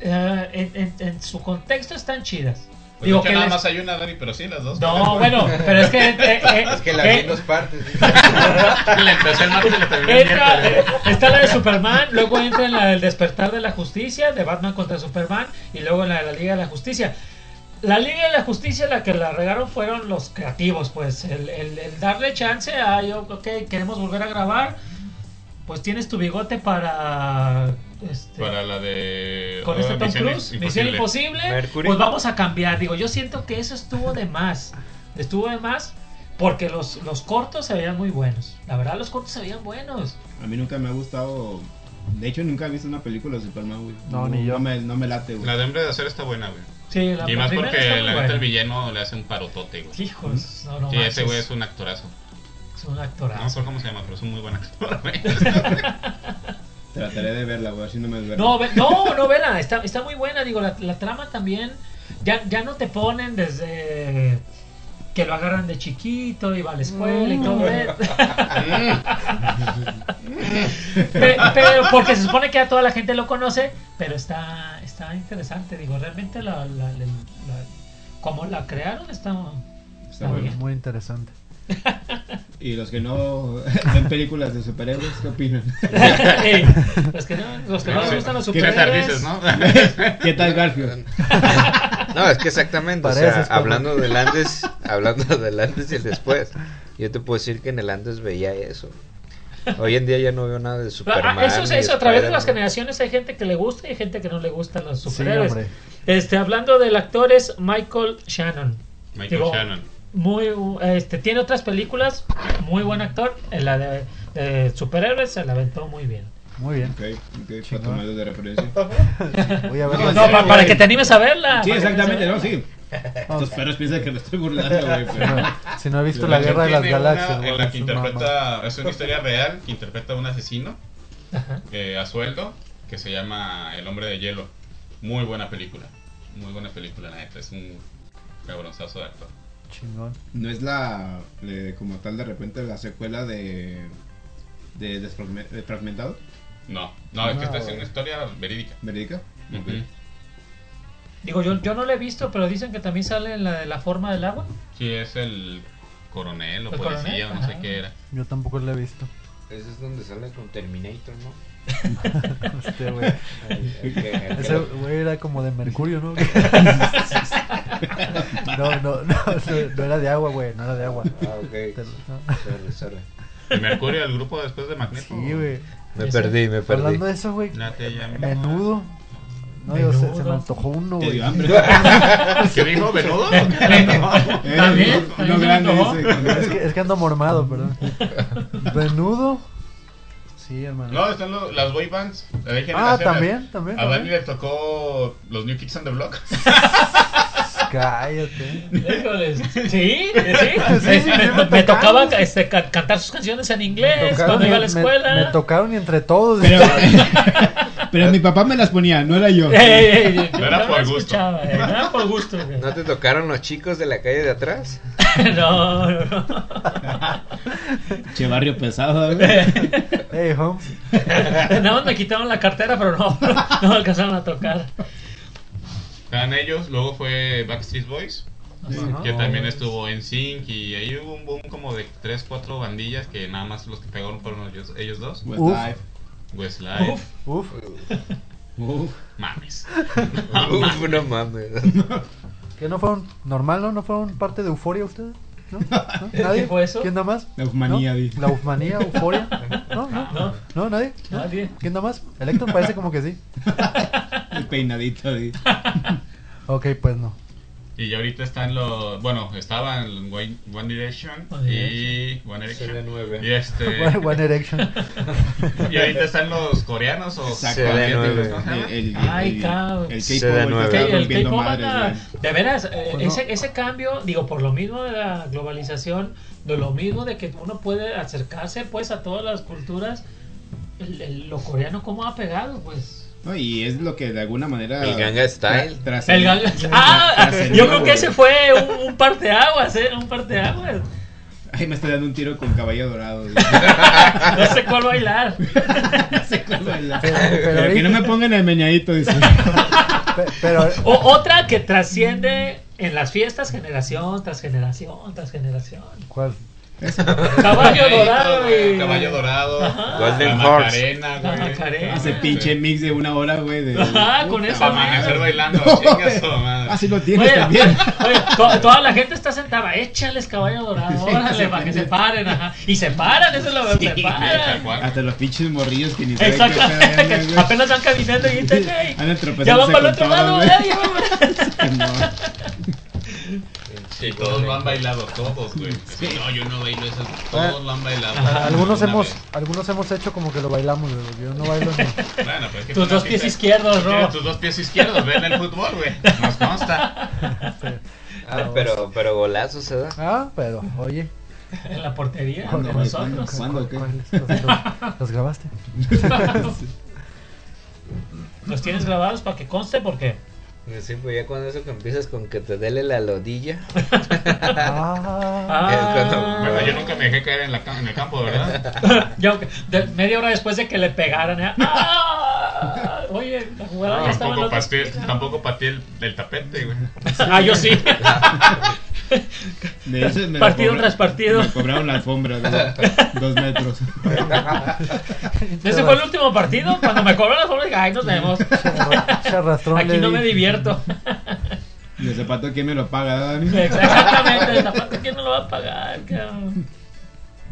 Speaker 4: eh, en, en- en su contexto están chidas.
Speaker 6: Pues
Speaker 4: Digo
Speaker 6: de hecho,
Speaker 4: que
Speaker 6: nada
Speaker 4: les-
Speaker 6: más hay una, Dani, pero sí, las dos.
Speaker 4: No, bueno, pero es que, eh, eh,
Speaker 8: Es que la
Speaker 4: eh,
Speaker 8: vi en dos partes.
Speaker 6: La empecé el martes y la terminé el
Speaker 4: Entra, eh,
Speaker 6: miércoles.
Speaker 4: está la de Superman, luego entra en la del despertar de la justicia, de Batman contra Superman, y luego en la de la Liga de la Justicia. La Liga de la Justicia, la que la regaron fueron los creativos, pues el, el- el darle chance a, yo, ok, queremos volver a grabar, pues tienes tu bigote para... este,
Speaker 6: Para la de.
Speaker 4: con
Speaker 6: ah,
Speaker 4: este Tom
Speaker 6: Misión
Speaker 4: Cruise, Misión Imposible,
Speaker 8: Mercury.
Speaker 4: pues vamos a cambiar. Digo, yo siento que eso estuvo de más. Estuvo de más porque los, los cortos se veían muy buenos. La verdad, los cortos se veían buenos.
Speaker 5: A mí nunca me ha gustado. De hecho, nunca he visto una película de Superman, güey.
Speaker 7: No, ni yo.
Speaker 5: No me, no me late, güey.
Speaker 6: La de Hombre de Acero está buena, güey.
Speaker 4: Sí, la
Speaker 6: Y más
Speaker 4: primera
Speaker 6: porque
Speaker 4: está muy
Speaker 6: la neta
Speaker 4: buena.
Speaker 6: el villano le hace un parotote, güey. Sí,
Speaker 4: Hijos, no, no
Speaker 6: ese
Speaker 4: manches.
Speaker 6: güey es un actorazo.
Speaker 4: Es un
Speaker 6: No me
Speaker 4: actorazo.
Speaker 6: acuerdo cómo se llama, pero es un muy buen actor, güey.
Speaker 5: Trataré de verla, güey. Así no me duermo.
Speaker 4: No, ve- no, no, vela, está, está muy buena, digo, la, la trama también, ya, ya no te ponen desde que lo agarran de chiquito y va a la escuela y todo eso. Pe- pero porque se supone que ya toda la gente lo conoce, pero está, está interesante, digo, realmente la, la- la- la- como la crearon está...
Speaker 5: Está bueno.
Speaker 7: Ah, Muy interesante.
Speaker 5: Y los que no ven películas de superhéroes, ¿qué opinan?
Speaker 4: Ey, los que no, los que no les gustan los
Speaker 6: César
Speaker 4: superhéroes...
Speaker 6: dices, ¿no?
Speaker 5: ¿Qué tal Garfield?
Speaker 8: No, es que exactamente, o sea,
Speaker 7: Pareces, Pablo.
Speaker 8: hablando del antes, hablando del antes y el después, yo te puedo decir que en el antes veía eso. Hoy en día ya no veo nada de Superman.
Speaker 4: Ah, eso es
Speaker 8: ni
Speaker 4: eso, a través de las
Speaker 8: Spider-Man.
Speaker 4: generaciones hay gente que le gusta y hay gente que no le gusta los
Speaker 7: Sí,
Speaker 4: superhéroes.
Speaker 7: hombre.
Speaker 4: este, hablando del actor es Michael Shannon.
Speaker 6: Michael
Speaker 4: Digo,
Speaker 6: Shannon.
Speaker 4: Muy, uh, este, tiene otras películas, muy buen actor. En la de, de superhéroes se la aventó muy bien.
Speaker 7: Muy bien.
Speaker 5: Ok, ok, para tomarlo de referencia.
Speaker 7: Voy a
Speaker 5: No,
Speaker 4: No,
Speaker 7: verla.
Speaker 5: serio,
Speaker 4: pa-
Speaker 5: güey.
Speaker 4: para que te animes a verla.
Speaker 5: Sí,
Speaker 4: para que
Speaker 5: exactamente,
Speaker 4: te
Speaker 5: no,
Speaker 4: animes a
Speaker 5: sí.
Speaker 7: Ok.
Speaker 5: Estos perros piensan que me estoy burlando, güey.
Speaker 7: Si
Speaker 5: pero-
Speaker 7: no, si no he visto la guerra de las
Speaker 6: Tiene una
Speaker 7: galaxias.
Speaker 6: En
Speaker 7: güey,
Speaker 6: la que
Speaker 7: es un mamá.
Speaker 6: interpreta, es una historia real que interpreta a un asesino
Speaker 4: verla. Ajá.
Speaker 6: eh, a sueldo que se llama El Hombre de Hielo. Muy buena película. Muy buena película, la neta. Es un cabronzazo de actor.
Speaker 7: Chingón.
Speaker 5: No es la. eh, como tal, de repente, la secuela de. de Desfragme- eh, Fragmentado,
Speaker 6: No, no, es que esta es
Speaker 7: No.
Speaker 6: una historia verídica.
Speaker 5: ¿verídica? Ok.
Speaker 6: Ujú.
Speaker 4: Digo, yo, yo no la he visto, pero dicen que también sale en la de la forma del agua.
Speaker 6: Sí, es el coronel o
Speaker 4: ¿El
Speaker 6: policía
Speaker 4: coronel?
Speaker 6: o no
Speaker 4: Ajá.
Speaker 6: sé qué era.
Speaker 7: Yo tampoco la he visto.
Speaker 8: Ese es donde sale con Terminator, ¿no?
Speaker 7: Este güey.
Speaker 8: El- el que- el que
Speaker 7: Ese
Speaker 8: lo-
Speaker 7: güey era como de mercurio, ¿no? No, no, no, no, no era de agua, güey, no era de agua.
Speaker 8: Ah,
Speaker 7: Te-
Speaker 8: ok.
Speaker 7: no.
Speaker 8: Sorry, sorry.
Speaker 6: ¿El Mercurio del grupo después de Magneto?
Speaker 7: Sí, güey.
Speaker 8: Me
Speaker 4: Ese-
Speaker 8: perdí, me perdí.
Speaker 7: Hablando de eso, güey,
Speaker 6: La te llamo.
Speaker 7: menudo. No, yo se, se me
Speaker 4: Menudo.
Speaker 7: antojó uno,
Speaker 5: Te
Speaker 7: güey.
Speaker 5: dio hambre.
Speaker 6: ¿Qué dijo? ¿Menudo?
Speaker 5: Eh,
Speaker 4: También,
Speaker 5: no,
Speaker 4: también
Speaker 5: no
Speaker 4: se
Speaker 5: grande
Speaker 4: antojó.
Speaker 7: Es
Speaker 5: dice.
Speaker 7: que, es que ando mormado, perdón. Menudo. Sí, hermano.
Speaker 6: No, están lo- las boy bands. La vieja
Speaker 7: ah,
Speaker 6: generación.
Speaker 7: también, también.
Speaker 6: A Dani
Speaker 7: también.
Speaker 6: le tocó los New Kids on the Block.
Speaker 7: Cállate.
Speaker 4: Híjoles. Sí, sí.
Speaker 7: sí, sí,
Speaker 4: me,
Speaker 7: me
Speaker 4: me tocaba
Speaker 7: tocaban.
Speaker 4: este, ca- cantar sus canciones en inglés
Speaker 7: Tocaron
Speaker 4: cuando
Speaker 7: y-
Speaker 4: iba a la
Speaker 7: me-
Speaker 4: escuela.
Speaker 7: Me, tocaron y entre todos.
Speaker 5: Pero, pero mi papá me las ponía, no era yo.
Speaker 4: Ey, ey, ey, yo
Speaker 6: No era
Speaker 4: no
Speaker 6: por
Speaker 4: lo
Speaker 6: gusto.
Speaker 4: escuchaba, eh, no era por gusto. güey.
Speaker 8: ¿No te tocaron los chicos de la calle de atrás?
Speaker 4: No, no, no.
Speaker 5: Che barrio pesado, ¿eh? güey.
Speaker 7: Hey, Holmes.
Speaker 4: Nada más me quitaron la cartera, pero no, no me alcanzaron a tocar.
Speaker 6: Eran ellos, luego fue Backstreet Boys,
Speaker 7: Ajá.
Speaker 6: que también estuvo en Sync y ahí hubo un boom como de 3, 4 bandillas que nada más los que pegaron fueron ellos, ellos dos.
Speaker 5: Westlife.
Speaker 6: Westlife,
Speaker 4: Uf.
Speaker 7: Uf.
Speaker 5: Uf.
Speaker 6: mames.
Speaker 8: Uf, no mames.
Speaker 7: Que no fueron normal, ¿no? ¿No fueron parte de Euforia ustedes? ¿No? ¿No? ¿Nadie?
Speaker 4: ¿Qué fue eso?
Speaker 7: ¿Quién da más?
Speaker 5: La ufmanía,
Speaker 7: ¿No?
Speaker 5: dice.
Speaker 7: ¿La Ufmanía? ¿Euforia? ¿No? ¿No?
Speaker 4: No.
Speaker 7: ¿No? ¿Nadie? ¿No?
Speaker 4: Nadie.
Speaker 7: ¿Quién da más? Electro parece como que sí.
Speaker 5: El peinadito, di.
Speaker 7: Ok, pues no.
Speaker 6: Y ya ahorita están los, bueno, estaban One, One Direction
Speaker 4: One
Speaker 6: y One Direction. Y
Speaker 8: CD9.
Speaker 6: este
Speaker 7: One, One Erection.
Speaker 6: y ahorita están los coreanos o
Speaker 8: CD9.
Speaker 6: ¿cómo se llama?
Speaker 4: Ay,
Speaker 5: el,
Speaker 4: cabrón.
Speaker 5: El
Speaker 8: Se da
Speaker 5: K-pop
Speaker 8: nueve.
Speaker 5: está
Speaker 4: Sí, el
Speaker 5: rompiendo
Speaker 4: K-pop
Speaker 5: madres,
Speaker 4: anda-
Speaker 5: güey.
Speaker 4: De veras, eh,
Speaker 7: Pues no.
Speaker 4: ese, ese cambio, digo, por lo mismo de la globalización, de lo mismo de que uno puede acercarse pues a todas las culturas, el- el- lo coreano cómo ha pegado, pues.
Speaker 5: No, y es lo que de alguna manera.
Speaker 8: El Ganga Style.
Speaker 5: Tras
Speaker 4: El gang- ah, yo creo que ese fue un, un parteaguas, ¿eh? Un parteaguas.
Speaker 5: Ay, me estoy dando un tiro con caballo dorado. güey.
Speaker 4: No sé cuál bailar.
Speaker 5: No sé cuál bailar.
Speaker 7: Pero- pero
Speaker 5: Pero que
Speaker 7: ahorita-
Speaker 5: no me pongan el meñadito, dice.
Speaker 7: Pe- Pero
Speaker 4: O otra que trasciende en las fiestas generación tras generación tras generación.
Speaker 7: ¿Cuál?
Speaker 4: Caballo dorado y...
Speaker 6: Caballo dorado.
Speaker 4: Ajá.
Speaker 8: Golden
Speaker 6: la
Speaker 8: Horse.
Speaker 6: Macarena,
Speaker 4: La
Speaker 6: güey.
Speaker 4: Macarena.
Speaker 5: Ese
Speaker 4: Ah,
Speaker 5: pinche mix de una hora, güey. De...
Speaker 4: Ajá, con
Speaker 6: Para
Speaker 4: esa
Speaker 6: amanecer
Speaker 4: madre.
Speaker 6: bailando,
Speaker 5: No,
Speaker 6: chingas
Speaker 5: güey. Ah,
Speaker 6: o madre.
Speaker 5: Así lo tienes
Speaker 4: Oye,
Speaker 5: también.
Speaker 4: oye, to- toda la gente está sentada, échales caballo dorado, órale, para que se paren, ajá. Y se paran, eso es lo que
Speaker 6: Tal
Speaker 4: se paran.
Speaker 6: cual.
Speaker 5: Hasta los pinches morrillos que ni saben
Speaker 4: Exacto,
Speaker 5: qué pedo andan, güey.
Speaker 4: apenas van caminando y dicen, "Ey,
Speaker 5: Andan
Speaker 4: ya van
Speaker 5: tropezándose
Speaker 4: para el
Speaker 5: con todo,
Speaker 4: otro lado,
Speaker 5: güey.
Speaker 4: ey, ya van para-".
Speaker 5: No.
Speaker 6: Y todos lo han bailado, todos, güey. No, yo no bailo eso.
Speaker 5: Ah.
Speaker 6: Todos lo han bailado.
Speaker 7: Algunos
Speaker 6: Una
Speaker 7: hemos,
Speaker 6: vez.
Speaker 7: algunos hemos hecho como que lo bailamos, güey. Yo no bailo ni.
Speaker 6: Bueno, pues es que
Speaker 4: Tus
Speaker 6: una
Speaker 4: dos pies
Speaker 6: fiesta-
Speaker 4: izquierdos,
Speaker 6: Mira,
Speaker 4: Ro.
Speaker 6: Tus dos pies izquierdos, ven el fútbol, güey. Nos consta.
Speaker 8: Ah, pero, pero ¿eh? golazo se da.
Speaker 7: Ah, pero, oye.
Speaker 4: En la portería,
Speaker 5: ¿Cuándo,
Speaker 4: de
Speaker 5: güey?
Speaker 4: nosotros.
Speaker 5: ¿Cuándo o qué?
Speaker 7: ¿cuáles? ¿Los, los- los grabaste?
Speaker 4: Los tienes grabados para que conste, porque
Speaker 8: Sí, pues ya cuando eso que empiezas con que te dele la lodilla.
Speaker 7: Ah,
Speaker 8: cuando-
Speaker 4: Ah.
Speaker 6: Bueno, yo nunca me dejé caer en, la, ca- en el campo, ¿verdad?
Speaker 4: Yo, de- media hora después de que le pegaran, ¿eh? ¡Ah! Oye, la jugada ya estaba
Speaker 6: tampoco
Speaker 4: en la otra
Speaker 6: pateé,
Speaker 4: esquina.
Speaker 6: tampoco pateé el, el tapete, güey.
Speaker 4: Ah, yo sí.
Speaker 5: De ese me
Speaker 4: Partido
Speaker 5: cobra-
Speaker 4: tras partido.
Speaker 5: Me cobraron la alfombra, güey. Dos metros.
Speaker 4: Ese fue el último partido. Cuando me cobraron las bolas, dije, ay, nos vemos.
Speaker 7: Se arrastró.
Speaker 4: Aquí
Speaker 7: le
Speaker 4: no me
Speaker 7: di.
Speaker 4: divierto.
Speaker 5: Y el zapato, ¿quién me lo paga, Dani?
Speaker 4: Exactamente, el zapato, ¿quién me lo va a pagar, cabrón?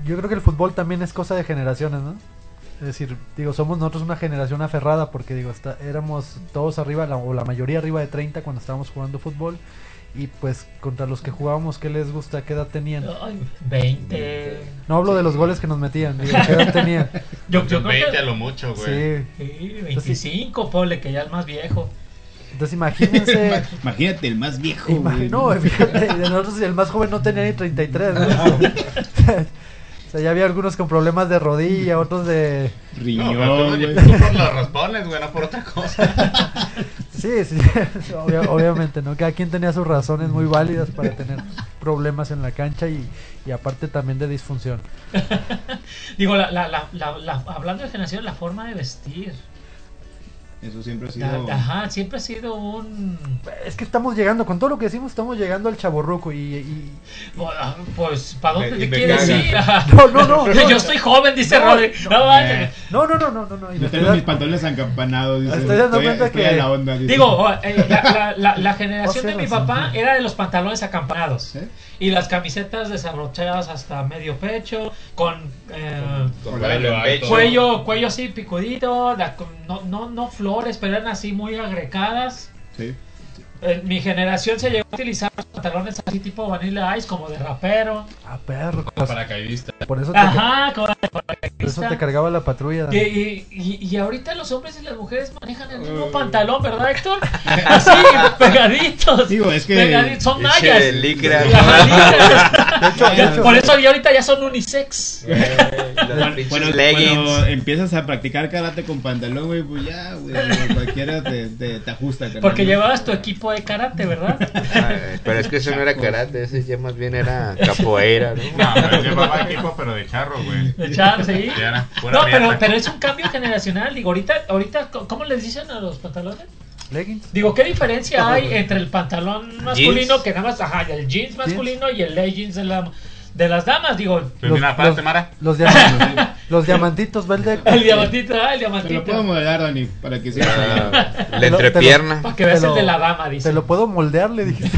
Speaker 7: Yo creo que el fútbol también es cosa de generaciones, ¿no? Es decir, digo, somos nosotros una generación aferrada porque, digo, está, éramos todos arriba, la- o la mayoría arriba de 30 cuando estábamos jugando fútbol. Y pues contra los que jugábamos, ¿qué les gusta? ¿Qué edad tenían?
Speaker 4: Ay, 20.
Speaker 7: No hablo de los goles que nos metían, digo, ¿qué edad tenían?
Speaker 4: Yo, yo
Speaker 6: 20
Speaker 4: creo
Speaker 6: a
Speaker 4: que.
Speaker 6: lo mucho, güey.
Speaker 7: Sí.
Speaker 4: Sí, 25, ponle, que ya es más viejo.
Speaker 7: Entonces imagínense...
Speaker 5: Imagínate el más viejo,
Speaker 7: Imag-
Speaker 5: güey.
Speaker 7: No, fíjate, de nosotros el más joven no tenía ni 33. ¿no? o sea, ya había algunos con problemas de rodilla, otros de...
Speaker 6: No,
Speaker 5: Riñón,
Speaker 6: pero tú,
Speaker 5: güey.
Speaker 6: tú por los raspones, güey, no por otra cosa.
Speaker 7: Sí, sí, obvia- obviamente, ¿no? Cada quien tenía sus razones muy válidas para tener problemas en la cancha y, y aparte también de disfunción.
Speaker 4: Digo, la, la, la, la, la- hablando de generación, la forma de vestir.
Speaker 5: Eso siempre ha sido.
Speaker 4: Ajá, siempre ha sido un.
Speaker 7: Es que estamos llegando, con todo lo que decimos, estamos llegando al chaborruco y. y-
Speaker 4: Pues, ¿para dónde
Speaker 6: Me-
Speaker 4: te
Speaker 6: me
Speaker 4: quieres
Speaker 6: caga.
Speaker 4: ir?
Speaker 7: No, no, no. no.
Speaker 4: Yo estoy joven, dice
Speaker 7: No,
Speaker 4: Rodri.
Speaker 7: no.
Speaker 4: No, vaya.
Speaker 7: No, no, no, no, no. no. Y
Speaker 5: Yo
Speaker 7: me
Speaker 5: tengo mis pantalones encampanados. Dice,
Speaker 7: Estoy dando
Speaker 5: estoy-
Speaker 7: cuenta
Speaker 5: estoy
Speaker 7: que-
Speaker 5: a la onda. dice.
Speaker 4: Digo, o- eh, la, la- la- la generación
Speaker 7: O sea,
Speaker 4: de mi
Speaker 7: no,
Speaker 4: papá
Speaker 7: sí.
Speaker 4: era de los pantalones acampanados
Speaker 7: ¿Eh?
Speaker 5: ¿Sí?
Speaker 4: y las camisetas desabrochadas hasta medio pecho, con eh,
Speaker 6: Con
Speaker 5: Hola,
Speaker 6: pelo
Speaker 5: Alberto.
Speaker 6: alto.
Speaker 4: cuello, cuello así picudito, la- con- no, no, no flores, pero eran así muy agregadas.
Speaker 5: Sí.
Speaker 4: Eh, mi generación se llegó a utilizar los pantalones así tipo Vanilla Ice, como de rapero.
Speaker 7: Ah, perro.
Speaker 6: Paracaidista.
Speaker 7: Por eso te,
Speaker 4: Ajá, como de
Speaker 7: por eso te
Speaker 4: paracaidista.
Speaker 7: cargaba la patrulla.
Speaker 4: Y, y- y- y ahorita los hombres y las mujeres manejan el mismo pantalón, ¿verdad, Héctor? Así, pegaditos.
Speaker 5: Digo, es que-
Speaker 4: Pegaditos, son mallas.
Speaker 8: Pinche licra,
Speaker 4: Las mallitas.
Speaker 7: de hecho.
Speaker 4: Por eso ya ahorita ya son unisex.
Speaker 8: Los
Speaker 5: Cuando, cuando-
Speaker 8: pinches leggings.
Speaker 5: cuando empiezas a practicar karate con pantalón, güey, pues ya, güey, cualquiera te, te, te ajusta. carnal.
Speaker 4: Porque llevabas tu equipo de karate, ¿verdad?
Speaker 8: Ah, Pero es que eso no era karate, ese ya más bien era capoeira,
Speaker 6: No,
Speaker 8: ¿no?
Speaker 6: pero llevaba equipo, pero de charro, güey.
Speaker 4: De char, sí.
Speaker 6: Ya era pura
Speaker 4: No, pero,
Speaker 6: mierda.
Speaker 4: pero es un cambio generacional. Digo, ahorita, ahorita, ¿cómo les dicen a los pantalones?
Speaker 7: Leggings.
Speaker 4: Digo, ¿qué diferencia hay entre el pantalón masculino que nada más, ajá, el jeans masculino y el leggings de, la, de las damas? Digo,
Speaker 6: Pues mira, aparte, Mara.
Speaker 7: los diamantitos. los diamantitos, ¿verdad?
Speaker 4: el diamantito, ah, el
Speaker 5: Te lo
Speaker 4: diamantito.
Speaker 5: puedo modelar, Dani, para que sea.
Speaker 8: Ah, La entrepierna.
Speaker 4: Para que veas
Speaker 7: Te
Speaker 4: el de
Speaker 7: lo-
Speaker 4: la dama, dice.
Speaker 7: Te lo puedo moldear, le dijiste.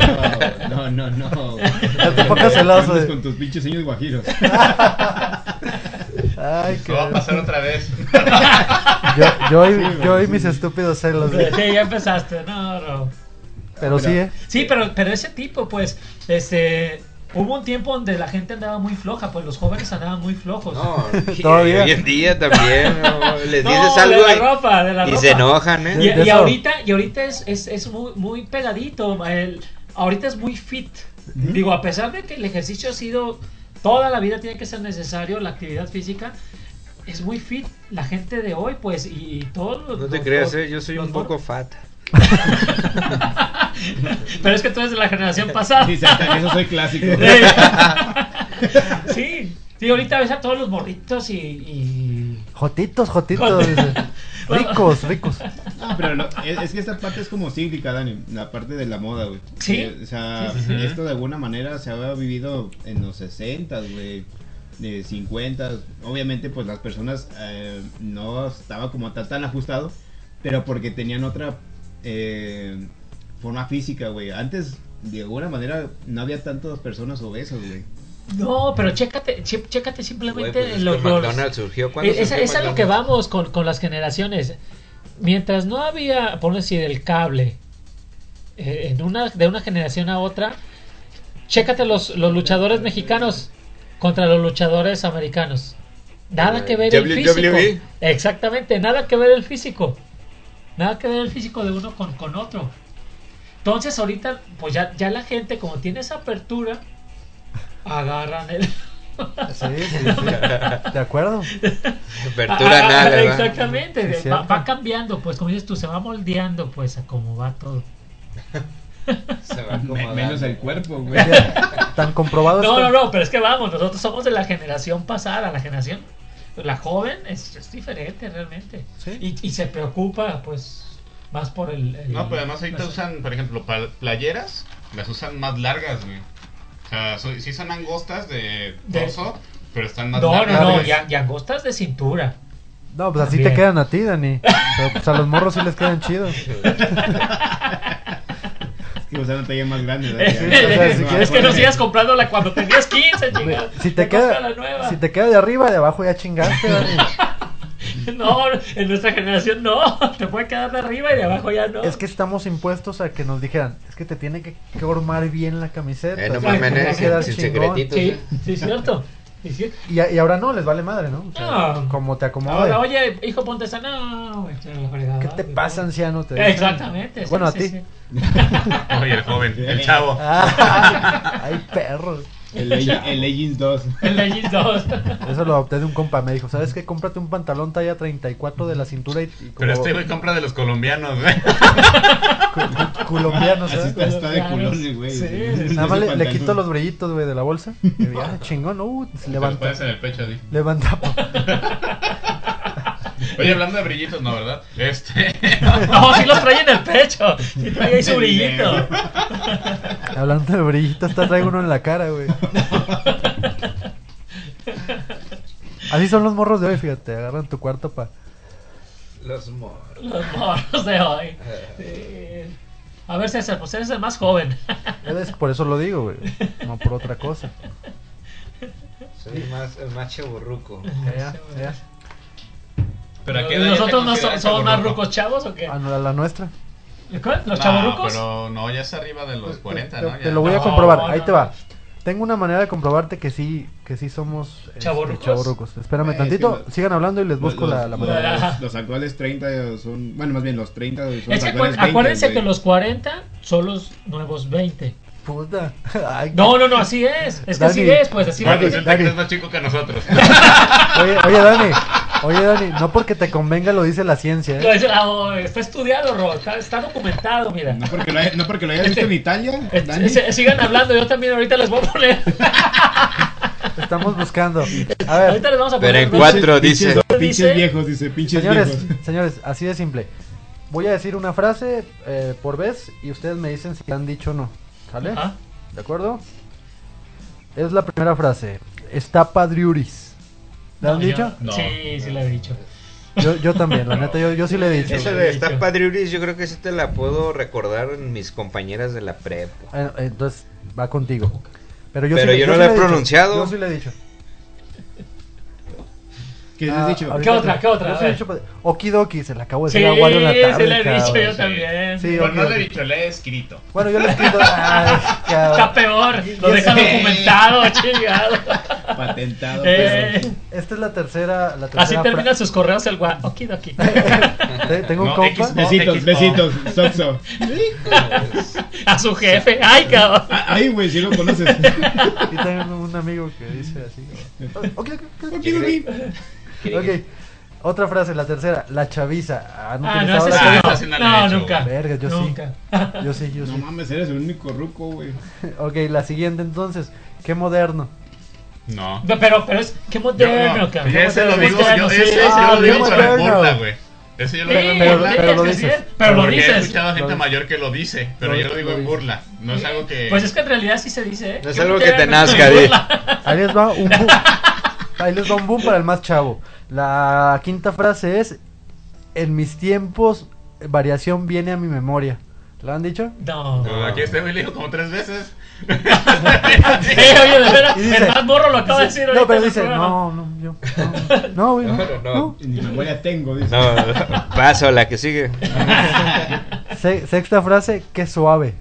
Speaker 5: No, no, no.
Speaker 7: Ah. Ya te pongas celoso,
Speaker 5: Andes
Speaker 7: eh.
Speaker 5: con tus pinches sueños guajiros.
Speaker 7: Ay,
Speaker 6: Lo va a
Speaker 7: cabrón.
Speaker 6: pasar otra vez.
Speaker 7: Yo, yo, hoy-
Speaker 5: Sí, güey,
Speaker 7: yo hoy
Speaker 5: sí,
Speaker 7: mis
Speaker 5: sí.
Speaker 7: estúpidos celos.
Speaker 4: Sí,
Speaker 7: güey.
Speaker 4: ya empezaste, no, no.
Speaker 7: Pero sí, ¿eh?
Speaker 4: Sí, pero, pero ese tipo, pues, este, hubo un tiempo donde la gente andaba muy floja, pues los jóvenes andaban muy flojos.
Speaker 8: No, y-
Speaker 7: Todavía.
Speaker 8: Hoy en día también, ¿no? les
Speaker 4: No,
Speaker 8: dices
Speaker 4: de la
Speaker 8: algo
Speaker 4: ropa, de la
Speaker 8: y, y
Speaker 4: ropa.
Speaker 8: se enojan,
Speaker 4: Y,
Speaker 8: ¿eh?
Speaker 7: Sí. de
Speaker 4: y
Speaker 7: eso.
Speaker 4: ahorita, y ahorita es, es, es muy, muy pegadito. el- ahorita es muy fit. Digo, a pesar de que el ejercicio ha sido toda la vida tiene que ser necesario, la actividad física es muy fit. La gente de hoy, pues, y, y todos los-
Speaker 8: No te
Speaker 4: los-
Speaker 8: creas,
Speaker 4: los-
Speaker 8: ¿eh? yo soy
Speaker 4: los
Speaker 8: un poco fat.
Speaker 4: Pero es que tú eres de la generación pasada.
Speaker 5: Sí, Santa, eso soy clásico.
Speaker 4: sí, sí, ahorita ves a todos los morritos y. y-
Speaker 7: Jotitos, jotitos. dice. Ricos, ricos.
Speaker 5: No, pero lo- es, es que esta parte es como cíclica, Dani, la parte de la moda, güey.
Speaker 4: Sí.
Speaker 5: Eh, o sea,
Speaker 4: Sí, sí, sí.
Speaker 5: esto de alguna manera se había vivido en los 60, güey, de 50. Obviamente, pues las personas eh, no estaba como tan, tan ajustado, pero porque tenían otra eh, forma física, güey. Antes, de alguna manera, no había tantas personas obesas, güey.
Speaker 4: No, pero chécate, che- chécate
Speaker 8: Güey,
Speaker 4: simplemente
Speaker 8: pues es que
Speaker 4: los. los-
Speaker 8: McDonald's surgió cuando
Speaker 4: Es, es a lo que vamos con, con las generaciones. Mientras no había, por decir, el cable eh, en una, de una generación a otra, chécate los, los luchadores mexicanos contra los luchadores americanos. Nada que ver el físico.
Speaker 8: WWE.
Speaker 4: Exactamente, nada que ver el físico. Nada que ver el físico de uno con, con otro. Entonces ahorita, pues ya, ya la gente como tiene esa apertura, agarran el...
Speaker 7: Sí, sí, sí. De acuerdo.
Speaker 8: Apertura
Speaker 4: Ah, ah,
Speaker 8: anal, ¿verdad?
Speaker 4: Exactamente,
Speaker 7: Sí,
Speaker 4: de- va,
Speaker 7: cierto.
Speaker 4: va cambiando, pues como dices tú, se va moldeando, pues a cómo va todo.
Speaker 8: Se va
Speaker 5: Me-
Speaker 8: acomodando.
Speaker 5: menos el cuerpo, güey.
Speaker 7: Mira, Tan comprobado
Speaker 4: No, no,
Speaker 7: está.
Speaker 4: no, pero es que vamos, nosotros somos de la generación pasada, la generación, la joven es, es diferente realmente.
Speaker 7: Sí.
Speaker 4: Y, y se preocupa, pues, más por el... el-
Speaker 6: No, pero además ahorita
Speaker 4: las-
Speaker 6: usan, por ejemplo, pal- playeras, las usan más largas, güey. O sea, so- sí son angostas de
Speaker 4: De-
Speaker 6: torso, pero están más
Speaker 4: No,
Speaker 6: largas. Pues,
Speaker 4: no, no,
Speaker 6: güey.
Speaker 4: y, a- y angostas de cintura.
Speaker 7: No, pues así
Speaker 4: Bien.
Speaker 7: te quedan a ti, Dani. Pero, pues a los morros sí les quedan chidos.
Speaker 5: Y usar una talla más grande, Dani.
Speaker 7: Sí, o sea, si
Speaker 4: es
Speaker 7: quieres-
Speaker 4: que no sigas comprándola cuando tenías 15, chingada.
Speaker 7: Si te,
Speaker 4: Compra
Speaker 7: queda,
Speaker 4: la nueva.
Speaker 7: si te queda de arriba, de abajo ya chingaste, Dani.
Speaker 4: No, en nuestra generación no, te puede quedar de arriba y de abajo ya no.
Speaker 7: Es que estamos impuestos a que nos dijeran, es que te tiene que que hormar bien la camiseta.
Speaker 8: Eh, no
Speaker 7: o sea,
Speaker 8: mames,
Speaker 7: tiene
Speaker 8: eh,
Speaker 7: que
Speaker 8: sin,
Speaker 7: quedar
Speaker 8: sin
Speaker 7: chingón".
Speaker 8: secretitos.
Speaker 4: Sí,
Speaker 8: ¿eh?
Speaker 4: sí, es cierto. Sí, sí.
Speaker 7: Y, a- y ahora no, les vale madre, ¿no? O sea,
Speaker 4: No.
Speaker 7: Como te acomode.
Speaker 4: Ah. Ahora, oye, hijo, ponte esa. No, este güey, estoy en la fregada,
Speaker 7: ¿Qué te
Speaker 4: güey,
Speaker 7: pasa,
Speaker 4: no.
Speaker 7: anciano? Te dicen.
Speaker 4: Exactamente. sí,
Speaker 7: Bueno, a
Speaker 4: sí,
Speaker 7: ti.
Speaker 4: sí.
Speaker 6: Oye, el joven, el chavo.
Speaker 7: Ah, ay, perro.
Speaker 5: El, Legend- el Legends 2.
Speaker 4: El de Jeans 2.
Speaker 7: Eso lo adopté de un compa. Me dijo, ¿sabes qué? Cómprate un pantalón talla 34 de la cintura y, y como
Speaker 6: Pero este güey compra de los colombianos, güey.
Speaker 7: cu- colombiano,
Speaker 5: Ah, Así
Speaker 7: ¿sabes?
Speaker 5: está, está de culones, güey.
Speaker 4: Sí.
Speaker 7: Nada más
Speaker 5: Ese
Speaker 7: le, le
Speaker 5: pantalón.
Speaker 7: quito los brillitos, güey, de la bolsa. Y digo, ah, chingón, uh,
Speaker 6: Te
Speaker 7: se
Speaker 6: los
Speaker 7: levanta.
Speaker 6: pones en el pecho, así.
Speaker 7: Levanta.
Speaker 6: Oye, hablando de brillitos, no, ¿verdad? Este.
Speaker 4: No, sí los trae en el pecho. Sí trae ahí su brillito.
Speaker 7: Hablando de brillitos, te traigo uno en la cara, güey. Así son los morros de hoy, fíjate. Agarran tu cuarto pa.
Speaker 3: Los moros.
Speaker 4: Los moros de hoy. Sí. A ver, César, pues eres el más joven.
Speaker 7: Es- Por eso lo digo, güey. No por otra cosa.
Speaker 3: Soy el más, el más chaburruco.
Speaker 7: Ya, ya,
Speaker 6: Pero ¿a qué edad ya se
Speaker 4: ¿Nosotros no
Speaker 6: considera
Speaker 4: so- somos más
Speaker 6: chavorruco?
Speaker 4: rucos chavos o qué?
Speaker 7: ya. Anula Ah, la nuestra.
Speaker 4: ¿Cuál? ¿Los
Speaker 6: No,
Speaker 4: chavorrucos?
Speaker 6: Pero no, ya es arriba de los 40,
Speaker 7: Pues, te,
Speaker 6: ¿no?
Speaker 7: te
Speaker 6: Ya-
Speaker 7: lo voy a
Speaker 6: No,
Speaker 7: comprobar.
Speaker 4: Pues no,
Speaker 7: Ahí te
Speaker 4: no.
Speaker 7: va. Tengo una manera de comprobarte que sí, que sí somos este,
Speaker 4: ¿Chavorrucos?
Speaker 7: chavorrucos. Espérame
Speaker 5: Eh,
Speaker 7: tantito,
Speaker 5: sí, no.
Speaker 7: sigan hablando y les busco
Speaker 5: los,
Speaker 7: la, la
Speaker 5: los-
Speaker 7: manera.
Speaker 5: los- los actuales 30 son. Bueno, más bien los 30 son. los
Speaker 4: Es que
Speaker 5: actuales
Speaker 4: acuérdense,
Speaker 5: 20,
Speaker 4: acuérdense que
Speaker 5: güey.
Speaker 4: los 40 son los nuevos 20.
Speaker 7: Puta. Ay,
Speaker 4: No, no, no, así es. Es que
Speaker 7: Dani.
Speaker 4: así es, pues así
Speaker 6: Bueno,
Speaker 4: es.
Speaker 6: pues él te
Speaker 7: Dani.
Speaker 6: crees más chico que nosotros.
Speaker 7: Oye, oye, Dani. Oye, Dani, no porque te convenga lo dice la ciencia,
Speaker 4: Lo
Speaker 7: ¿eh?
Speaker 4: dice, ah, oh, está estudiado, Rod. Está, está documentado, mira.
Speaker 5: No porque lo haya, no porque lo hayas visto en Italia,
Speaker 4: Eh,
Speaker 5: Dani.
Speaker 4: se- sigan hablando, yo también ahorita les voy a poner.
Speaker 7: Estamos buscando. A ver,
Speaker 4: Ahorita les vamos a poner.
Speaker 9: Pero en
Speaker 4: los-
Speaker 9: cuatro dice.
Speaker 5: Pinches viejos, dice, pinches
Speaker 7: señores,
Speaker 5: viejos.
Speaker 7: señores, así de simple. Voy a decir una frase eh, por vez y ustedes me dicen si la han dicho o no. ¿Sale?
Speaker 4: Ajá.
Speaker 7: ¿De acuerdo? Es la primera frase. Está padriuris. ¿La han
Speaker 4: No, yo-
Speaker 7: dicho?
Speaker 6: No.
Speaker 4: Sí, sí, lo he dicho.
Speaker 7: Yo, yo también, la neta, yo, yo sí le he dicho.
Speaker 4: Eso
Speaker 3: Esa
Speaker 7: güey.
Speaker 3: de estar padriuris, yo creo que sí te la puedo recordar en mis compañeras de la prepa.
Speaker 7: Eh, Entonces, va contigo. Pero yo,
Speaker 3: Pero
Speaker 7: sí, le-
Speaker 3: yo no
Speaker 7: sí
Speaker 3: la
Speaker 7: le
Speaker 3: he
Speaker 7: dicho,
Speaker 3: pronunciado.
Speaker 7: Yo sí le he dicho.
Speaker 5: ¿Qué
Speaker 7: Ah,
Speaker 5: has dicho?
Speaker 7: ahorita
Speaker 4: ¿Qué otra?
Speaker 7: te-
Speaker 4: ¿Qué otra?
Speaker 7: yo
Speaker 4: A
Speaker 7: sí le he
Speaker 4: ver.
Speaker 7: dicho padre- Okidoki, se la acabo de
Speaker 4: Sí,
Speaker 7: decir
Speaker 4: sí
Speaker 7: a Wario en la tarde.
Speaker 4: le he dicho
Speaker 7: cabrón.
Speaker 4: yo también.
Speaker 7: Sí,
Speaker 6: Pues no
Speaker 7: ok.
Speaker 6: le he dicho, le he escrito.
Speaker 7: Bueno, yo le escribo. Ay,
Speaker 4: Está
Speaker 7: cabrón.
Speaker 4: peor, lo
Speaker 7: Ya
Speaker 4: deja
Speaker 7: sé.
Speaker 4: documentado, chingado.
Speaker 5: Patentado.
Speaker 4: Eh,
Speaker 7: Esta es la tercera. La tercera
Speaker 4: así
Speaker 7: fra-
Speaker 4: terminan sus correos el guapo. Okidoki.
Speaker 7: Te- Tengo un
Speaker 6: No,
Speaker 7: compa.
Speaker 6: X-
Speaker 5: Besitos, besitos, soxo.
Speaker 4: A su jefe. Ay, cabrón.
Speaker 5: Ah, Ay, güey, si lo conoces.
Speaker 7: Y tengo un amigo que dice así. Ok, ok, ok. Ok. Otra frase, la tercera. La chaviza. ¿Han
Speaker 4: Ah, no,
Speaker 7: utilizado
Speaker 4: ese
Speaker 7: la
Speaker 4: sí
Speaker 6: Ah,
Speaker 7: chaviza?
Speaker 6: esa
Speaker 4: no.
Speaker 6: sí no la he
Speaker 4: No,
Speaker 6: hecho,
Speaker 4: nunca.
Speaker 7: Verga, yo sí.
Speaker 4: nunca.
Speaker 7: Ah, Yo sí, yo
Speaker 5: No
Speaker 7: sí.
Speaker 5: mames, eres el único ruco, güey.
Speaker 7: Ok, la siguiente entonces. Qué moderno.
Speaker 6: No.
Speaker 4: No, Pero, pero es, qué
Speaker 6: Yo
Speaker 4: moderno,
Speaker 6: no.
Speaker 4: cabrón.
Speaker 6: Yo ese lo
Speaker 4: Qué
Speaker 6: digo,
Speaker 4: moderno,
Speaker 6: yo
Speaker 4: sí,
Speaker 6: ese
Speaker 4: sí,
Speaker 6: ese
Speaker 4: sí,
Speaker 6: yo lo
Speaker 7: sí,
Speaker 6: digo para
Speaker 7: moderno.
Speaker 6: en burla, güey. Ese yo lo digo en
Speaker 7: pero-
Speaker 6: burla.
Speaker 7: pero lo
Speaker 4: sí, sí,
Speaker 7: dices.
Speaker 4: Pero lo
Speaker 6: porque He
Speaker 4: dices.
Speaker 6: escuchado a gente
Speaker 7: Lo-
Speaker 6: mayor que lo dice, pero
Speaker 7: lo-
Speaker 6: yo lo digo
Speaker 7: lo
Speaker 6: en
Speaker 7: dices.
Speaker 6: burla. No es algo que.
Speaker 4: Pues es que en realidad sí se dice. ¿eh?
Speaker 3: No es
Speaker 4: Qué
Speaker 3: algo que te
Speaker 4: moderno,
Speaker 3: nazca,
Speaker 4: qué
Speaker 3: di.
Speaker 4: burla.
Speaker 7: Ahí les va un boom. Ahí les va un boom para el más chavo. La quinta frase es: En mis tiempos, variación viene a mi memoria. ¿La han dicho?
Speaker 4: No.
Speaker 6: No, aquí este güey le dijo como tres veces.
Speaker 4: Eh, oye, de veras,
Speaker 7: Y dice-
Speaker 4: el más morro lo acaba de decir ahorita
Speaker 7: No, pero
Speaker 4: en el
Speaker 7: dice:
Speaker 4: programa.
Speaker 7: No, no, yo. No, no, güey, no,
Speaker 3: No, no,
Speaker 7: no.
Speaker 3: no.
Speaker 5: Ni memoria tengo, dice.
Speaker 3: No, paso a la que sigue.
Speaker 7: Se- sexta frase: Qué suave.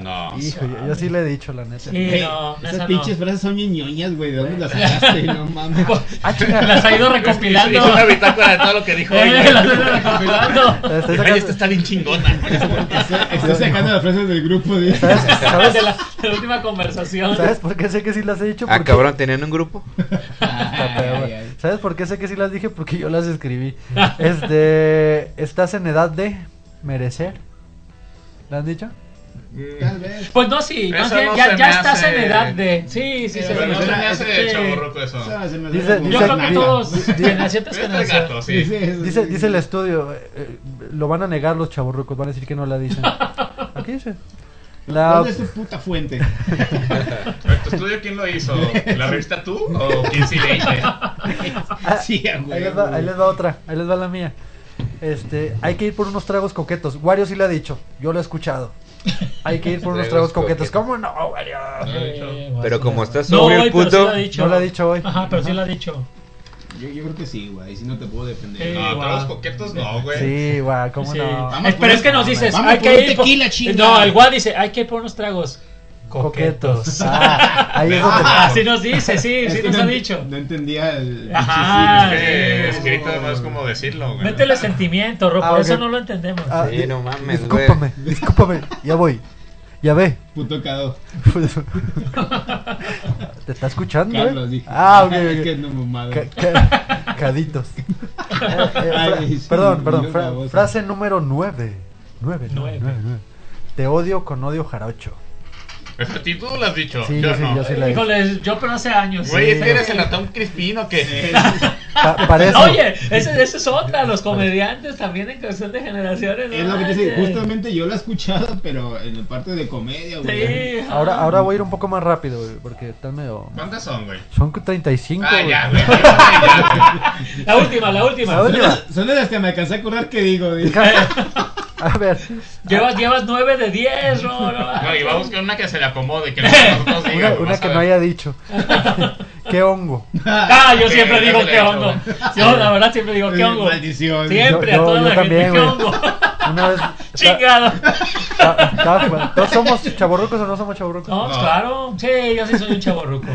Speaker 6: No.
Speaker 7: Hijo, yo, yo sí le he dicho, la neta.
Speaker 4: Sí,
Speaker 5: Güey,
Speaker 4: no, no,
Speaker 5: esas
Speaker 4: esa
Speaker 5: pinches
Speaker 4: no.
Speaker 5: frases son bien ñoñas, güey. ¿De dónde las sacaste? No mames.
Speaker 7: Ah, chinga.
Speaker 4: Las ha ido
Speaker 6: Hizo una
Speaker 4: recopilando.
Speaker 6: bitácora de todo lo que dijo. hoy,
Speaker 4: Eh,
Speaker 6: güey.
Speaker 4: las ha ido recopilando.
Speaker 7: Estoy
Speaker 6: Ay,
Speaker 7: sacando-
Speaker 6: esta está bien chingona.
Speaker 5: Estoy sacando las frases del grupo, dice.
Speaker 7: ¿Sabes? ¿Sabes?
Speaker 4: De la, de la última conversación.
Speaker 7: ¿Sabes por qué sé que sí las he dicho?
Speaker 3: Ah,
Speaker 7: Porque-
Speaker 3: cabrón, ¿tenían un grupo?
Speaker 7: Está peor. ¿Sabes por qué sé que sí las dije? Porque yo las escribí. Este, estás en edad de merecer. ¿La han dicho?
Speaker 6: Mm.
Speaker 5: Tal vez.
Speaker 4: Pues no, sí, más
Speaker 6: Eso
Speaker 4: bien,
Speaker 6: no
Speaker 4: ya,
Speaker 6: se
Speaker 4: ya
Speaker 6: me
Speaker 4: estás
Speaker 6: hace- Eh,
Speaker 4: en edad de. Sí, sí, sí.
Speaker 6: Pero no se me hace
Speaker 4: sí.
Speaker 6: chaburruco eso.
Speaker 5: Se me
Speaker 7: Dice-
Speaker 5: hace como
Speaker 4: Yo
Speaker 7: dice-
Speaker 4: creo
Speaker 5: nada.
Speaker 4: que todos, en ciertas
Speaker 6: Este
Speaker 4: generaciones.
Speaker 6: gato, sí.
Speaker 5: Dice eso,
Speaker 7: Dice,
Speaker 5: sí.
Speaker 7: dice el estudio, eh, eh, lo van a negar los chavorrucos, van a decir que no la dicen. Aquí dice. La,
Speaker 5: ¿Dónde es tu puta fuente?
Speaker 6: ¿Tu estudio quién lo hizo? ¿La revista tú o quién sí leíste?
Speaker 5: Sí,
Speaker 7: ahí,
Speaker 5: güey.
Speaker 7: les va, ahí les va otra, ahí les va la mía. Este, hay que ir por unos tragos coquetos. Wario sí le ha dicho, yo lo he escuchado. Hay que ir por unos
Speaker 3: Tragos
Speaker 7: tragos coquetos.
Speaker 3: coquetos.
Speaker 7: ¿Cómo no, Wario?
Speaker 4: Eh,
Speaker 3: Pero como estás
Speaker 4: No,
Speaker 3: sobre
Speaker 4: hoy,
Speaker 3: el
Speaker 4: pero sí
Speaker 3: puto.
Speaker 4: lo ha dicho.
Speaker 7: No lo ha dicho hoy.
Speaker 4: Ajá, pero sí
Speaker 7: Ajá.
Speaker 4: lo ha dicho.
Speaker 5: Yo, yo creo que sí, güey. Si no te puedo defender.
Speaker 4: Sí,
Speaker 6: No,
Speaker 4: guau.
Speaker 6: tragos coquetos no, güey.
Speaker 7: Sí, guau, ¿cómo
Speaker 4: Sí.
Speaker 7: no?
Speaker 5: Vamos
Speaker 4: Eh,
Speaker 5: por
Speaker 4: pero
Speaker 5: un-
Speaker 4: es que nos dices,
Speaker 5: vamos
Speaker 4: hay
Speaker 5: por
Speaker 4: que
Speaker 5: un
Speaker 4: ir. por-
Speaker 5: tequila, chinga.
Speaker 4: no, el guá dice, hay que ir por unos tragos coquetos.
Speaker 7: coquetos. Ah, ahí es donde.
Speaker 4: Ah, así nos dice, sí,
Speaker 5: Es
Speaker 4: sí
Speaker 5: que
Speaker 4: nos
Speaker 5: no
Speaker 4: ha
Speaker 5: ent-
Speaker 4: dicho.
Speaker 5: No entendía el.
Speaker 4: Ajá,
Speaker 5: Sí, sí,
Speaker 6: Eh,
Speaker 4: sí.
Speaker 6: escrito no es como decirlo, güey.
Speaker 4: Métele sentimiento, Ro,
Speaker 7: Ah,
Speaker 4: por
Speaker 7: ok.
Speaker 4: eso no lo entendemos.
Speaker 7: Ah,
Speaker 3: Sí,
Speaker 7: di-
Speaker 3: no mames, güey.
Speaker 7: discúlpame, discúlpame, ya voy. Ya ve.
Speaker 5: Puto Cado.
Speaker 7: ¿Te está escuchando? eh?
Speaker 5: Carlos, dije.
Speaker 7: Ah, ok.
Speaker 5: Es
Speaker 7: ok.
Speaker 5: que no, mamada.
Speaker 7: Ca- ca- caditos. Eh, eh, fra-
Speaker 5: Ay, sí,
Speaker 7: perdón,
Speaker 5: mi
Speaker 7: perdón.
Speaker 5: loca
Speaker 7: fra-
Speaker 5: voz.
Speaker 7: frase número 9. 9,
Speaker 4: Nueve.
Speaker 7: 9, 9. Te odio con odio jarocho.
Speaker 10: Esa ti tú Este lo has dicho.
Speaker 7: Sí,
Speaker 10: yo
Speaker 7: yo sí,
Speaker 10: no.
Speaker 7: yo sí la he visto.
Speaker 4: Híjole, yo pero hace años.
Speaker 10: Güey,
Speaker 4: Sí.
Speaker 10: ¿ese eres el ratón Crispino que.
Speaker 7: Pa- para eso-
Speaker 4: Oye, ese- esa es otra, los comediantes también en cuestión de generaciones.
Speaker 5: Es
Speaker 4: no
Speaker 5: lo que te digo,
Speaker 4: manches.
Speaker 5: justamente yo lo he escuchado, pero en la parte de comedia, güey.
Speaker 4: Sí,
Speaker 7: Ahora, ahora voy a ir un poco más rápido, güey, porque están medio.
Speaker 10: ¿Cuántas son, güey?
Speaker 7: Son 35,
Speaker 10: Ah,
Speaker 7: güey.
Speaker 10: ya, güey. ya, güey.
Speaker 4: La última, la última.
Speaker 7: La
Speaker 5: Son
Speaker 7: última.
Speaker 5: las- Son de las que me alcancé a acordar que digo, güey.
Speaker 7: A ver,
Speaker 4: Llevas, llevas 9 de 10, no, no,
Speaker 10: No, y va a buscar una que se le acomode, que no nosotros
Speaker 7: una,
Speaker 10: digamos,
Speaker 7: una
Speaker 10: vas
Speaker 7: que
Speaker 10: a
Speaker 7: no
Speaker 10: ver.
Speaker 7: haya dicho. ¿Qué hongo?
Speaker 4: Ah, yo
Speaker 10: Sí,
Speaker 4: siempre
Speaker 10: ya
Speaker 4: digo
Speaker 10: se la
Speaker 4: qué
Speaker 10: he hecho,
Speaker 4: hongo.
Speaker 10: güey.
Speaker 4: Yo, la verdad, siempre
Speaker 5: Eh,
Speaker 4: digo qué hongo.
Speaker 5: Maldición.
Speaker 4: Siempre,
Speaker 7: Yo-
Speaker 4: a toda
Speaker 7: yo-
Speaker 4: la gente,
Speaker 7: yo también,
Speaker 4: qué
Speaker 7: güey.
Speaker 4: hongo.
Speaker 7: Una vez.
Speaker 4: Chingado.
Speaker 7: ta- ta- ta- bueno, ¿Todos somos chaborrucos o no somos chaborrucos?
Speaker 4: No, pues
Speaker 10: No.
Speaker 4: claro. Sí, yo sí soy un chavo ruco.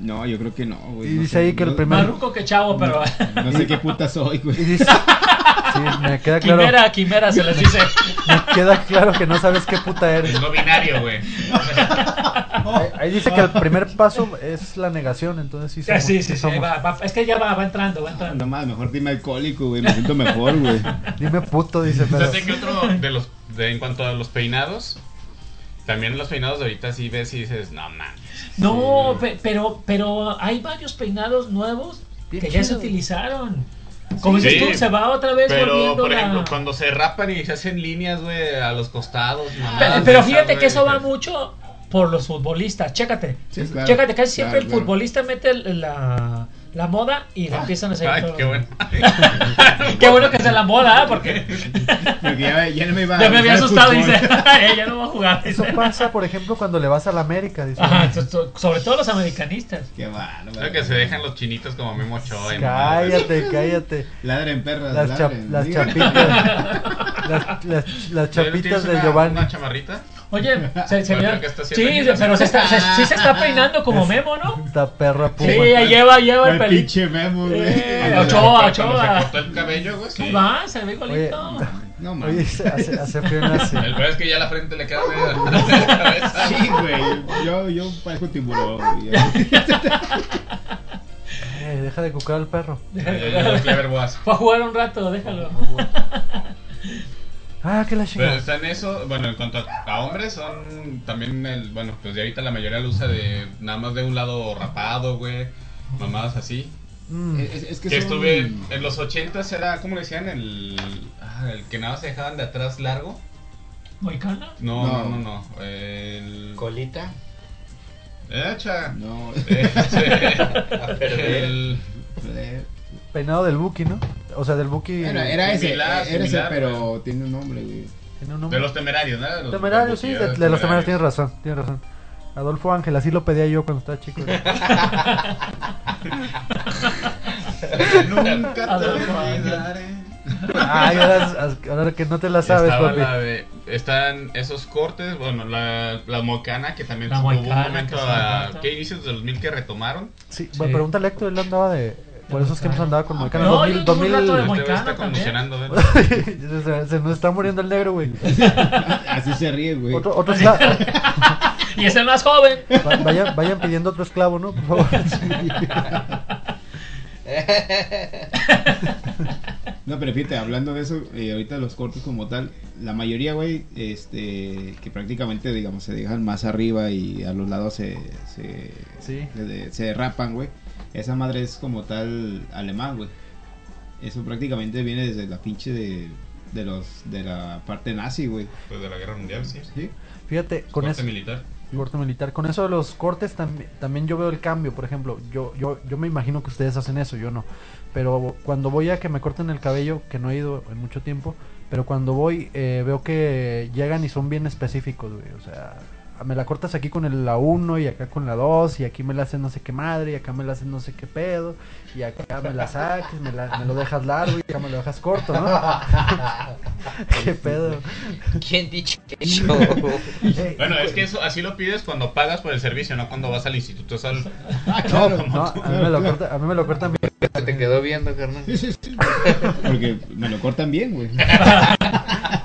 Speaker 5: No, yo creo que no, güey.
Speaker 7: Y
Speaker 5: no
Speaker 7: dice
Speaker 5: sé,
Speaker 7: ahí que el
Speaker 5: no-
Speaker 7: primer-
Speaker 4: Más ruco que chavo, pero.
Speaker 5: No sé qué puta soy,
Speaker 7: Y
Speaker 5: güey.
Speaker 7: dice. Sí, me queda claro.
Speaker 4: Quimera, quimera se les dice.
Speaker 7: Me queda claro que no sabes qué puta eres.
Speaker 10: El no binario, güey.
Speaker 7: Ahí- Ahí dice que el primer paso es la negación, entonces sí somos.
Speaker 4: Ah, Sí, sí, sí. ahí
Speaker 7: somos.
Speaker 4: va, va. Es que ya va, va entrando, va entrando.
Speaker 5: No más, mejor dime alcohólico, güey. Me siento mejor, güey.
Speaker 7: Dime puto, dice pero
Speaker 6: Yo sé que otro de los. de- en cuanto a los peinados. También los peinados de ahorita sí ves y dices, no man.
Speaker 4: No, pe- pero, pero hay varios peinados nuevos que ya se utilizaron. Como
Speaker 6: Sí.
Speaker 4: dices tú, se va otra vez
Speaker 6: Pero,
Speaker 4: volviendo
Speaker 6: por
Speaker 4: la-
Speaker 6: ejemplo, cuando se rapan y se hacen líneas, güey, a los costados,
Speaker 4: Pe-
Speaker 6: mamadas
Speaker 4: Pero,
Speaker 6: de esas,
Speaker 4: fíjate
Speaker 6: güey,
Speaker 4: que eso va
Speaker 6: dices,
Speaker 4: mucho por los futbolistas. Chécate.
Speaker 5: Sí, claro.
Speaker 4: Chécate, casi siempre
Speaker 5: Claro,
Speaker 4: el
Speaker 5: claro.
Speaker 4: futbolista mete el- la, la moda y la empiezan a hacer.
Speaker 6: Ay,
Speaker 4: todo.
Speaker 6: qué bueno.
Speaker 4: Qué bueno que sea la moda, ¿eh? porque
Speaker 5: Porque ya, ya no me iba a
Speaker 4: ya me había
Speaker 5: gustar el fútbol.
Speaker 4: asustado. Dice, "Ay, ya no va a jugar.
Speaker 7: Eso
Speaker 4: dice.
Speaker 7: pasa, por ejemplo, cuando le vas a la América, dice.
Speaker 4: Ajá, so- so- sobre todo los americanistas.
Speaker 5: Qué bárbaro.
Speaker 6: Creo que se dejan los chinitos como Memo Ochoa. y mamadas de esas.
Speaker 7: Cállate, cállate.
Speaker 5: Ladren perras,
Speaker 7: Las, chap-
Speaker 5: ladren.
Speaker 7: las
Speaker 5: Digan.
Speaker 7: chapitas. Las, las- las chapitas
Speaker 6: ¿Tienes
Speaker 7: de
Speaker 6: una-
Speaker 7: Giovanni.
Speaker 6: ¿Una chamarrita?
Speaker 4: Oye, se, se
Speaker 6: Bueno,
Speaker 4: ve-
Speaker 6: que está
Speaker 4: Sí,
Speaker 6: haciendo aquí.
Speaker 4: pero se está, se, sí se está peinando como Memo, ¿no?
Speaker 7: Esta perra
Speaker 4: Sí,
Speaker 7: puma.
Speaker 4: ya lleva, lleva el
Speaker 5: Al
Speaker 4: pelito.
Speaker 5: pinche memo, güey.
Speaker 4: Eh,
Speaker 5: Cuando se-
Speaker 4: Ochoa,
Speaker 10: Cuando se
Speaker 4: Ochoa.
Speaker 10: cortó el cabello, güey.
Speaker 4: Ahí
Speaker 10: Sí.
Speaker 4: Va, se ve
Speaker 7: Oye,
Speaker 4: igualito.
Speaker 5: No
Speaker 7: oye,
Speaker 5: mames.
Speaker 7: se hace, hace frío en así.
Speaker 10: El peor es que ya la frente le queda medio atrás de la cabeza.
Speaker 5: Sí, güey. Yo, yo parezco tiburón, güey. ya.
Speaker 7: Eh, deja de cucar al perro.
Speaker 10: Ya llegó el Clever Boas.
Speaker 4: Va a jugar un rato, déjalo.
Speaker 7: Ah, que la
Speaker 6: Pero
Speaker 7: chingada.
Speaker 6: está en eso, bueno, en cuanto a, a hombres, son también el, bueno, pues de ahorita la mayoría lo usa de nada más de un lado rapado, güey, mamadas así.
Speaker 7: Mm,
Speaker 5: Es, es que
Speaker 6: Que
Speaker 5: son-
Speaker 6: estuve en los 80 era, ¿cómo le decían? El, ah, el que nada más se dejaban de atrás largo.
Speaker 4: ¿Moicano?
Speaker 6: No,
Speaker 5: No.
Speaker 6: no, no, no. El...
Speaker 2: Colita.
Speaker 6: Echa.
Speaker 5: No,
Speaker 6: Este, el...
Speaker 5: joder.
Speaker 7: Peinado del Buki, ¿no? O sea, del Buki.
Speaker 5: Era, era ese,
Speaker 6: Similar,
Speaker 5: era ese,
Speaker 6: similar,
Speaker 5: pero tiene un nombre, güey.
Speaker 7: Tiene un
Speaker 6: De
Speaker 7: nombre.
Speaker 6: los temerarios, ¿no? De los-
Speaker 7: Temerarios, sí,
Speaker 6: de
Speaker 7: de, de los temerarios. Tienes razón, tienes razón. Adolfo Ángel, así lo pedía yo cuando estaba chico.
Speaker 5: Nunca te
Speaker 4: Adolfo Ángel.
Speaker 5: olvidaré.
Speaker 7: Ay, ahora, ahora que no te la sabes,
Speaker 6: Estaba
Speaker 7: papi.
Speaker 6: la de- están esos cortes, bueno, la, la mocana que también
Speaker 4: La
Speaker 6: hubo un
Speaker 4: mocana,
Speaker 6: momento
Speaker 4: que se
Speaker 6: a
Speaker 4: levanta.
Speaker 6: ¿qué inicios del 2000 que retomaron.
Speaker 7: Sí,
Speaker 4: Sí.
Speaker 7: bueno, pregúntale a Héctor, él andaba de. Por esos tiempos andaba con Moicano.
Speaker 4: No, yo
Speaker 7: 2000,
Speaker 4: tuve un rato de Moicano.
Speaker 7: 2000.
Speaker 6: Este güey está
Speaker 4: también.
Speaker 6: conmocionando, ¿eh?
Speaker 7: se, se- se nos está muriendo el negro, güey.
Speaker 5: Así se ríe, güey.
Speaker 7: Otro, otro esclavo.
Speaker 4: Y es el más joven.
Speaker 7: Va- Vayan, vayan pidiendo otro esclavo, ¿no? Por favor.
Speaker 5: No, pero fíjate, hablando de eso, eh, ahorita los cortes como tal, la mayoría, güey, este, que prácticamente, digamos, se dejan más arriba y a los lados se, se,
Speaker 7: Sí.
Speaker 5: se, se rapan, güey. Esa madre es como tal alemán, güey. Eso prácticamente viene desde la pinche de, de los, de la parte nazi, güey.
Speaker 6: Pues de la guerra mundial, sí.
Speaker 5: Sí.
Speaker 7: Fíjate, con
Speaker 6: Corte
Speaker 7: eso.
Speaker 6: militar.
Speaker 7: Corte militar. Con eso de los cortes también, también yo veo el cambio. Por ejemplo, yo, yo, yo me imagino que ustedes hacen eso, yo no. Pero cuando voy a que me corten el cabello, que no he ido en mucho tiempo, pero cuando voy eh, veo que llegan y son bien específicos, güey. O sea, me la cortas aquí con el- la 1 y acá con la 2 y aquí me la hacen no sé qué madre y acá me la hacen no sé qué pedo y acá me la saques, me, la- me lo dejas largo y acá me lo dejas corto, ¿no? qué pedo.
Speaker 2: ¿Quién dicho que yo?
Speaker 7: Eh,
Speaker 6: Bueno, es que eso así lo pides cuando pagas por el servicio, no cuando vas al instituto. o sea,
Speaker 7: no, no, a mí me lo corta- a mí me lo cortan bien.
Speaker 8: Te quedó viendo, carnal.
Speaker 5: Sí, sí, sí. Porque me lo cortan bien, güey.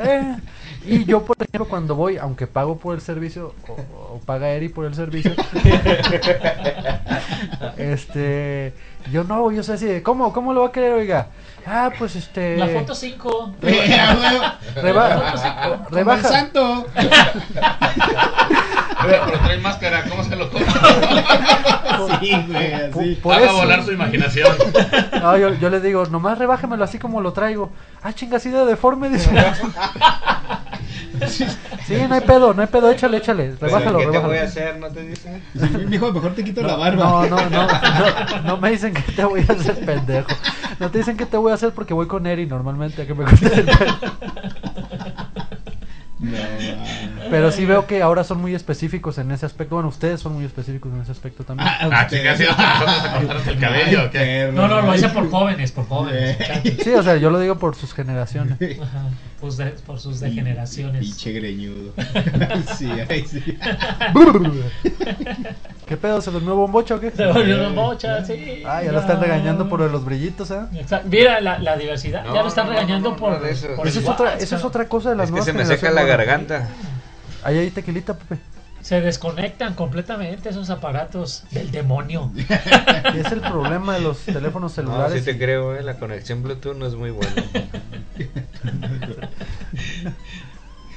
Speaker 7: Eh, Y yo, por ejemplo, cuando voy, aunque pago por el servicio, o, o paga Eri por el servicio, este, yo no, yo sé así, de, ¿cómo, ¿cómo lo va a querer, oiga? Ah, pues este...
Speaker 4: La foto 5.
Speaker 7: eh,
Speaker 5: Reba-
Speaker 7: reba-
Speaker 4: La foto 5.
Speaker 5: Como el
Speaker 7: rebaja,
Speaker 5: santo.
Speaker 10: Pero trae máscara, ¿cómo se lo come?
Speaker 5: Sí, güey, así.
Speaker 7: Por
Speaker 10: Haga
Speaker 7: eso.
Speaker 10: volar su imaginación.
Speaker 7: No, yo, yo les digo, nomás rebájamelo así como lo traigo. Ah, chinga, así de deforme. Dice. sí, no hay pedo, no hay pedo, échale, échale. Rebájalo,
Speaker 8: ¿Qué te voy a
Speaker 7: rebájalo.
Speaker 8: hacer? ¿No te dice?
Speaker 5: Sí, mijo, mejor te quito la
Speaker 7: No,
Speaker 5: barba.
Speaker 7: no, no, no, no me dicen que te voy a hacer pendejo. No te dicen que te voy a hacer porque voy con Eri normalmente a que me corte el pelo.
Speaker 5: No, ah.
Speaker 7: Pero sí veo que ahora son muy específicos en ese aspecto. Bueno, ustedes son muy específicos en ese aspecto también.
Speaker 10: Ah, chingas, ¿sí? ¿Nosotros te cortaron el cabello o
Speaker 5: Ay,
Speaker 10: qué?
Speaker 5: perro.
Speaker 4: No, no, lo hice por jóvenes, por jóvenes.
Speaker 5: Eh.
Speaker 4: muchachos.
Speaker 7: Sí, o sea, yo lo digo por sus generaciones.
Speaker 4: Ajá, pues de- por sus degeneraciones.
Speaker 5: Pinche greñudo. sí, ay, sí.
Speaker 7: ¿Qué pedo? ¿Se durmió bombocha o qué?
Speaker 4: Se volvió una mocha, sí.
Speaker 7: Ah, ya lo están regañando por los brillitos, ¿eh?
Speaker 4: Exacto. Mira la, la diversidad,
Speaker 8: No,
Speaker 4: ya lo están
Speaker 8: no, no,
Speaker 4: regañando
Speaker 8: no, no,
Speaker 4: por,
Speaker 8: no, de eso.
Speaker 4: por
Speaker 7: Esa
Speaker 4: el
Speaker 7: es, otra,
Speaker 4: WhatsApp.
Speaker 7: esa es otra cosa de
Speaker 8: Es
Speaker 7: las
Speaker 8: que
Speaker 7: nuevas
Speaker 8: se me seca la
Speaker 7: generaciones, bueno.
Speaker 8: garganta.
Speaker 7: Ahí hay tequilita, Pepe.
Speaker 4: Se desconectan completamente esos aparatos del demonio.
Speaker 7: Y es el problema de los teléfonos
Speaker 8: No,
Speaker 7: celulares.
Speaker 8: sí te creo, eh, la conexión Bluetooth no es muy buena.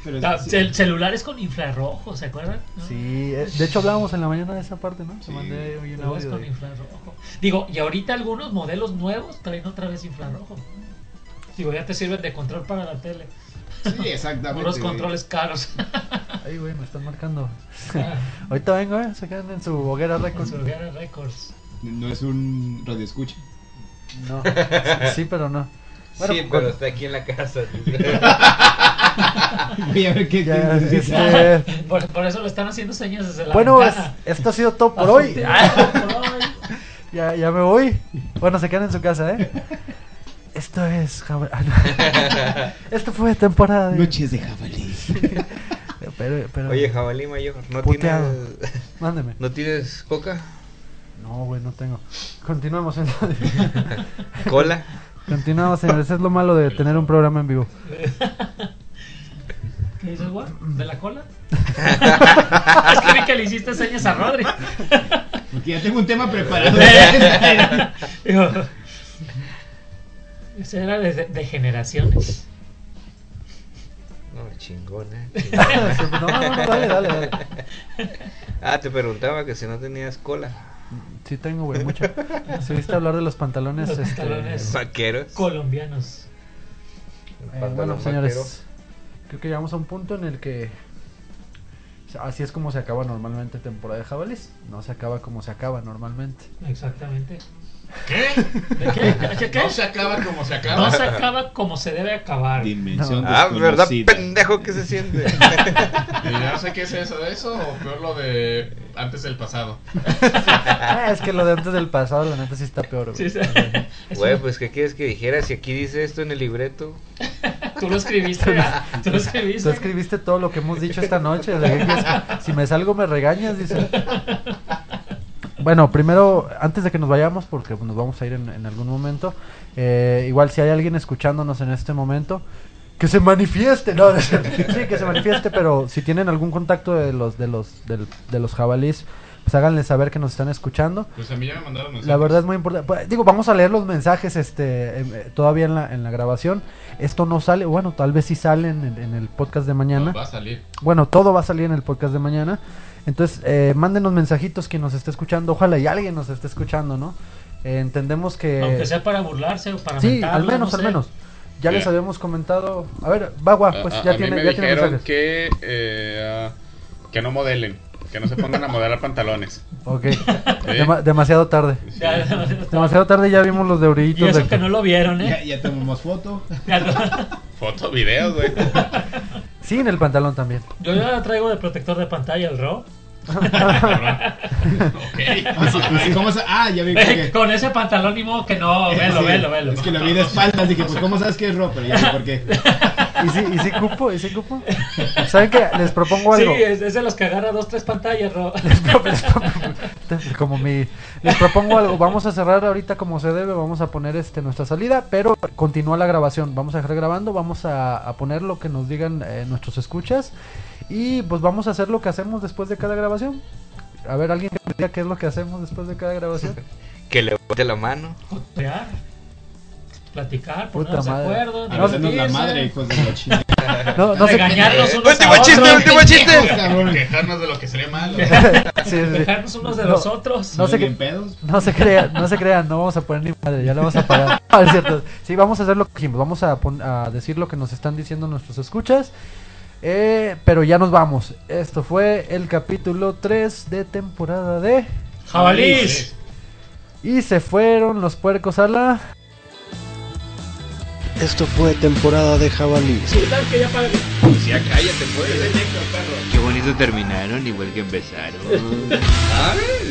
Speaker 5: Pero
Speaker 4: Ta-
Speaker 5: sí,
Speaker 4: cel- celulares con infrarrojo, ¿se acuerdan? ¿No?
Speaker 7: Sí, eh, de hecho hablábamos en la mañana de esa parte, ¿no? Te
Speaker 5: Sí.
Speaker 7: mandé hoy un
Speaker 4: Celulares
Speaker 7: audio.
Speaker 4: con
Speaker 7: de-
Speaker 4: infrarrojo. Digo, y ahorita algunos modelos nuevos traen otra vez infrarrojo. Digo, ya te sirven de control para la tele.
Speaker 5: sí, exactamente.
Speaker 4: Unos
Speaker 5: güey.
Speaker 4: controles caros.
Speaker 7: Ay, güey, me están marcando. Ahorita vengo, ¿eh? Se quedan en su hoguera
Speaker 4: Con
Speaker 7: récord.
Speaker 4: Surgera Records.
Speaker 5: No es un radio escucha.
Speaker 7: No. Sí, pero no. Bueno,
Speaker 8: sí,
Speaker 7: pues,
Speaker 8: pero está aquí en la casa.
Speaker 5: Voy a ver qué
Speaker 7: ya,
Speaker 5: qué-
Speaker 7: este,
Speaker 4: Por, por eso le están haciendo señas desde la
Speaker 7: Bueno, es-
Speaker 4: ventana.
Speaker 7: esto ha sido todo por hoy.
Speaker 4: Ah, por hoy.
Speaker 7: Ya, ya me voy. Bueno, se quedan en su casa, ¿eh? Esto es... jabra- ah, no. Esto fue temporada de...
Speaker 5: Noches de jabalí.
Speaker 7: Pero, pero-
Speaker 8: Oye, jabalí mayor, ¿no,
Speaker 7: Puteado.
Speaker 8: tienes,
Speaker 7: Mándeme.
Speaker 8: ¿no tienes coca?
Speaker 7: No, güey, no tengo. Continuamos entonces.
Speaker 8: ¿Cola?
Speaker 7: Continuamos, señores. Es lo malo de tener un programa en vivo.
Speaker 4: ¿Qué dices, güey? ¿De la cola? es que vi que le hiciste señas a Rodri.
Speaker 5: Porque ya tengo un tema preparado.
Speaker 4: Eh. Digo, Ese era de, de generaciones.
Speaker 8: No, eh, chingona.
Speaker 7: no, no, no, dale, dale, dale.
Speaker 8: Ah, te preguntaba que si no tenías cola.
Speaker 7: Sí tengo, güey, mucho. Si viste hablar de los pantalones,
Speaker 4: Los
Speaker 7: este...
Speaker 4: pantalones
Speaker 8: Vaqueros.
Speaker 4: colombianos.
Speaker 7: eh,
Speaker 8: Pantalón
Speaker 7: bueno,
Speaker 8: vaquero.
Speaker 7: señores, creo que llegamos a un punto en el que... o sea, Así es como se acaba normalmente temporada de jabalís. No se acaba como se acaba normalmente.
Speaker 4: Exactamente.
Speaker 10: ¿Qué?
Speaker 4: ¿De qué? ¿De qué?
Speaker 10: No se acaba como se acaba.
Speaker 4: No se acaba como se debe acabar.
Speaker 5: Dimensión
Speaker 8: Ah, ¿verdad,
Speaker 5: desconocida.
Speaker 8: pendejo que se siente?
Speaker 10: Y no sé qué es eso de eso o peor lo de antes del pasado.
Speaker 7: Ah, es que lo de antes del pasado, la neta, sí está peor, güey.
Speaker 4: Sí, sí. Es
Speaker 8: Güey,
Speaker 4: un-
Speaker 8: pues ¿qué quieres que dijera? Si aquí dice esto en el libreto.
Speaker 4: Tú lo escribiste. ah, Tú lo
Speaker 7: Tú
Speaker 4: escribiste.
Speaker 7: escribiste todo lo que hemos dicho esta noche. o sea, ¿qué quieres que- si me salgo, me regañas, dice. Bueno, primero, antes de que nos vayamos, porque nos vamos a ir en, en algún momento, eh, igual si hay alguien escuchándonos en este momento, que se manifieste, no, no es cierto. sí, que se manifieste, pero si tienen algún contacto de los, de los, del- de los jabalís, pues háganle saber que nos están escuchando.
Speaker 10: Pues a mí ya me mandaron mensajes.
Speaker 7: La verdad es muy importante. Pues, digo, vamos a leer los mensajes este em, eh, todavía en la, en la grabación. Esto no sale, bueno, tal vez sí sale en, el- en el podcast de mañana.
Speaker 10: Va a salir.
Speaker 7: Bueno, todo va a salir en el podcast de mañana. Entonces, eh, mándenos mensajitos quien nos esté escuchando. Ojalá y alguien nos esté escuchando, ¿no? Eh, entendemos que...
Speaker 4: Aunque sea para burlarse o para
Speaker 7: sí,
Speaker 4: mentarlos,
Speaker 7: al menos,
Speaker 4: no
Speaker 7: al
Speaker 4: sé.
Speaker 7: menos. Ya les
Speaker 10: Mira.
Speaker 7: habíamos comentado... A ver, Bagua, pues
Speaker 10: A- a-
Speaker 7: ya
Speaker 10: a
Speaker 7: tiene,
Speaker 10: mí me
Speaker 7: ya tiene
Speaker 10: dijeron
Speaker 7: mensajes.
Speaker 10: que eh, ah, que no modelen, que no se pongan a modelar pantalones.
Speaker 7: Ok. Dema- demasiado tarde.
Speaker 4: Ya, ya, ya.
Speaker 7: Demasiado tarde ya vimos los de orillitos.
Speaker 4: Y eso
Speaker 7: de-
Speaker 4: que no lo vieron,
Speaker 5: Ya,
Speaker 4: ¿eh?
Speaker 5: ya tomamos foto.
Speaker 4: Ya lo-
Speaker 10: Foto, videos, güey.
Speaker 7: Sí, en el pantalón también.
Speaker 4: Yo ya traigo de protector de pantalla el RAW.
Speaker 5: Ah, sí, sí, ¿cómo se- Ah, ya vi.
Speaker 4: Eh,
Speaker 5: porque-
Speaker 4: Con ese pantalón ni modo que no, velo,
Speaker 5: Eh, Sí,
Speaker 4: velo, velo.
Speaker 5: Es que lo vi de espaldas. Dije, pues, ¿cómo sabes que es rock? Pero ya vi por qué.
Speaker 7: ¿Y si, y si cupo? ¿Y si cupo? ¿Saben qué? Les propongo
Speaker 4: Sí,
Speaker 7: algo.
Speaker 4: es, es de los que agarra dos, tres pantallas, Ro.
Speaker 7: Como mi... Les propongo algo. Vamos a cerrar ahorita como se debe. Vamos a poner este nuestra salida. Pero continúa la grabación. Vamos a dejar grabando. Vamos a, a poner lo que nos digan eh, nuestros escuchas. Y pues vamos a hacer lo que hacemos después de cada grabación. A ver, alguien que me diga qué es lo que hacemos después de cada grabación.
Speaker 8: Que levante la mano.
Speaker 4: Cotear, platicar,
Speaker 7: Puta
Speaker 4: ponernos de
Speaker 7: madre.
Speaker 4: acuerdo.
Speaker 5: A veces nos la
Speaker 4: divertirse.
Speaker 5: madre, hijos de la chingada.
Speaker 7: No, no sé
Speaker 4: Regañarnos
Speaker 7: qué-
Speaker 4: unos a
Speaker 8: Último
Speaker 4: otros.
Speaker 8: chiste, último chiste.
Speaker 10: Quejarnos de lo que sería malo.
Speaker 7: Sí, sí, sí.
Speaker 4: Dejarnos unos de
Speaker 7: No.
Speaker 4: los otros.
Speaker 7: No sé
Speaker 5: bien
Speaker 7: qué-
Speaker 5: pedos.
Speaker 7: No se crean, no se crean, no vamos a poner ni madre, ya le vamos a pagar. No, es cierto. Sí, vamos a hacer lo que dijimos, vamos a, pon- a decir lo que nos están diciendo nuestros escuchas. Eh, pero ya nos vamos. Esto fue el capítulo 3 de temporada de...
Speaker 4: Jabalís.
Speaker 7: Y se fueron los puercos a la...
Speaker 1: Esto fue temporada de jabalís.
Speaker 2: Ya cállate, pues.
Speaker 8: Qué bonito terminaron, igual que empezaron.
Speaker 2: ¿Sabes?